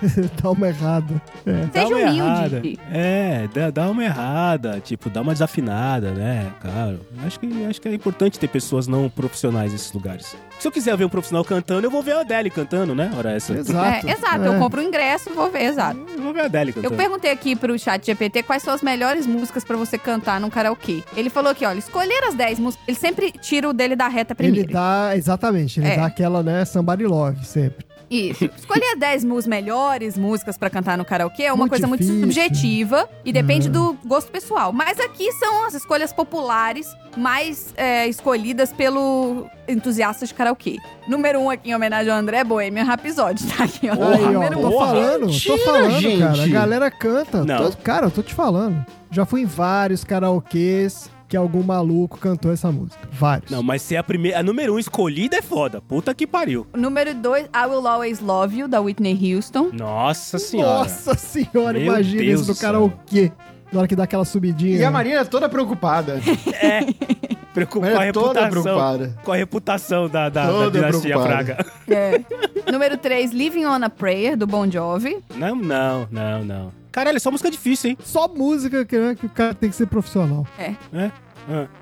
Dá uma errada. É.
Dá
Seja
uma errada.
humilde.
É, dá, dá uma errada, tipo, dá uma desafinada, né, cara? Acho que, acho que é importante ter pessoas não profissionais nesses lugares. Se eu quiser ver um profissional cantando, eu vou ver a Adele cantando, né? Hora essa.
Exato.
É, exato. Eu compro o ingresso e vou ver, exato.
Eu vou ver a Adele
Eu
cantando.
perguntei aqui pro chat GPT quais são as melhores músicas pra você cantar num karaokê. Ele falou aqui, olha, escolher as 10 músicas. Ele sempre tira o dele da reta
Ele
primeiro.
dá, exatamente, ele
É.
dá aquela, né, somebody love sempre.
Isso. Escolher as 10 mus melhores músicas pra cantar no karaokê é uma
Muito
coisa muito
difícil. Hum.
subjetiva e depende do gosto pessoal. Mas aqui são as escolhas populares mais é, escolhidas pelo entusiasta de karaokê. Número 1 um aqui em homenagem ao André Bohemian Rhapsody. Tá aqui, ó.
Porra,
aí, ó,
Número
tô
porra.
falando,
Mentira,
tô falando,
gente.
cara. A galera canta.
Não.
Tô- cara, eu tô te falando. Já fui em vários karaokês que algum maluco cantou essa música. Vários.
Não, mas ser a primeira. A número um escolhida é foda. Puta que pariu.
1. Número 2, I Will Always Love You, da Whitney Houston.
Nossa senhora.
Nossa senhora,
Meu
imagina
Deus
isso
do
no karaokê. Na hora que dá aquela subidinha.
E a
né?
Marina toda preocupada. A
Preocupa com a
Marina é toda
reputação.
preocupada.
Com a reputação da, da, da
Toda
dinastia
preocupada.
Fraga.
É. Número 3, Living on a Prayer, do Bon Jovi.
Não, não, não, não. Caralho, é só música difícil, hein?
Só música que, né, que o cara tem que ser profissional.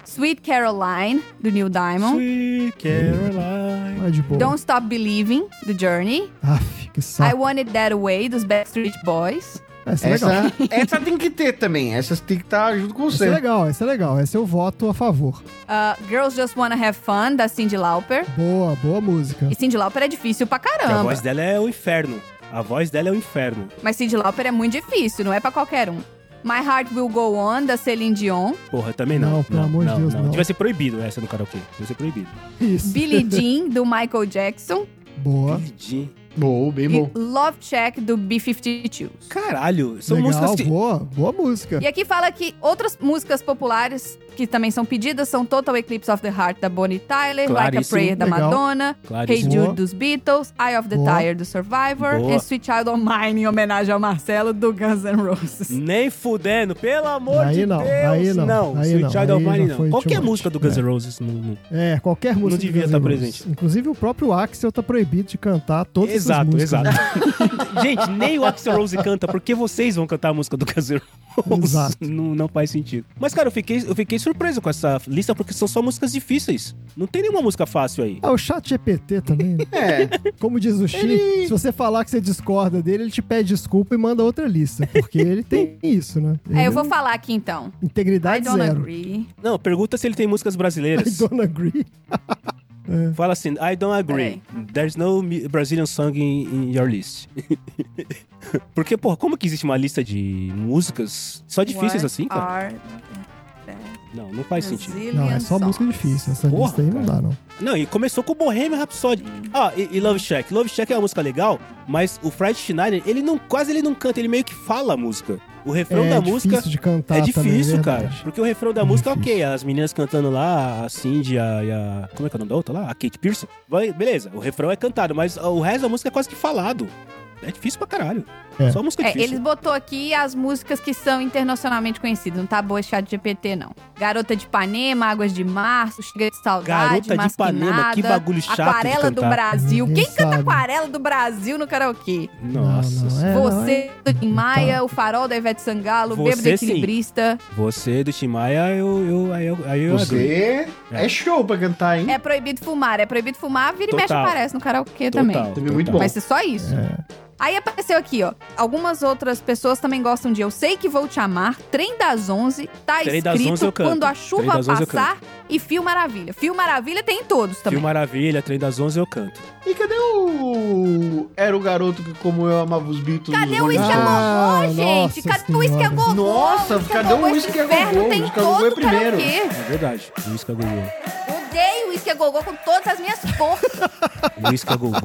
Sweet Caroline, do Neil
É
Diamond.
Sweet Caroline.
Mas é de boa.
Don't Stop Believing, do Journey.
Aff,
Ah.
que
I
saco.
Want It That Way, dos Backstreet Boys.
Essa é
Essa,
legal.
essa tem que ter também. Essa tem que estar junto com
Essa é
você.
legal, essa é legal. Esse eu voto a favor.
Uh, Girls Just Wanna Have Fun, da Cyndi Lauper.
Boa, boa música.
E Cyndi Lauper é difícil pra
Que A
Ah,
caramba.
voz dela é o inferno. A voz dela é o inferno.
Mas Cyndi Lauper é muito difícil, não é pra qualquer um. My Heart Will Go On, da Celine Dion.
Porra, também não.
Não, pelo amor de Deus, não.
Devia ser proibido essa no karaokê. Devia ser proibido. [laughs]
Isso.
Billie Jean, do Michael Jackson.
Boa.
Billie Jean.
Bom, bem
E
bom.
Love Check do B-52s.
Caralho, são
Legal,
músicas que...
boa, boa música.
E aqui fala que outras músicas populares que também são pedidas são Total Eclipse of the Heart da Bonnie Tyler, Like a
Claríssimo.
Prayer da
Legal.
Madonna, Hey
Claríssimo.
Jude
Boa.
dos Beatles, Eye of the
Boa.
Tire do Survivor
Boa.
e Sweet Child O' Mine em homenagem ao Marcelo do Guns N' Roses.
Nem fudendo, pelo amor
Aí
de
não,
Deus.
aí não, aí
Sweet
não,
Child
aí
of Mine
já
não.
foi
Qualquer
too much.
música do Guns N' Roses. não- não-
É, qualquer música. do
devia
Guns
tá
N' Roses.
presente.
Inclusive o próprio Axel tá proibido de cantar todas
Exato,
essas músicas.
exato. [laughs] Gente, nem o Axel Rose canta, porque vocês vão cantar a música do Guns N' Roses.
Exato.
[laughs] Não, não faz sentido. Mas, cara, eu fiquei, eu fiquei surpreso com essa lista, porque são só músicas difíceis. Não tem nenhuma música fácil aí.
Ah, o chat GPT também. né?
É,
Como diz
[laughs]
o Xi, se você falar que você discorda dele, ele te pede desculpa e manda outra lista. Porque ele
[laughs]
tem isso, né?
É, eu
Ele-
vou falar aqui então. I
Integridade
don't
Tá zero.
agree.
Não, pergunta se ele tem músicas
I
brasileiras.
don't agree.
Fala assim, I don't agree. There's no mi- Brazilian song in, in your list. [laughs] porque, porra, como que existe uma lista de músicas só difíceis
What
assim, cara?
are
Não, não faz sentido.
Brazilian
Não, é só
songs?
música difícil. Essa
Porra,
lista aí não dá, não.
Não, e começou com o Bohemian Rhapsody. Ah, e, e Love Shack. Love Shack é uma música legal, mas o Fred Schneider, ele não, quase ele não canta, ele meio que fala a música. O refrão
é
da
difícil
música
de cantar
é
também,
difícil, cara.
Tá, verdade.
Porque o refrão da
É
música, ok,
difícil.
as meninas cantando lá, a Cindy a, e a... Como é que é o nome da outra lá? A Kate Pearson. Vai, beleza, o refrão é cantado, mas ó, o resto da música é quase que falado. É difícil pra caralho.
É.
Só música
É,
difícil.
eles botou aqui as músicas que são internacionalmente conhecidas. Não tá boa esse chat GPT, não. Garota de Ipanema, Águas de Março, Chega de Saudade,
Garota de Ipanema,
Masquinada,
que bagulho chato de
Aquarela do
cantar.
Brasil.
Ninguém
Quem canta
sabe.
Aquarela do Brasil no karaokê?
Nossa.
Não, não,
senhora.
é,
Você, do Tim
Não
Maia, o Farol da Ivete Sangalo, o
Você,
Bebo do
sim.
Equilibrista.
Você do Tim Maia, eu, eu, aí eu, aí eu agree.
você é show pra cantar, hein?
É proibido fumar. É proibido fumar, vira e mexe
Total.
aparece no karaokê
Total,
também.
total.
Muito bom.
Mas é só isso. Aí apareceu aqui, ó. Algumas outras pessoas também gostam de Eu Sei Que Vou Te Amar, Trem das Onze, tá
Trem das
escrito
11 eu canto.
Quando a
Trem
Chuva
das 11 eu
Passar e Fio Maravilha. Fio Maravilha tem em todos também.
Fio Maravilha, Trem das Onze, eu canto.
E cadê o. Era o garoto que, como eu amava os Beatles?
Cadê o
Rolling
Whisky
Isca
a
Stones?
Ah,
Gogô, gente?
nossa
Cadê o Whisky é a Gogô?
senhora.
Nossa, cadê o Whisky a Gogô?
é Tem
O Whisky a Gogô
todo
é primeiro.
karaokê.
É verdade. Luiz Cagogô.
Odeio o Whisky a Gogô com todas as
[laughs]
minhas forças.
Luiz
[laughs]
Cagogô.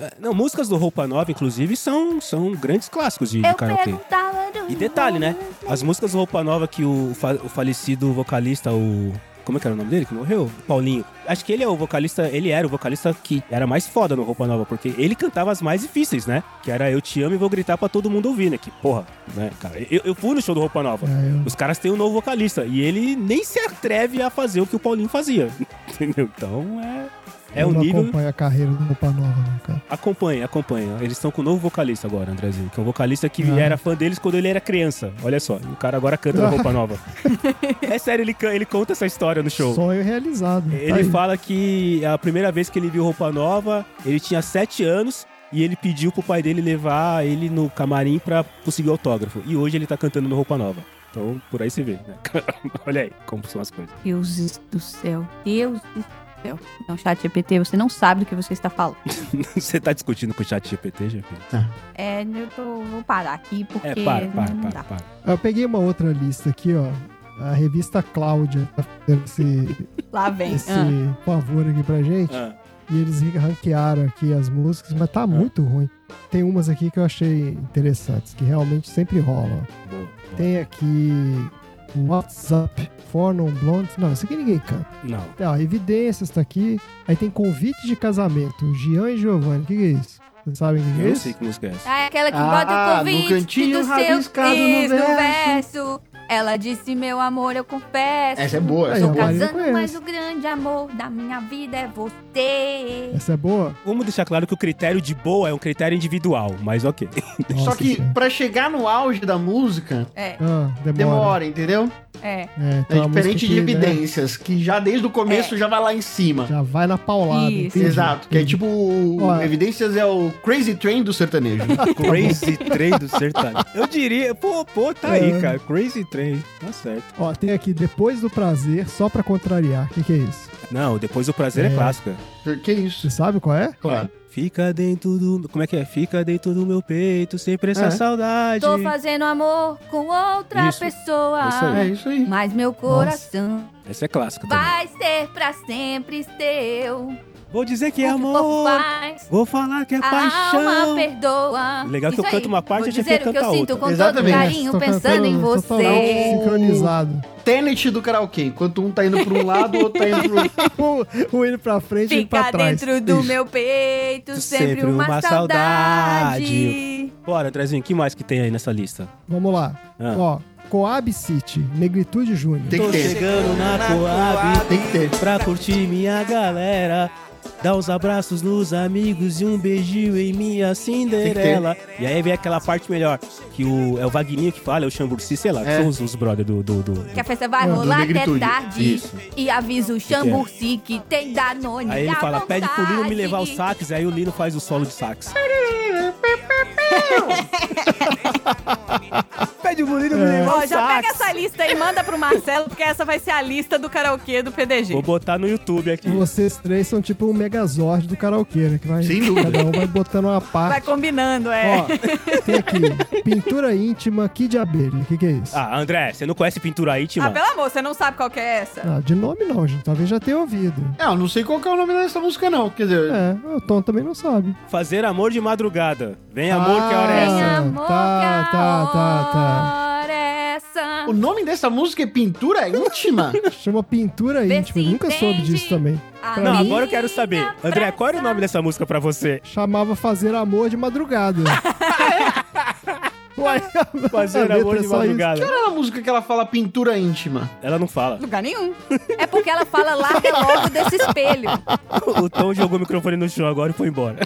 É, Não, músicas do Roupa Nova, inclusive, são, são grandes clássicos de, de
Eu
karaokê.
perguntava do
E detalhe, né? As músicas do Roupa Nova que o, fa- o falecido vocalista, o. Como é que era o nome dele que morreu? Paulinho. Acho que ele é o vocalista, ele era o vocalista que era mais foda no Roupa Nova, porque ele cantava as mais difíceis, né? Que era Eu Te Amo e Vou Gritar pra Todo Mundo Ouvir, né? Que porra, né, cara? Eu, eu fui no show do Roupa Nova.
É, eu-
Os caras têm um novo vocalista e ele nem se atreve a fazer o que o Paulinho fazia. [laughs] Entendeu? Então é. É
eu
um
não
nível.
acompanho a carreira do Roupa Nova, não, cara.
Acompanha, acompanha. Eles estão com um novo vocalista agora, Andrezinho. Que é um vocalista que
Ah.
era fã deles quando ele era criança. Olha só, o cara agora canta na roupa nova. é sério, ele, can- ele conta essa história no show.
Sonho realizado. tá
Ele
aí.
fala que a primeira vez que ele viu roupa nova, ele tinha 7 anos e ele pediu pro pai dele levar ele no camarim pra conseguir autógrafo. E hoje ele tá cantando no roupa nova. Então, por aí se vê, [laughs] né? Olha aí como são as coisas.
Deuses do céu. Deus do céu. Não, chat GPT, você não sabe do que você está falando.
Você tá discutindo com o chat GPT, GP?
É, eu tô- vou parar aqui porque
É, para, para,
não
para,
dá.
para.
Eu peguei uma outra lista aqui, ó. A revista Cláudia tá fazendo esse,
Lá vem.
esse
ah.
favor aqui pra gente.
Ah,
E eles ranquearam aqui as músicas, mas tá muito ruim. Tem umas aqui que eu achei interessantes, que realmente sempre rolam.
boa. boa.
Tem aqui um WhatsApp for Non Blondes. Não, isso aqui ninguém canta.
Não.
Tá, evidências tá aqui. Aí tem convite de casamento, Gian e Giovanni. O que, que é isso? Vocês sabem o que, que
Eu
é
não
isso?
sei que música é essa.
Ah, é aquela que
Ah,
bota o
no
convite
cantinho
do seu
rabiscado no
ex no
verso.
verso. Ela disse, meu amor, eu confesso.
Essa é boa,
Aí,
essa é
ó,
boa.
Maria
Casando, mas
conhece.
o grande amor da minha vida é você.
Essa é boa?
Vamos deixar claro que o critério de boa é um critério individual, mas ok.
Só
Nossa é
que
Senhora.
pra chegar no auge da música,
É,
Ah, demora.
demora, entendeu?
é.
É,
É
então a música
diferente de
que, né,
evidências, que já desde o
É.
começo já vai lá em cima.
já vai na paulada.
Isso.
entende?
Exato, que é tipo. o-
Ó.
Evidências é o Crazy Train
[laughs]
do sertanejo.
[laughs] Crazy Train do sertanejo. Eu diria, pô, pô, tá aí,
É.
cara. Crazy Train, tá certo.
Ó, tem aqui Depois do Prazer, só pra contrariar. O que, que é isso?
Não, depois o prazer é,
É.
clássica.
que isso?
Você sabe qual é?
Claro.
Fica dentro do. Como é que é? Fica dentro do meu peito, sempre essa
É.
saudade.
Tô fazendo amor com outra
Isso,
pessoa.
isso aí.
É isso aí.
Mas meu coração
Essa é clássica também.
vai ser pra sempre seu.
Vou dizer que é
O povo
amor.
faz,
Vou falar
Ah,
que é
a alma
paixão.
perdoa.
Legal que eu
Isso
canto
aí.
uma parte e
Vou
a Tietê
dizer o que
canta
eu sinto
outra.
com todo
Exatamente.
carinho,
Tô
pensando em
cantando totalmente
você.
sincronizado. [laughs]
Tenet do karaokê. Enquanto um tá indo pra um lado, o outro tá indo pro outro.
[laughs] Um, um indo pra frente e indo pra
Fica
trás.
dentro do
Ixi.
meu peito, sempre,
Sempre
uma,
uma
saudade.
saudade. Bora, Andrezinho, o que mais que tem aí nessa lista?
Vamos lá.
Ah.
Ó, Coab City, Negritude Júnior.
Tem que
Tô
ter.
chegando na Coab
Tem que ter.
pra curtir minha galera. Dá uns abraços nos amigos e um beijinho em minha Cinderela. E aí vem aquela parte melhor, que o, é o Vagninho que fala, é o Chamburci, sei lá, que
É.
são os, os brother do... do, do-
Que a festa vai
Não,
rolar até
negritude.
tarde.
Isso.
E avisa o Xamburci que tem Danone.
é? Aí ele
à
fala, pede pro Lino me levar os
vontade."
sax, aí o Lino faz o solo de sax. [laughs] pede pro Lino me levar
Ó,
os
já pega
sax.
essa lista e manda pro Marcelo, porque essa vai ser a lista do karaokê do PDG.
Vou botar no YouTube aqui.
Vocês três são tipo um megazord do karaokê, né? Que vai,
Sem dúvida.
Cada um vai botando uma
Vai
parte.
combinando, é.
Ó, tem aqui, pintura íntima, que de abelha. O que, que é isso?
Ah, André, você não conhece pintura
ah,
íntima?
pelo amor, você não sabe qual que é essa?
Ah, de nome não, gente. Talvez já tenha ouvido.
Não, não sei qual que é o nome dessa música, não. Quer dizer,
É, o Tom também não sabe.
Fazer amor de madrugada. Vem amor, que hora é
Ah,
essa?
Tem amor
tá,
que
tá, tá, tá.
hora é essa.
o nome dessa música é
[laughs]
Pintura Íntima?
Chama pintura
Vê
íntima.
se
Nunca soube
entende.
disso também.
Ah,
Pra
Não,
mim,
agora eu quero saber.
Minha
André, qual era o nome dessa música pra você?
chamava fazer amor
[laughs]
de madrugada. Uai,
Fazer
a letra
amor
é
de
só isso.
madrugada.
Qual era a música que ela fala Pintura Íntima?
Ela não fala.
Lugar nenhum.
É porque ela fala larga logo desse espelho.
O Tom jogou o microfone no chão agora e foi embora.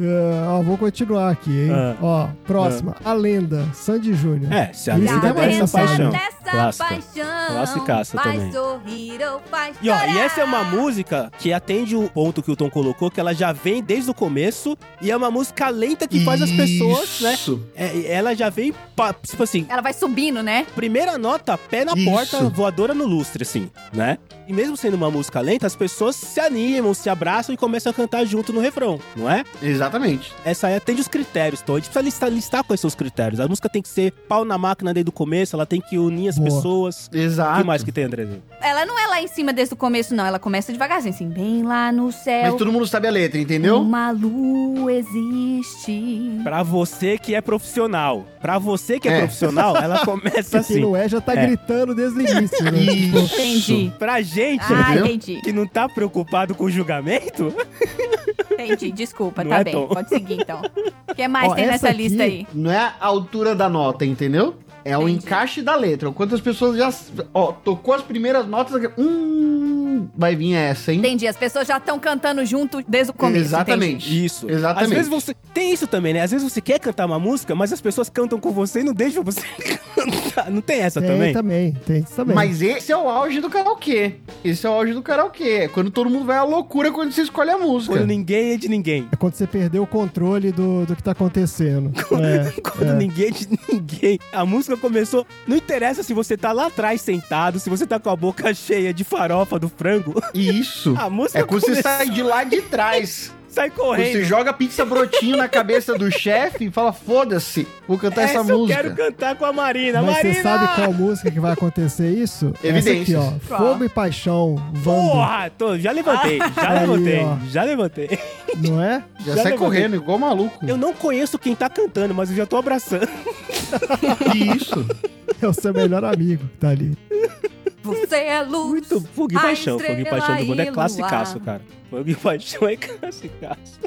É, ó, vou continuar aqui, hein?
Ah.
Ó, próxima. A lenda, Sandy Júnior.
É, se a
Isso
lenda
é
dessa
essa
paixão.
Dessa
Clássica.
paixão.
Classicaça
faz
também.
sorrir ou faz
E ó,
chorar.
e essa é uma música que atende o ponto que o Tom colocou, que ela já vem desde o começo e é uma música lenta que faz as pessoas, né?
Isso.
é, ela já vem, pa- tipo assim,
Ela vai subindo, né?
Primeira nota, pé na
Isso.
porta, voadora no lustre, assim, né? E mesmo sendo uma música lenta, as pessoas se animam, se abraçam e começam a cantar junto no refrão, não é?
Exatamente.
Essa aí atende os critérios, então a gente precisa listar, listar quais são os critérios. A música tem que ser pau na máquina desde o começo, ela tem que unir as
Boa.
pessoas. O
Exato.
que mais que tem, Andrezinho?
Ela não é lá em cima desde o começo, não. Ela começa devagarzinho, assim, bem lá no
Mas
céu.
todo mundo sabe a letra,
Hum,
entendeu?
Uma lua existe.
Pra você que é profissional, pra você que é,
É.
profissional, ela começa
Quem
assim.
não é já tá
É.
gritando desde o início, né?
Isso.
Entendi.
Pra gente
Ah,
Entendeu?
entendi.
que não tá preocupado com o julgamento,
Entendi. Desculpa,
Não
tá
é,
bem.
Tom?
Pode seguir
[laughs]
então. O que mais
Ó,
tem
essa
nessa lista
aqui-
aí?
Não é a altura da nota, entendeu? É o
Entendi.
encaixe da letra. O Quanto as pessoas já. Ó, tocou as primeiras notas. Hum. Vai vir essa, hein?
Entendi. As pessoas já estão cantando junto desde o começo. entendi.
Exatamente.
Isso.
Exatamente.
Às vezes você. Tem isso também, né? Às vezes você quer cantar uma música, mas as pessoas cantam com você e não deixam você [laughs] cantar. Não tem essa
Tem
também?
também, tem isso também.
Mas esse é o auge do karaokê. Esse é o auge do karaokê. É quando todo mundo vai à loucura quando você escolhe a música.
Quando ninguém é de ninguém.
É quando você perdeu o controle do, do que tá
[laughs]
acontecendo. É.
Quando ninguém é de ninguém. A música começou. Não interessa se você tá lá atrás sentado, se você tá com a boca cheia de farofa do frango. [laughs]
Isso.
A música
É quando você
começou-
sai de
[laughs]
lá de trás.
sai
Você
correndo.
joga pizza brotinho na cabeça do chefe e fala: foda-se, vou cantar essa,
eu
música.
quero cantar com a Marina.
Mas
Marina!
você sabe qual é música que vai acontecer isso?
Evidências.
Essa aqui, ó. Fogo e Paixão, Wanda.
Porra, tô- já levantei, já
Aí,
levantei,
ó.
já levantei.
Não é?
Já
Já, sai
levantei.
correndo, igual maluco.
Eu não conheço quem tá cantando, mas eu já tô abraçando.
[laughs]
[laughs]
Isso.
[laughs] É o seu melhor amigo que tá ali.
Você é luz.
Muito Fogo e
a
Paixão. Fogo e
estrela
Paixão do mundo
e
é
luar.
classicaço, cara. Fogo e Paixão é classicaço.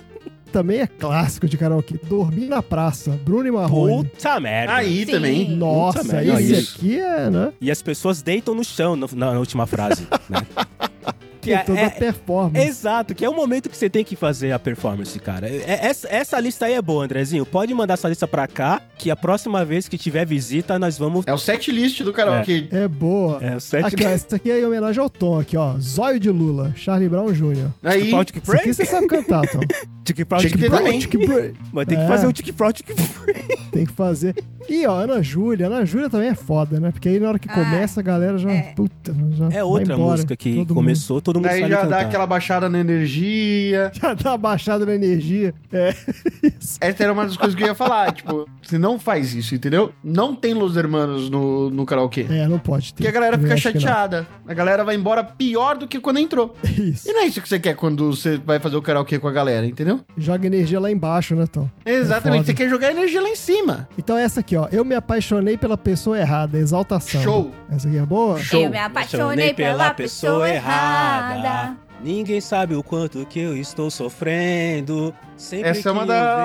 Também é clássico de karaokê. Dormir na praça, Bruno e Marrone.
Puta merda.
Aí
Sim.
também.
Puta
Nossa,
merda,
esse
isso.
aqui é, né?
E as pessoas deitam no chão no- na, na última
[laughs]
frase. né? que é,
Tem toda a
é-
performance.
exato, que é o momento que você tem que fazer a performance, cara. É- é- essa, essa lista aí é boa, Andrezinho. Pode mandar essa lista pra cá, que a próxima vez que tiver visita, nós vamos.
É o set list do karaokê.
É boa.
É, o sete
Aqui, ó, essa aqui é em homenagem ao Tom, aqui, ó. Zóio de Lula, Charlie Brown Jr.
Aí.
Pau, tic
Isso aqui
break.
você sabe cantar,
[laughs]
Tom.
Tic pau,
Tinha que
tic
ter
break.
também.
Tic break.
Mas tem que
É.
fazer o tic pau, tic break.
Tem que fazer. E ó, Ana Júlia, Ana Júlia também é foda, né? Porque aí na hora que
Ah,
começa a galera já.
é.
Puta, né, já. vai
É outra
embora,
música que
todo mundo.
começou, todo
um
mundo
Aí
sabe
já
cantar.
dá aquela baixada na energia.
[laughs] Já tá baixado na energia. É.
[laughs]
Isso.
Essa era uma das coisas que eu ia falar. Tipo, você não faz isso, entendeu? Não tem Los Hermanos no, no karaokê.
É, não pode ter.
Porque a galera
Eu
fica
acho que não.
chateada. A galera vai embora pior do que quando entrou.
Isso.
E não é isso que você quer quando você vai fazer o karaokê com a galera, entendeu?
Joga energia lá embaixo, né, Tom?
É Exatamente.
foda.
você quer jogar energia lá em cima.
Então essa aqui, ó. Eu me apaixonei pela pessoa errada, exaltação.
Show.
Essa aqui é boa?
Show.
Eu me apaixonei pela pessoa errada.
Ninguém sabe o quanto que eu estou sofrendo. Sempre
Essa
que
é uma
eu
da-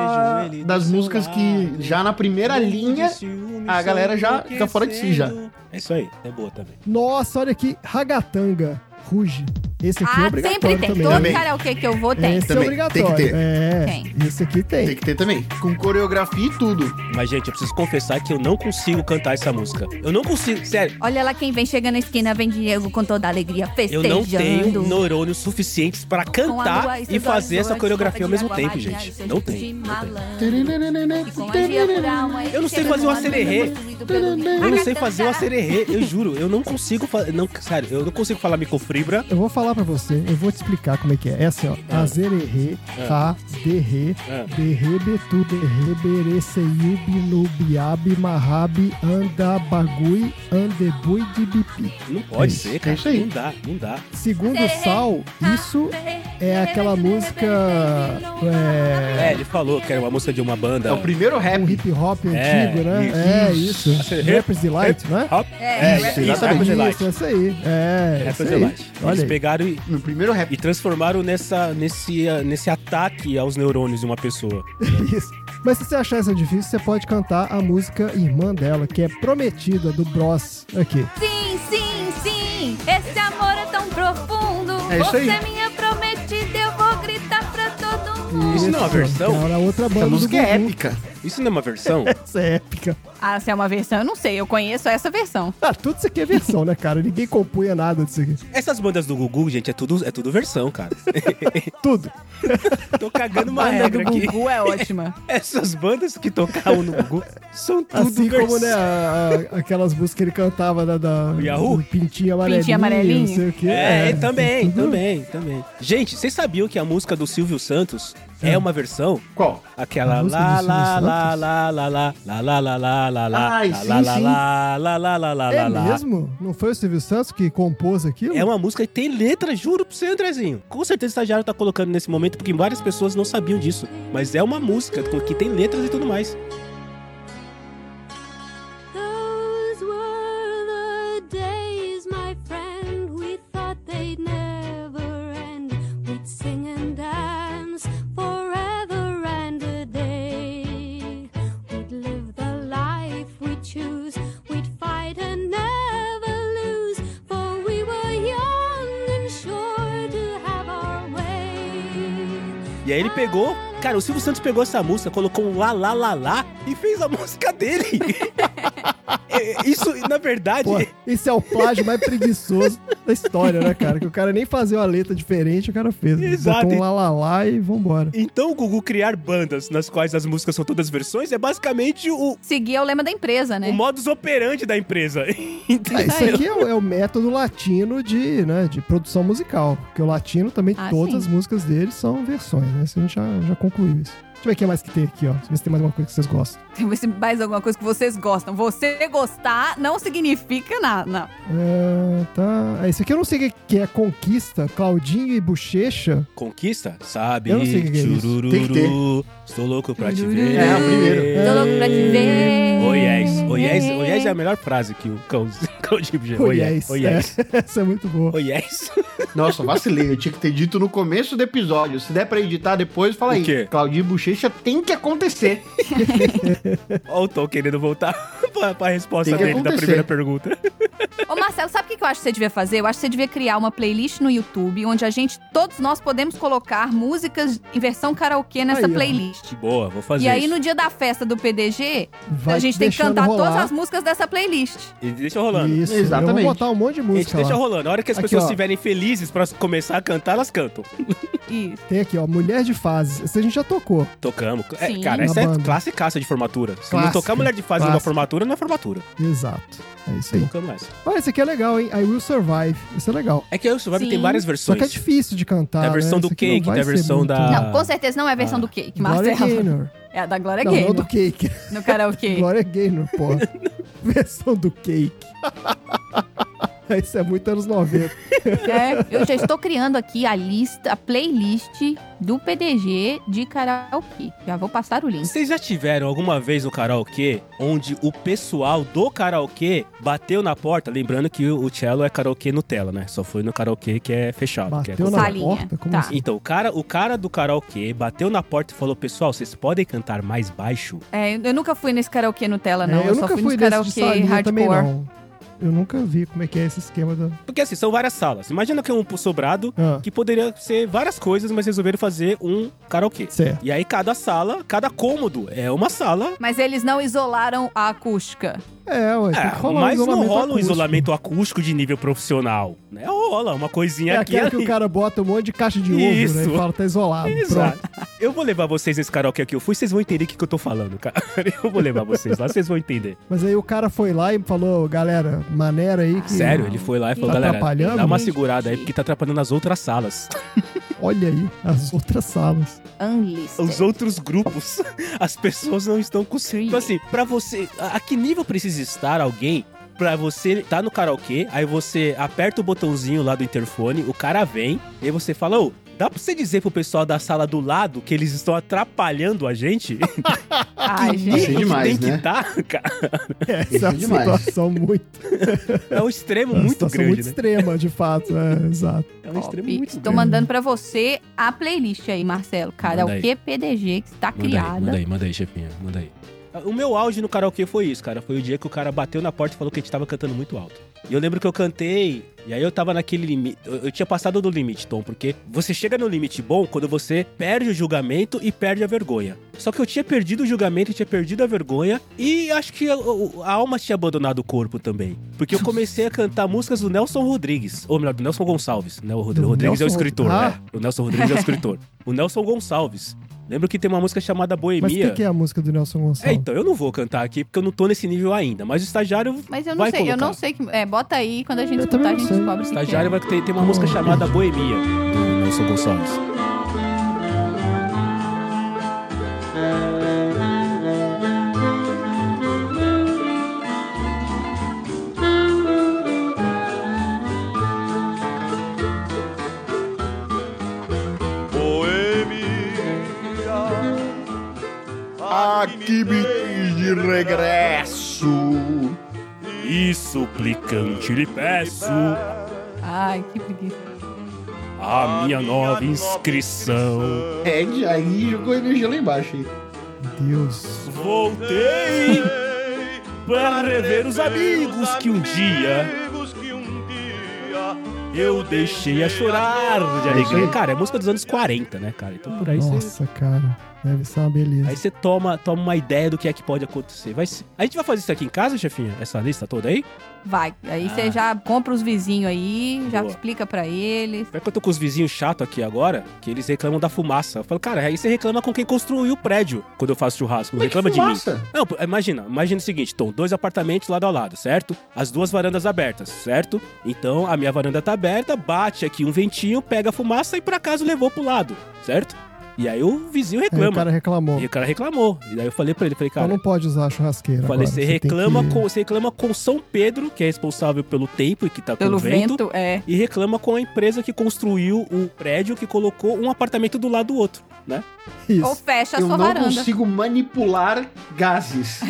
vejo ele do
das
seu
músicas que
lado,
já na primeira
morro de
linha
ciúmes,
a galera já
enlouquecendo.
fica fora de si já.
É isso aí, é boa também.
Nossa, olha aqui. Ragatanga. Ruge. Esse aqui é
Ah,
obrigatório
sempre tem.
também. né?
Todo
Também.
karaokê que eu vou tem.
Esse
Também,
é obrigatório.
tem que ter.
É.
Tem.
Esse aqui tem.
Tem que ter também. Com coreografia e tudo.
Mas, gente, eu preciso confessar que eu não consigo cantar essa música. Eu não consigo, sério.
Olha lá quem vem chegando na esquina, vem Diego com toda a alegria,
Eu
festejando.
não tenho neurônios suficientes pra
Com a lua
cantar
seus
e fazer
olhos,
essa
de
coreografia ao
copa de
mesmo
água
tempo,
marinha, e
gente.
seus
Não
tipos de
tem.
malandro. E com magia por alma,
Eu não sei
chega
fazer
no
um
ar,
acererê.
moído pelo vinho.
Eu não sei fazer o acererê, eu juro. Eu não consigo fazer. Não, sério, eu não consigo falar microfibra.
Eu vou falar pra você, eu vou te explicar como é que é. É assim, ó.
Ah.
Azererê,
Ah.
tá, derrê,
Ah.
derrê, betu, derrê, bereceiubi, nubiabe, marrabe, anda, bagui, andebui, dibipi.
Não pode
Isso,
ser, cara.
é isso aí.
Não dá, não dá.
Segundo Sal,
Ah,
isso é aquela música...
É,
É...
ele falou que era uma música de uma banda.
É o primeiro rap.
Um hip hop antigo,
É,
né?
isso.
É, isso. Rappers Delight, né?
Hop.
É,
isso,
isso,
exatamente.
Rappers Delight.
Isso, essa aí. É,
Rappers
essa aí.
Delight. Eles
Olha aí.
pegaram e,
No primeiro rap.
e transformaram nessa, nesse, ah, nesse ataque aos neurônios de uma pessoa.
[laughs] Isso. Mas se você achar isso difícil, você pode cantar a música Irmã dela, que é Prometida, do Bros. Aqui.
Sim, sim, sim, esse amor é tão profundo.
É isso
Você
aí.
é minha prometida, eu vou gritar pra todo mundo.
Isso não é uma versão?
que Era outra banda
Essa música é
do Gugu.
épica.
Isso não é uma versão?
Essa é épica.
Ah, se é uma versão, eu não sei. Eu conheço essa versão.
Ah, tudo isso aqui é versão, né, cara? Ninguém compunha nada disso aqui.
Essas bandas do Gugu, gente, é tudo, é tudo versão, cara. [laughs]
Tudo.
Tô cagando uma
A banda do
regra aqui.
Gugu é ótima.
Essas bandas que tocavam no Gugu são tudo
Assim
versão.
como, né, a- a- aquelas músicas que ele cantava da... da
Yahoo?
do Pintinho Amarelinho.
Pintinho Amarelinho.
Não sei o quê.
É, também,
tudo-
também, também. Gente, vocês sabiam que a música do Silvio Santos é, uma versão?
Qual?
Aquela
A música
lá,
do Silvio
lá, lá,
Santos?
lá, lá, lá, lá, lá, lá, lá, lá, lá,
Ai,
lá,
sim,
lá, lá,
sim.
lá, lá, lá, lá, lá,
É
lá, lá.
mesmo? Não foi o Silvio Santos que compôs aquilo?
É uma música que tem letra, juro pra você, Andrezinho. Com certeza o estagiário tá colocando nesse momento, porque várias pessoas não sabiam disso. Mas é uma música que tem letras e tudo mais.
Those were the days, my friend. We thought they'd never end. We'd sing and dance forever and a day. We'd live the life we choose. We'd fight and never lose. For we were young and sure to have our way.
E aí ele pegou, cara, o Silvio Santos pegou essa música, colocou um lá, lá, lá, lá e fez a [laughs] música dele. É, Isso, na verdade,
Pô, esse é o plágio mais preguiçoso da história, né, cara? Que o cara nem fazia uma letra diferente, o cara fez.
Exato.
Botou um lá, lá, lá e vambora.
então o Gugu criar bandas nas quais as músicas são todas versões é basicamente o,
Seguir é o lema da empresa, né?
o modus operandi da empresa. [laughs]
Ah,
Entendeu?
isso aqui é o, é o método latino de, né, de produção musical. Porque o latino também,
Ah,
todas
sim.
as músicas dele são versões, né? Isso a gente já, já concluiu isso. Deixa eu ver o que mais que tem aqui, ó. Deixa eu ver se tem mais uma coisa que vocês gostam.
Tem mais alguma coisa que vocês gostam. Você gostar não significa nada. Não.
É, tá. Ah, Esse aqui eu não sei o que- que é Conquista, Claudinho e Bochecha.
Conquista? Sabe?
Eu não sei o que que é isso.
churururu,
Tem que ter.
Estou louco pra te ver.
É, o primeiro.
Tô louco pra te ver.
Oh yes, oh yes, oh yes é a melhor frase que o cão, [laughs] cão de Oh yes, oh yes,
É, [laughs] essa é muito boa.
oh yes. [laughs]
Nossa, vacilei. Eu tinha que ter dito no começo do episódio. Se der pra editar depois, fala
O
aí.
quê?
Claudinho Bochecha tem que acontecer.
Olha o Tom querendo voltar [laughs] pra, pra resposta
Tem que
dele da
acontecer.
primeira pergunta.
Ô, Marcelo, sabe o que que eu acho que você devia fazer? Eu acho que você devia criar uma playlist no YouTube onde a gente, todos nós, podemos colocar músicas em versão karaokê nessa
Aí, ó.
playlist.
Boa, vou fazer
E aí,
isso.
no dia da festa do PDG,
Vai
a gente tem que
deixando
cantar todas
rolar.
as músicas dessa playlist.
E deixa rolando.
Isso,
Exatamente.
Eu vou botar um monte de
A gente
música
deixa
lá.
rolando. A hora que as
Aqui,
pessoas
ó.
estiverem felizes pra começar a cantar, elas cantam.
Isso.
Tem aqui, ó, Mulher de Fases. Essa a gente já tocou.
Tocamos. É,
Sim.
cara,
Na
essa
banda.
é classicaça de formatura. Se não
Clássica,
tocar mulher de fase numa
clássica.
formatura, não é formatura.
Exato. É isso aí.
Tocamos essa.
Olha, esse aqui é legal, hein? I Will Survive. Isso é legal.
É que o Survive tem
Sim.
várias
Só
versões.
que é difícil de cantar.
Tem a versão
né?
do
Esse aqui não
Cake,
vai
tem a
ser
versão
muito-
da-
Ah.
Não, com certeza não é a
Ah.
versão do Cake,
Gloria
Marcelo.
Gaynor.
É a da Glória
Não, não
Gaynor
do Cake.
no karaokê.
[laughs] Glória Gaynor, porra.
[laughs]
versão do Cake. [laughs] Isso é muito anos 90.
É.
Eu já estou criando aqui a lista, a playlist do PDG de karaokê. Já vou passar o link.
Vocês já tiveram alguma vez no karaokê onde o pessoal do karaokê bateu na porta? Lembrando que o o cello é karaokê Nutella, né? Só foi no karaokê que é fechado. que é
Bateu na
Salinha,
porta? Como
tá.
assim?
Então, o cara, o cara do karaokê bateu na porta e falou: Pessoal, vocês podem cantar mais baixo?
É, eu nunca fui nesse karaokê Nutella, não.
É,
eu, só fui, nesse
desse de
karaokê
salinha também,
hardcore.
não. Eu nunca vi como é que é esse esquema da...
Porque assim, são várias salas. Imagina que é um sobrado
Ah,
que poderia ser várias coisas, mas resolveram fazer um karaokê.
certo.
E aí, cada sala, cada cômodo é uma sala.
Mas eles não isolaram a acústica.
É, ué, tem
É,
que rolar um
mas não
isolamento
rola um
acústico.
isolamento acústico de nível profissional. Né? Rola uma coisinha
É
aqui. e
aquela que
ali.
o cara bota um monte de caixa de ovo, né?
Isso.
E fala, tá isolado.
Exato.
Pronto.
Eu vou levar vocês nesse karaokê que eu fui, vocês vão entender o que, que eu tô falando, cara. [laughs] Eu vou levar vocês lá, vocês vão entender.
Mas aí o cara foi lá e falou, galera, maneira aí que...
Sério, ele foi lá e falou,
Tá
galera,
atrapalhando?
dá uma
Gente,
segurada aí,
que-
porque tá atrapalhando as outras salas.
Olha aí, as
[laughs]
outras salas.
Os
Unlisted.
outros grupos, [laughs] as pessoas não estão conseguindo. Então, assim, pra você. A a que nível precisa estar alguém pra você tá no karaokê, aí você aperta o botãozinho lá do interfone, o cara vem, e aí você fala, ô. Dá pra você dizer pro pessoal da sala do lado que eles estão atrapalhando a gente? [laughs]
Ai,
Nível
gente.
que
demais,
tem que
né?
tá, [laughs] cara.
Essa é uma
demais.
situação muito,
É um extremo
uma
muito
situação
grande,
muito
né?
extrema, de fato.
[laughs]
É, exato.
É um
Top.
extremo muito
Estou
grande.
mandando pra você a playlist aí, Marcelo. Karaokê PDG que
tá
está criada.
aí, manda aí, chefinha, manda aí. O meu auge no karaokê foi isso, cara. Foi o dia que o cara bateu na porta e falou que a gente tava cantando muito alto. E eu lembro que eu cantei, e aí eu tava naquele limite. Eu, eu tinha passado do limite, Tom, porque você chega no limite bom quando você perde o julgamento e perde a vergonha. Só que eu tinha perdido o julgamento, eu tinha perdido a vergonha, e acho que a, o- a alma tinha abandonado o corpo também. Porque eu comecei a cantar músicas do Nelson Rodrigues, ou melhor, do Nelson Gonçalves. Né? O Rod-
Do
Rodrigues é o
Nelson-
escritor,
Ah.
né? O Nelson Rodrigues é
[laughs]
o escritor. O Nelson Gonçalves. Lembro que tem uma música chamada
Mas o
Boemia.
que, que é a música do Nelson
É,
Gonçalves?
então, eu não vou cantar aqui porque eu não tô nesse nível ainda. Mas o estagiário. O
Mas eu não
Vai
sei, eu
colocar.
não sei que. É, bota aí, quando a gente
Eu
escutar, a
também
gente
não sei.
descobre o que que
estagiário
é.
vai ter, tem uma música chamada Boemia, do Nelson Gonçalves.
Aqui me de regresso.
E suplicante lhe peço é
Ai, que preguiça.
a minha nova inscrição.
Ed É, aí jogou energia lá embaixo. aí.
então.
Deus.
Voltei para rever os amigos que um dia eu deixei a chorar de alegria. Cara, é música dos anos 40, né, cara? Então por aí você
Nossa, cara. Deve ser uma beleza.
Aí você toma, toma uma ideia do que é que pode acontecer. Vai se- a gente vai fazer isso aqui em casa, chefinha? Essa lista toda aí?
Vai. Aí você
Ah.
já compra os vizinhos aí, já
Boa.
explica pra eles.
Vai que eu tô com os vizinhos chato aqui agora, que eles reclamam da fumaça. Eu falo, cara, aí você reclama com quem construiu o prédio quando eu faço churrasco. Não
Mas que
reclama de mim.
fumaça?
Não, pô, imagina, imagina o seguinte, Tom, dois apartamentos lado a lado, certo? As duas varandas abertas, certo? Então a minha varanda tá aberta, bate aqui um ventinho, pega a fumaça e por acaso levou pro lado, certo? E aí o vizinho
Aí É, o
reclama.
cara reclamou.
E o cara reclamou. E daí eu falei pra ele, falei,
Cara,
cara,
não pode usar a churrasqueira.
Falei,
agora,
você
tem
reclama,
que-
com, você reclama com São Pedro, que é responsável pelo tempo e que tá
Pelo
com o vento,
vento, é.
e reclama com a empresa que construiu o prédio que colocou um apartamento do lado do outro, né?
Ou
[laughs] Isso.
fecha a
Eu
sua
não
varanda. É.
consigo manipular gases.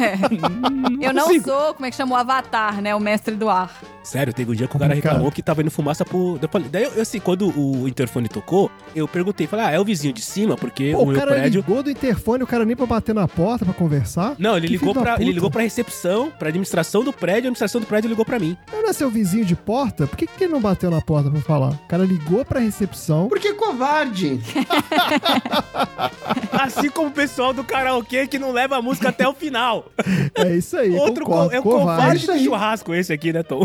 Eu não
consigo.
sou, como é que chama o Avatar, né? O mestre do ar.
Sério, teve um dia que o cara
Complicado.
reclamou que tava indo fumaça pro. eu falei- Daí, eu, assim, quando o interfone tocou, eu perguntei, falei, ah, é o vizinho de cima, porque
Pô,
o é
o
meu
cara
prédio.
ligou do interfone, o cara nem pra bater na porta pra conversar.
Não, ele
Que
ligou,
filho da
pra, ele
puta.
ligou pra recepção, pra administração do prédio, a administração do prédio ligou pra mim.
Ele Não é seu vizinho de porta? Por que, que ele não bateu na porta pra falar? O cara ligou pra recepção.
Porque covarde.
[laughs] Assim como o pessoal do karaokê que não leva a música até o final.
É isso aí.
Outro co-
concordo,
é o
covarde.
covarde
Isso
do
aí.
churrasco esse aqui, né, Tom?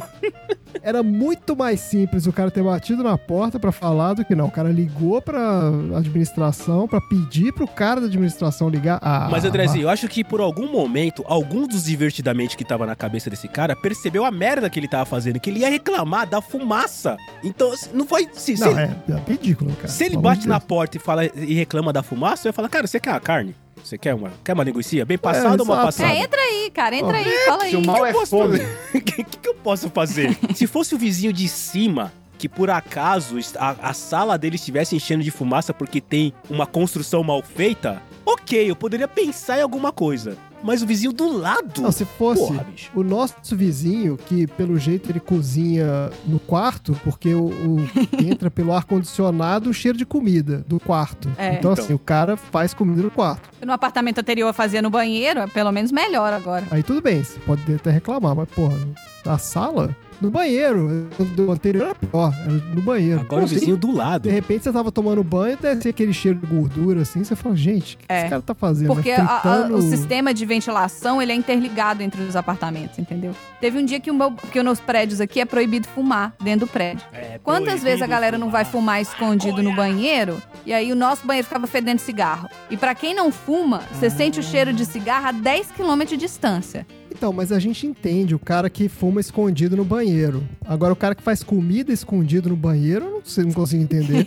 Era muito mais simples o cara ter batido na porta pra falar do que não. O cara ligou pra administração pra pedir pro cara da administração ligar. Ah,
Mas, Andrezinho, eu acho que por algum momento, algum dos divertidamente que tava na cabeça desse cara percebeu a merda que ele tava fazendo, que ele ia reclamar da fumaça. Então, assim, não foi. Se, se
Não,
ele,
é, é ridículo, cara.
se ele
Pelo amor
bate
de
na
Deus.
porta e, fala, e reclama da fumaça, eu ia falar, cara, você quer uma carne? Você quer uma, quer uma linguiça? Bem passada ou mal
exato.
passada?
É, entra aí, cara, entra aí, fala aí.
Se o mal é
posso
fome.
fazer? O [laughs] que, que eu posso
[laughs]
fazer? Se fosse o vizinho de cima, que por acaso est- a, a sala dele estivesse enchendo de fumaça porque tem uma construção mal feita, ok, eu poderia pensar em alguma coisa. Mas o vizinho do lado.
Não, se fosse
Porra, bicho.
o nosso vizinho, que pelo jeito ele cozinha no quarto, porque o,
[laughs]
o- entra pelo ar-condicionado o cheiro de comida do quarto.
É.
Então, assim, o cara faz comida no quarto.
No apartamento anterior eu fazia no
é
banheiro, pelo menos melhor agora.
Aí tudo bem, você pode até reclamar, mas, porra, na sala? No banheiro. Do anterior era pior, era no banheiro.
Agora o
Assim,
vizinho do lado.
De repente você tava tomando banho, desce aquele cheiro de gordura assim, você fala, gente, o que
É.
esse cara tá fazendo?
Porque
Vai
a- a-
fritando-
o sistema de ventilação ele é interligado entre os apartamentos, entendeu? Teve um dia que o meu, porque nos prédios aqui é proibido fumar dentro do prédio.
É,
Quantas
proibido
vezes a galera não vai fumar escondido no banheiro? E aí o nosso banheiro ficava fedendo cigarro. E pra quem não fuma,
Ah.
você sente o cheiro de cigarro a 10 km de distância.
Então, mas a gente entende o cara que fuma escondido no banheiro. Agora, o cara que faz comida escondido no banheiro, eu não, sei, não consigo
[laughs]
entender.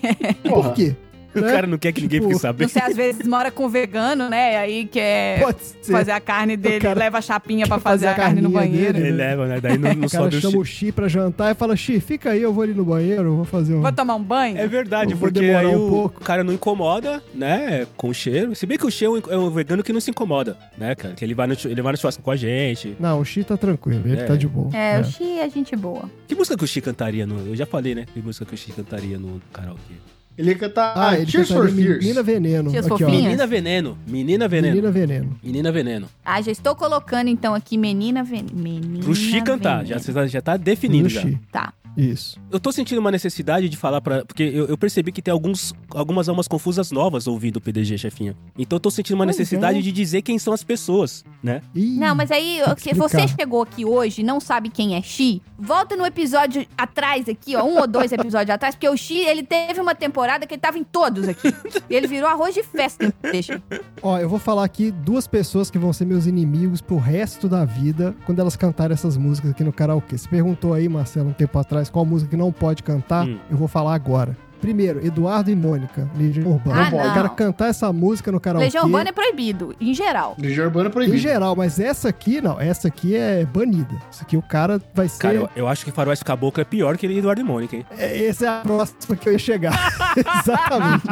Por quê?
O
né?
cara não quer que ninguém
Tipo,
fique
Não
sabendo.
sei, às vezes mora com vegano, né? Aí
É,
quer
Pode ser.
fazer a carne dele,
cara
leva a chapinha pra
quer
fazer,
fazer
a
a
carne no
carninha
banheiro.
dele.
Ele leva, né? Daí não, não
[laughs] o cara
sobe o
chama
chi-
o Xi pra jantar e fala, Xi, fica aí, eu vou ali no banheiro, eu vou fazer um...
Vou tomar um banho?
É verdade,
Eu vou
porque
demorar
aí
um
o
pouco.
cara não incomoda, né, com o cheiro. Se bem que o cheiro é um vegano que não se incomoda, né, cara? Que ele vai no, chu- ele vai no churrasco com a gente.
Não, o Xi tá tranquilo, ele
É.
tá de boa.
É, o Xi é gente boa.
Que música que o Xi cantaria no... Eu já falei, né? Que música que o Xi cantaria no karaokê.
Ele é ia cantar
tá-
Ah, ele
Tears for
cantaria
Fears.
Menina Veneno.
Tias
aqui, ó.
fofinhas.
Menina Veneno. Menina Veneno.
Ah. Menina
Menina,
Veneno.
Veneno.
Ah, já estou colocando então aqui menina ven... menina.
Pro Xi cantar. Já,
veneno.
você tá- já tá
Do
definido já.
Xi.
Tá.
Isso.
Eu tô sentindo uma necessidade de falar pra. Porque eu, eu percebi que tem alguns, algumas almas confusas novas ouvindo o PDG, chefinha. Então eu tô sentindo uma
Pois
necessidade
é.
de dizer quem são as pessoas, né?
Ih,
Não, mas aí
tem que
se você
explicar.
chegou aqui hoje e não sabe quem é Xi, volta no episódio atrás aqui, ó, um ou dois episódios atrás, porque o Xi, ele teve uma temporada que ele tava em todos aqui. E ele virou arroz de festa, deixa.
Ó, eu vou falar aqui duas pessoas que vão ser meus inimigos pro resto da vida quando elas cantarem essas músicas aqui no karaokê. Você perguntou aí, Marcelo, um tempo atrás, qual música que não pode cantar?
Hum.
Eu vou falar agora. Primeiro, Eduardo e Mônica, Legião Urbana.
Ah, não.
O cara cantar essa música no karaokê.
Legião Urbana é proibido, em geral.
Legião Urbana
Em
é proibido.
geral, mas essa aqui, não, essa aqui é banida. Isso aqui o cara vai ser.
Cara, eu, eu acho que Faroeste Caboclo é pior que Eduardo e Mônica, hein?
É, Essa é a próxima que eu ia chegar. [laughs] Exatamente.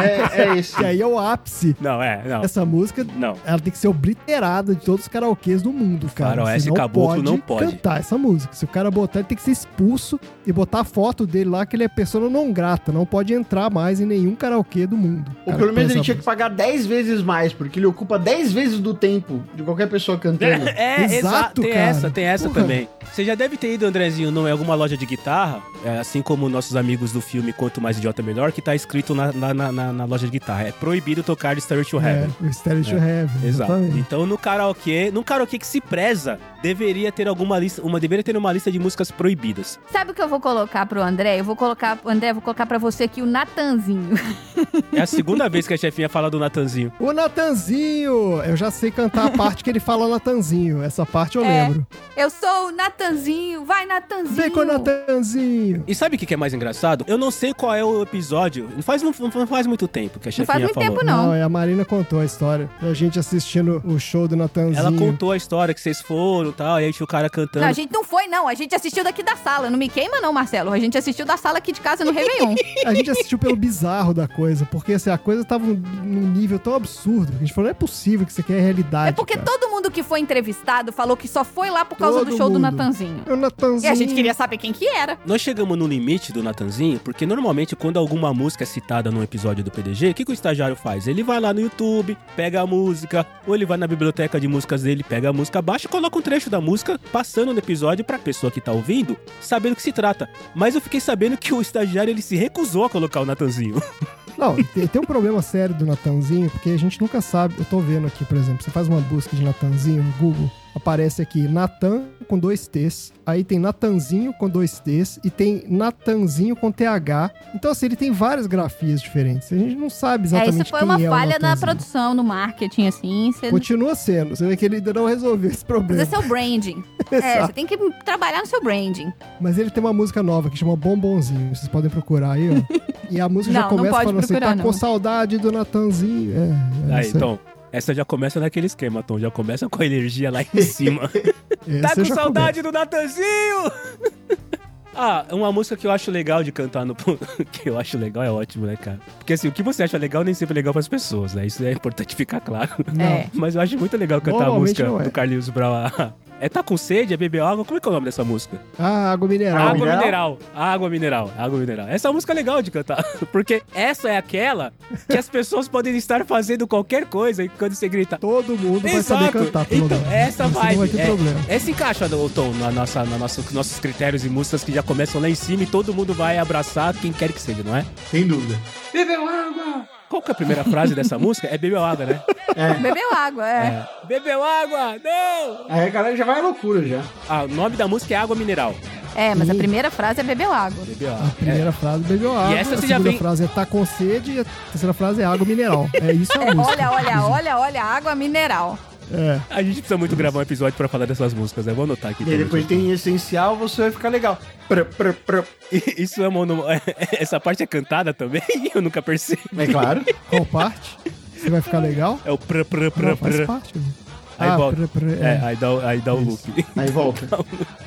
É, é
[laughs]
esse.
E aí é o ápice.
Não, é, não.
Essa música
Não.
ela tem que ser obliterada de todos os karaokês do mundo, cara.
Faroeste
Você não
Caboclo
pode
não pode.
cantar essa música. Se o cara botar, ele tem que ser expulso e botar a foto dele lá que ele é pessoa não grata. Não pode entrar mais em nenhum karaokê do mundo.
Ou
Cara,
pelo menos
pensa-
ele tinha que pagar 10 vezes mais, porque ele ocupa 10 vezes do tempo de qualquer
[laughs]
pessoa cantando.
[laughs] É,
Exato,
exato. Tem
cara.
essa, tem essa
Porra.
também. Você já deve ter ido, Andrezinho, não é alguma loja de guitarra, é, assim como nossos amigos do filme Quanto Mais Idiota Melhor, que tá escrito na, na, na- na- na loja de guitarra. É proibido tocar de Stairway to Heaven.
É, o Stereo to Heaven.
Exato.
Exatamente.
Então no karaokê, num karaokê que se preza, deveria ter alguma lista, uma deveria ter uma lista de músicas proibidas.
Sabe o que eu vou colocar pro André? Eu vou colocar, André, eu vou colocar pra você aqui o Natanzinho.
É a segunda vez que a chefinha fala do Natanzinho.
O Natanzinho! Eu já sei cantar a parte que ele fala Natanzinho. Essa parte eu
É.
lembro.
Eu sou o Natanzinho, vai Natanzinho.
Vem com o Natanzinho!
E sabe o que que é mais engraçado? Eu não sei qual é o episódio. Não faz, não, não faz muito tempo que a
Não
chefinha
faz muito
falou.
tempo não.
é a Marina contou a história. A gente assistindo o show do Natanzinho.
Ela contou a história que vocês foram e tal, e aí tinha o cara
Não,
cantando.
a gente não foi, não. A gente assistiu daqui da sala. Não me queima, não, Marcelo. A gente assistiu da sala aqui de casa no
[laughs]
Réveillon.
A gente assistiu pelo bizarro da coisa, porque assim, a coisa tava num- num nível tão absurdo. A gente falou, não é possível que isso aqui é realidade.
É porque
cara.
todo mundo que foi entrevistado falou que só foi lá por causa
Todo
do show do
mundo.
Natanzinho.
É o Natanzinho.
E a gente queria saber quem que era.
Nós chegamos no limite do Natanzinho, porque normalmente quando alguma música é citada num episódio do PDG, o que, que o estagiário faz? Ele vai lá no YouTube, pega a música, ou ele vai na biblioteca de músicas dele, pega a música, baixa e coloca um trecho da música, passando no episódio pra pessoa que tá ouvindo, sabendo o que se trata. Mas eu fiquei sabendo que o estagiário ele se recusou a colocar o Natanzinho.
Não, tem, tem um problema sério do Natanzinho, porque a gente nunca sabe. Eu tô vendo aqui, por exemplo, você faz uma busca de Natanzinho no Google, aparece aqui Natan com dois T's, aí tem Natanzinho com dois T's e tem Natanzinho com TH. Então, assim, ele tem várias grafias diferentes. A gente não sabe
É,
exatamente
isso
quem
foi uma
é o
falha na
Natanzinho.
produção, no marketing, assim. Você...
Continua sendo, você vê que ele ainda não resolveu esse
Mas
problema.
esse é o
[laughs]
branding. é, você tem que trabalhar no seu branding.
Mas ele tem uma música nova que chama Bombonzinho. Vocês podem procurar aí, ó. E a música
Não,
já
não
começa
pode
falando assim:
procurar,
tá com
não.
saudade do Natanzinho. É, é
Aí,
isso aí.
então, essa já começa naquele esquema, Tom. Já começa com a energia lá em cima. tá
Essa
com
já
saudade do Natanzinho! [laughs] ah, uma música que eu acho legal de cantar no... [laughs] que eu acho legal é ótimo, né, cara? Porque assim, o que você acha legal nem sempre é legal pras pessoas, né? Isso é importante [laughs] ficar claro.
É.
Mas eu acho muito legal cantar a
Normalmente
música
não é.
do Carlinhos Brown. [laughs] Ah, É Tá Com Sede? É Beber Água? Como é que é o nome dessa música?
Ah, água mineral.
Água
mineral?
mineral. Água mineral. Água mineral. Essa música é legal de cantar. [laughs] Porque essa é aquela que as pessoas podem estar fazendo qualquer coisa e quando você grita.
Todo mundo vai saber cantar, pelo
Então,
menos.
essa
Isso
vibe.
Não vai ter
é,
problema.
Essa encaixa, o Tom, na nossa, na nossa, nos nossos critérios e músicas que já começam lá em cima e todo mundo vai abraçar quem quer que seja, não é?
Sem dúvida.
Qual que é a primeira frase
[laughs]
dessa música? É bebeu água, né?
Bebeu água, é.
É. Bebeu água! Não!
Aí a galera já vai à loucura já.
Ah, o nome da música é Água Mineral.
É, mas a primeira frase é bebeu água.
Bebeu
A
água. É.
primeira frase bebeu água.
essa
a
você já
segunda
vem-
frase é tá com sede e a terceira frase é água mineral. É isso a música.
Olha, olha, olha, olha, água mineral.
É.
A gente precisa muito gravar um episódio pra falar dessas músicas, né? Vou anotar aqui.
E aí depois tem essencial, você vai ficar legal. Prã, prã, prã.
[laughs] Isso é mono... Essa parte é cantada também? [laughs] Eu nunca percebi.
É
[laughs]
claro.
Qual parte? Você vai ficar
[laughs]
legal?
É o prã, prã, prã,
Não, faz
prã.
parte. né?
Aí
ah,
volta.
prã, prã,
É,
é.
aí dá, o- aí dá o loop.
Aí volta.
[laughs]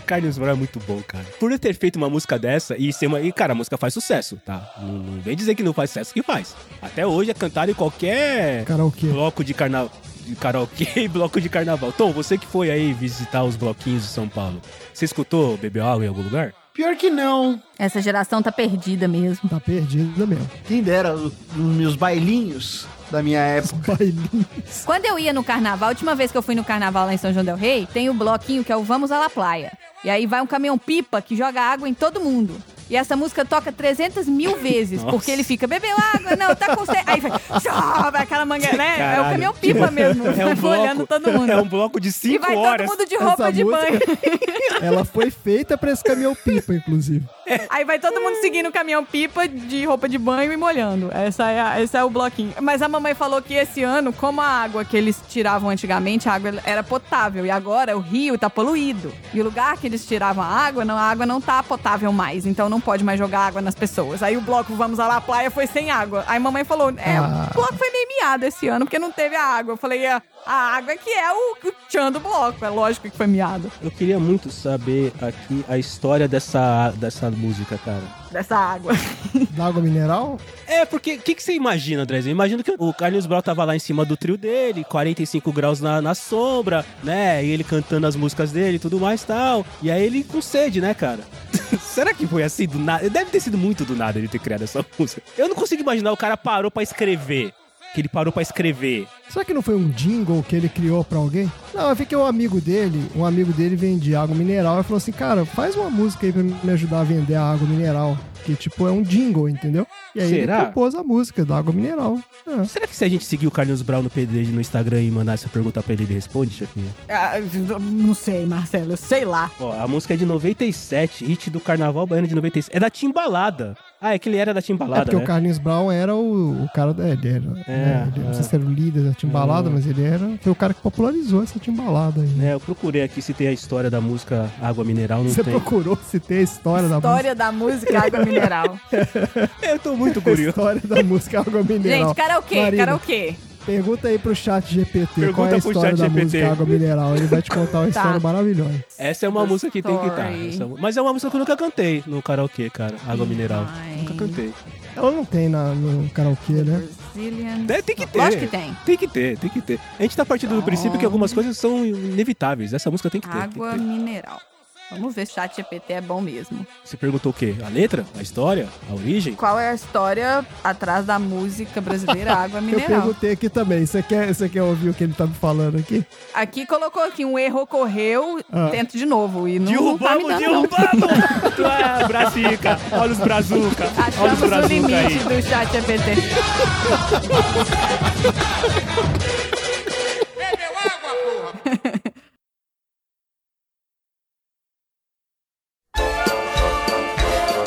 Carlinhos Brown é muito bom, cara. Por eu ter feito uma música dessa e ser uma. E, cara, a música faz sucesso, tá? Não, não vem dizer que não faz sucesso, que faz. Até hoje é cantada em qualquer
Karaokê.
bloco de carnaval. De karaokê e bloco de carnaval. Tom, você que foi aí visitar os bloquinhos de São Paulo, você escutou Bebeu Água em algum lugar?
Pior que não.
Essa geração tá perdida mesmo.
Tá perdida mesmo.
Quem dera, o- os meus bailinhos da minha época.
[laughs]
Bailinho.
Quando eu ia no carnaval, a última vez que eu fui no carnaval lá em São João del Rei, tem o bloquinho que é o Vamos à La Playa. E aí vai um caminhão pipa que joga água em todo mundo. E essa música toca 300 mil vezes,
Nossa.
porque ele fica, bebeu água, não, tá com sede. Aí vai, chove, aquela manga, né? É o
Caralho.
caminhão pipa mesmo, [laughs]
É um bloco.
olhando todo tá mundo.
[laughs] É um bloco de
e
cinco
vai
horas.
todo mundo de roupa
Essa
de banho.
Ela foi feita pra esse caminhão pipa, inclusive.
Aí vai todo mundo seguindo o caminhão pipa de roupa de banho e molhando. Essa é a- esse é o bloquinho. Mas a mamãe falou que esse ano, como a água que eles tiravam antigamente, a água era potável. E agora o rio tá poluído. E o lugar que eles tiravam a água, não, a água não tá potável mais. Então não pode mais jogar água nas pessoas. Aí o bloco Vamos à La Playa foi sem água. Aí a mamãe falou, é,
Ah.
o bloco foi meio miado esse ano, porque não teve a água. Eu falei, "É, a água que é o, o tchan do bloco. É lógico que foi miado.
Eu queria muito saber aqui a história dessa, dessa música, cara.
Dessa água.
Da água mineral?
É, porque o que, que você imagina, Andrézinho? Imagina que o Carlinhos Brown tava lá em cima do trio dele, 45 graus na, na sombra, né? E ele cantando as músicas dele e tudo mais e tal. E aí ele com sede, né, cara? [laughs] Será que foi assim do nada? Deve ter sido muito do nada ele ter criado essa [laughs] música. Eu não consigo imaginar o cara parou pra escrever. Que ele parou pra escrever.
Será que não foi um jingle que ele criou pra alguém? Não, eu vi que um amigo dele, um amigo dele vendia água mineral e falou assim, cara, faz uma música aí pra me ajudar a vender a água mineral. Que tipo, é um jingle, entendeu? E aí
Será?
ele compôs a música da água mineral. É.
Será que se a gente seguir o Carlinhos Brown no PDG no Instagram e mandar essa pergunta pra ele, ele responde, Chefinha?
Ah, não sei, Marcelo, sei lá.
Ó, a música é de 97, hit do Carnaval Baiano de 97. É da Timbalada. Ah, é que ele era da
É
Timbalada,
porque
né? É,
o Carlinhos Brown era o, o cara da. Ele era. né, ele- não sei se era o líder da timbalada,
Hum.
mas ele era. Foi o cara que popularizou essa timbalada aí. né?
É, eu procurei aqui se tem a história da música Água Mineral, não
Você
tem.
procurou se tem a história, da música.
História da música Água Mineral.
Eu tô [laughs] muito
[laughs]
A
curioso.
história da música Água Mineral.
Gente, karaokê,
Marina,
karaokê.
Pergunta aí pro chat GPT qual é
Pergunta
a
pro
história
chat
da
GPT.
música Água Mineral. Ele vai te contar uma
Tá.
história maravilhosa.
Essa é uma música que tem que estar.
Story.
Essa- Mas é uma música que eu nunca cantei no karaokê, cara. Água Mineral. Nunca cantei.
Ela não tem na, no karaokê, né?
Brazilian.
Deve- É, Tem que ter.
Lógico que tem.
Tem que ter, tem que ter. A gente tá partindo do princípio que algumas coisas são inevitáveis. Essa música tem que ter. tem que
Água
ter.
Mineral. Vamos ver se o chat GPT é bom mesmo.
Você perguntou o quê? A letra? A história? A origem?
Qual é a história atrás da
[laughs]
música brasileira Água
Eu
Mineral?
perguntei aqui também. Você quer, você quer ouvir o que ele tá me falando aqui?
Aqui colocou aqui, um erro ocorreu,
Ah.
tento de novo. E não, não tá me
Derrubamos,
dando, não.
derrubamos! ah, Brazuca, olha os Brazuca, olha os
Achamos o
Brazuca
limite
aí.
do chat GPT.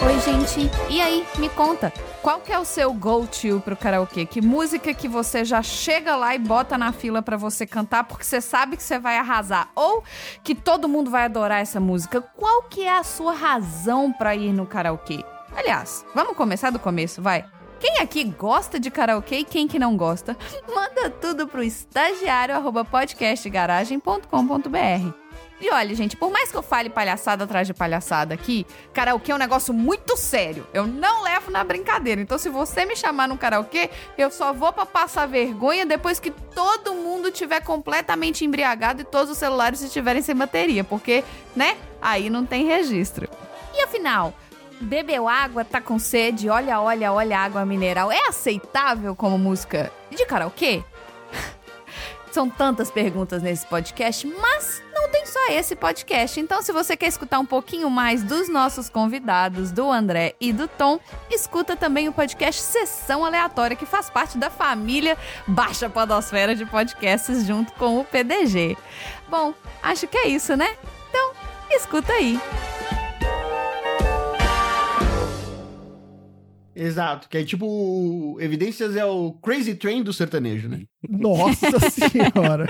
Oi, gente. E aí, me conta.
Qual que é o seu go-to pro karaokê? Que música que você já chega lá e bota na fila pra você cantar porque você sabe que você vai arrasar ou que todo mundo vai adorar essa música? Qual que é a sua razão pra ir no karaokê? Aliás, vamos começar do começo, vai. Quem aqui gosta de karaokê e quem que não gosta? [laughs] Manda tudo pro estagiário@podcastgaragem.com.br. E olha, gente, por mais que eu fale palhaçada atrás de palhaçada aqui, karaokê é um negócio muito sério. Eu não levo na brincadeira. Então, se você me chamar num karaokê, eu só vou pra passar vergonha depois que todo mundo tiver completamente embriagado e todos os celulares estiverem sem bateria, porque, né? Aí não tem registro.
E afinal, bebeu água, tá com sede, olha, olha, olha a água mineral. É aceitável como música de karaokê?
São tantas perguntas nesse podcast, mas não tem só esse podcast. Então, se você quer escutar um pouquinho mais dos nossos convidados, do André e do Tom, escuta também o podcast Sessão Aleatória, que faz parte da família Baixa Podosfera de Podcasts junto com o PDG. Bom, acho que é isso, né? Então, escuta aí.
Exato, que é tipo. o- Evidências é o Crazy Train do sertanejo, né?
Nossa [laughs] senhora.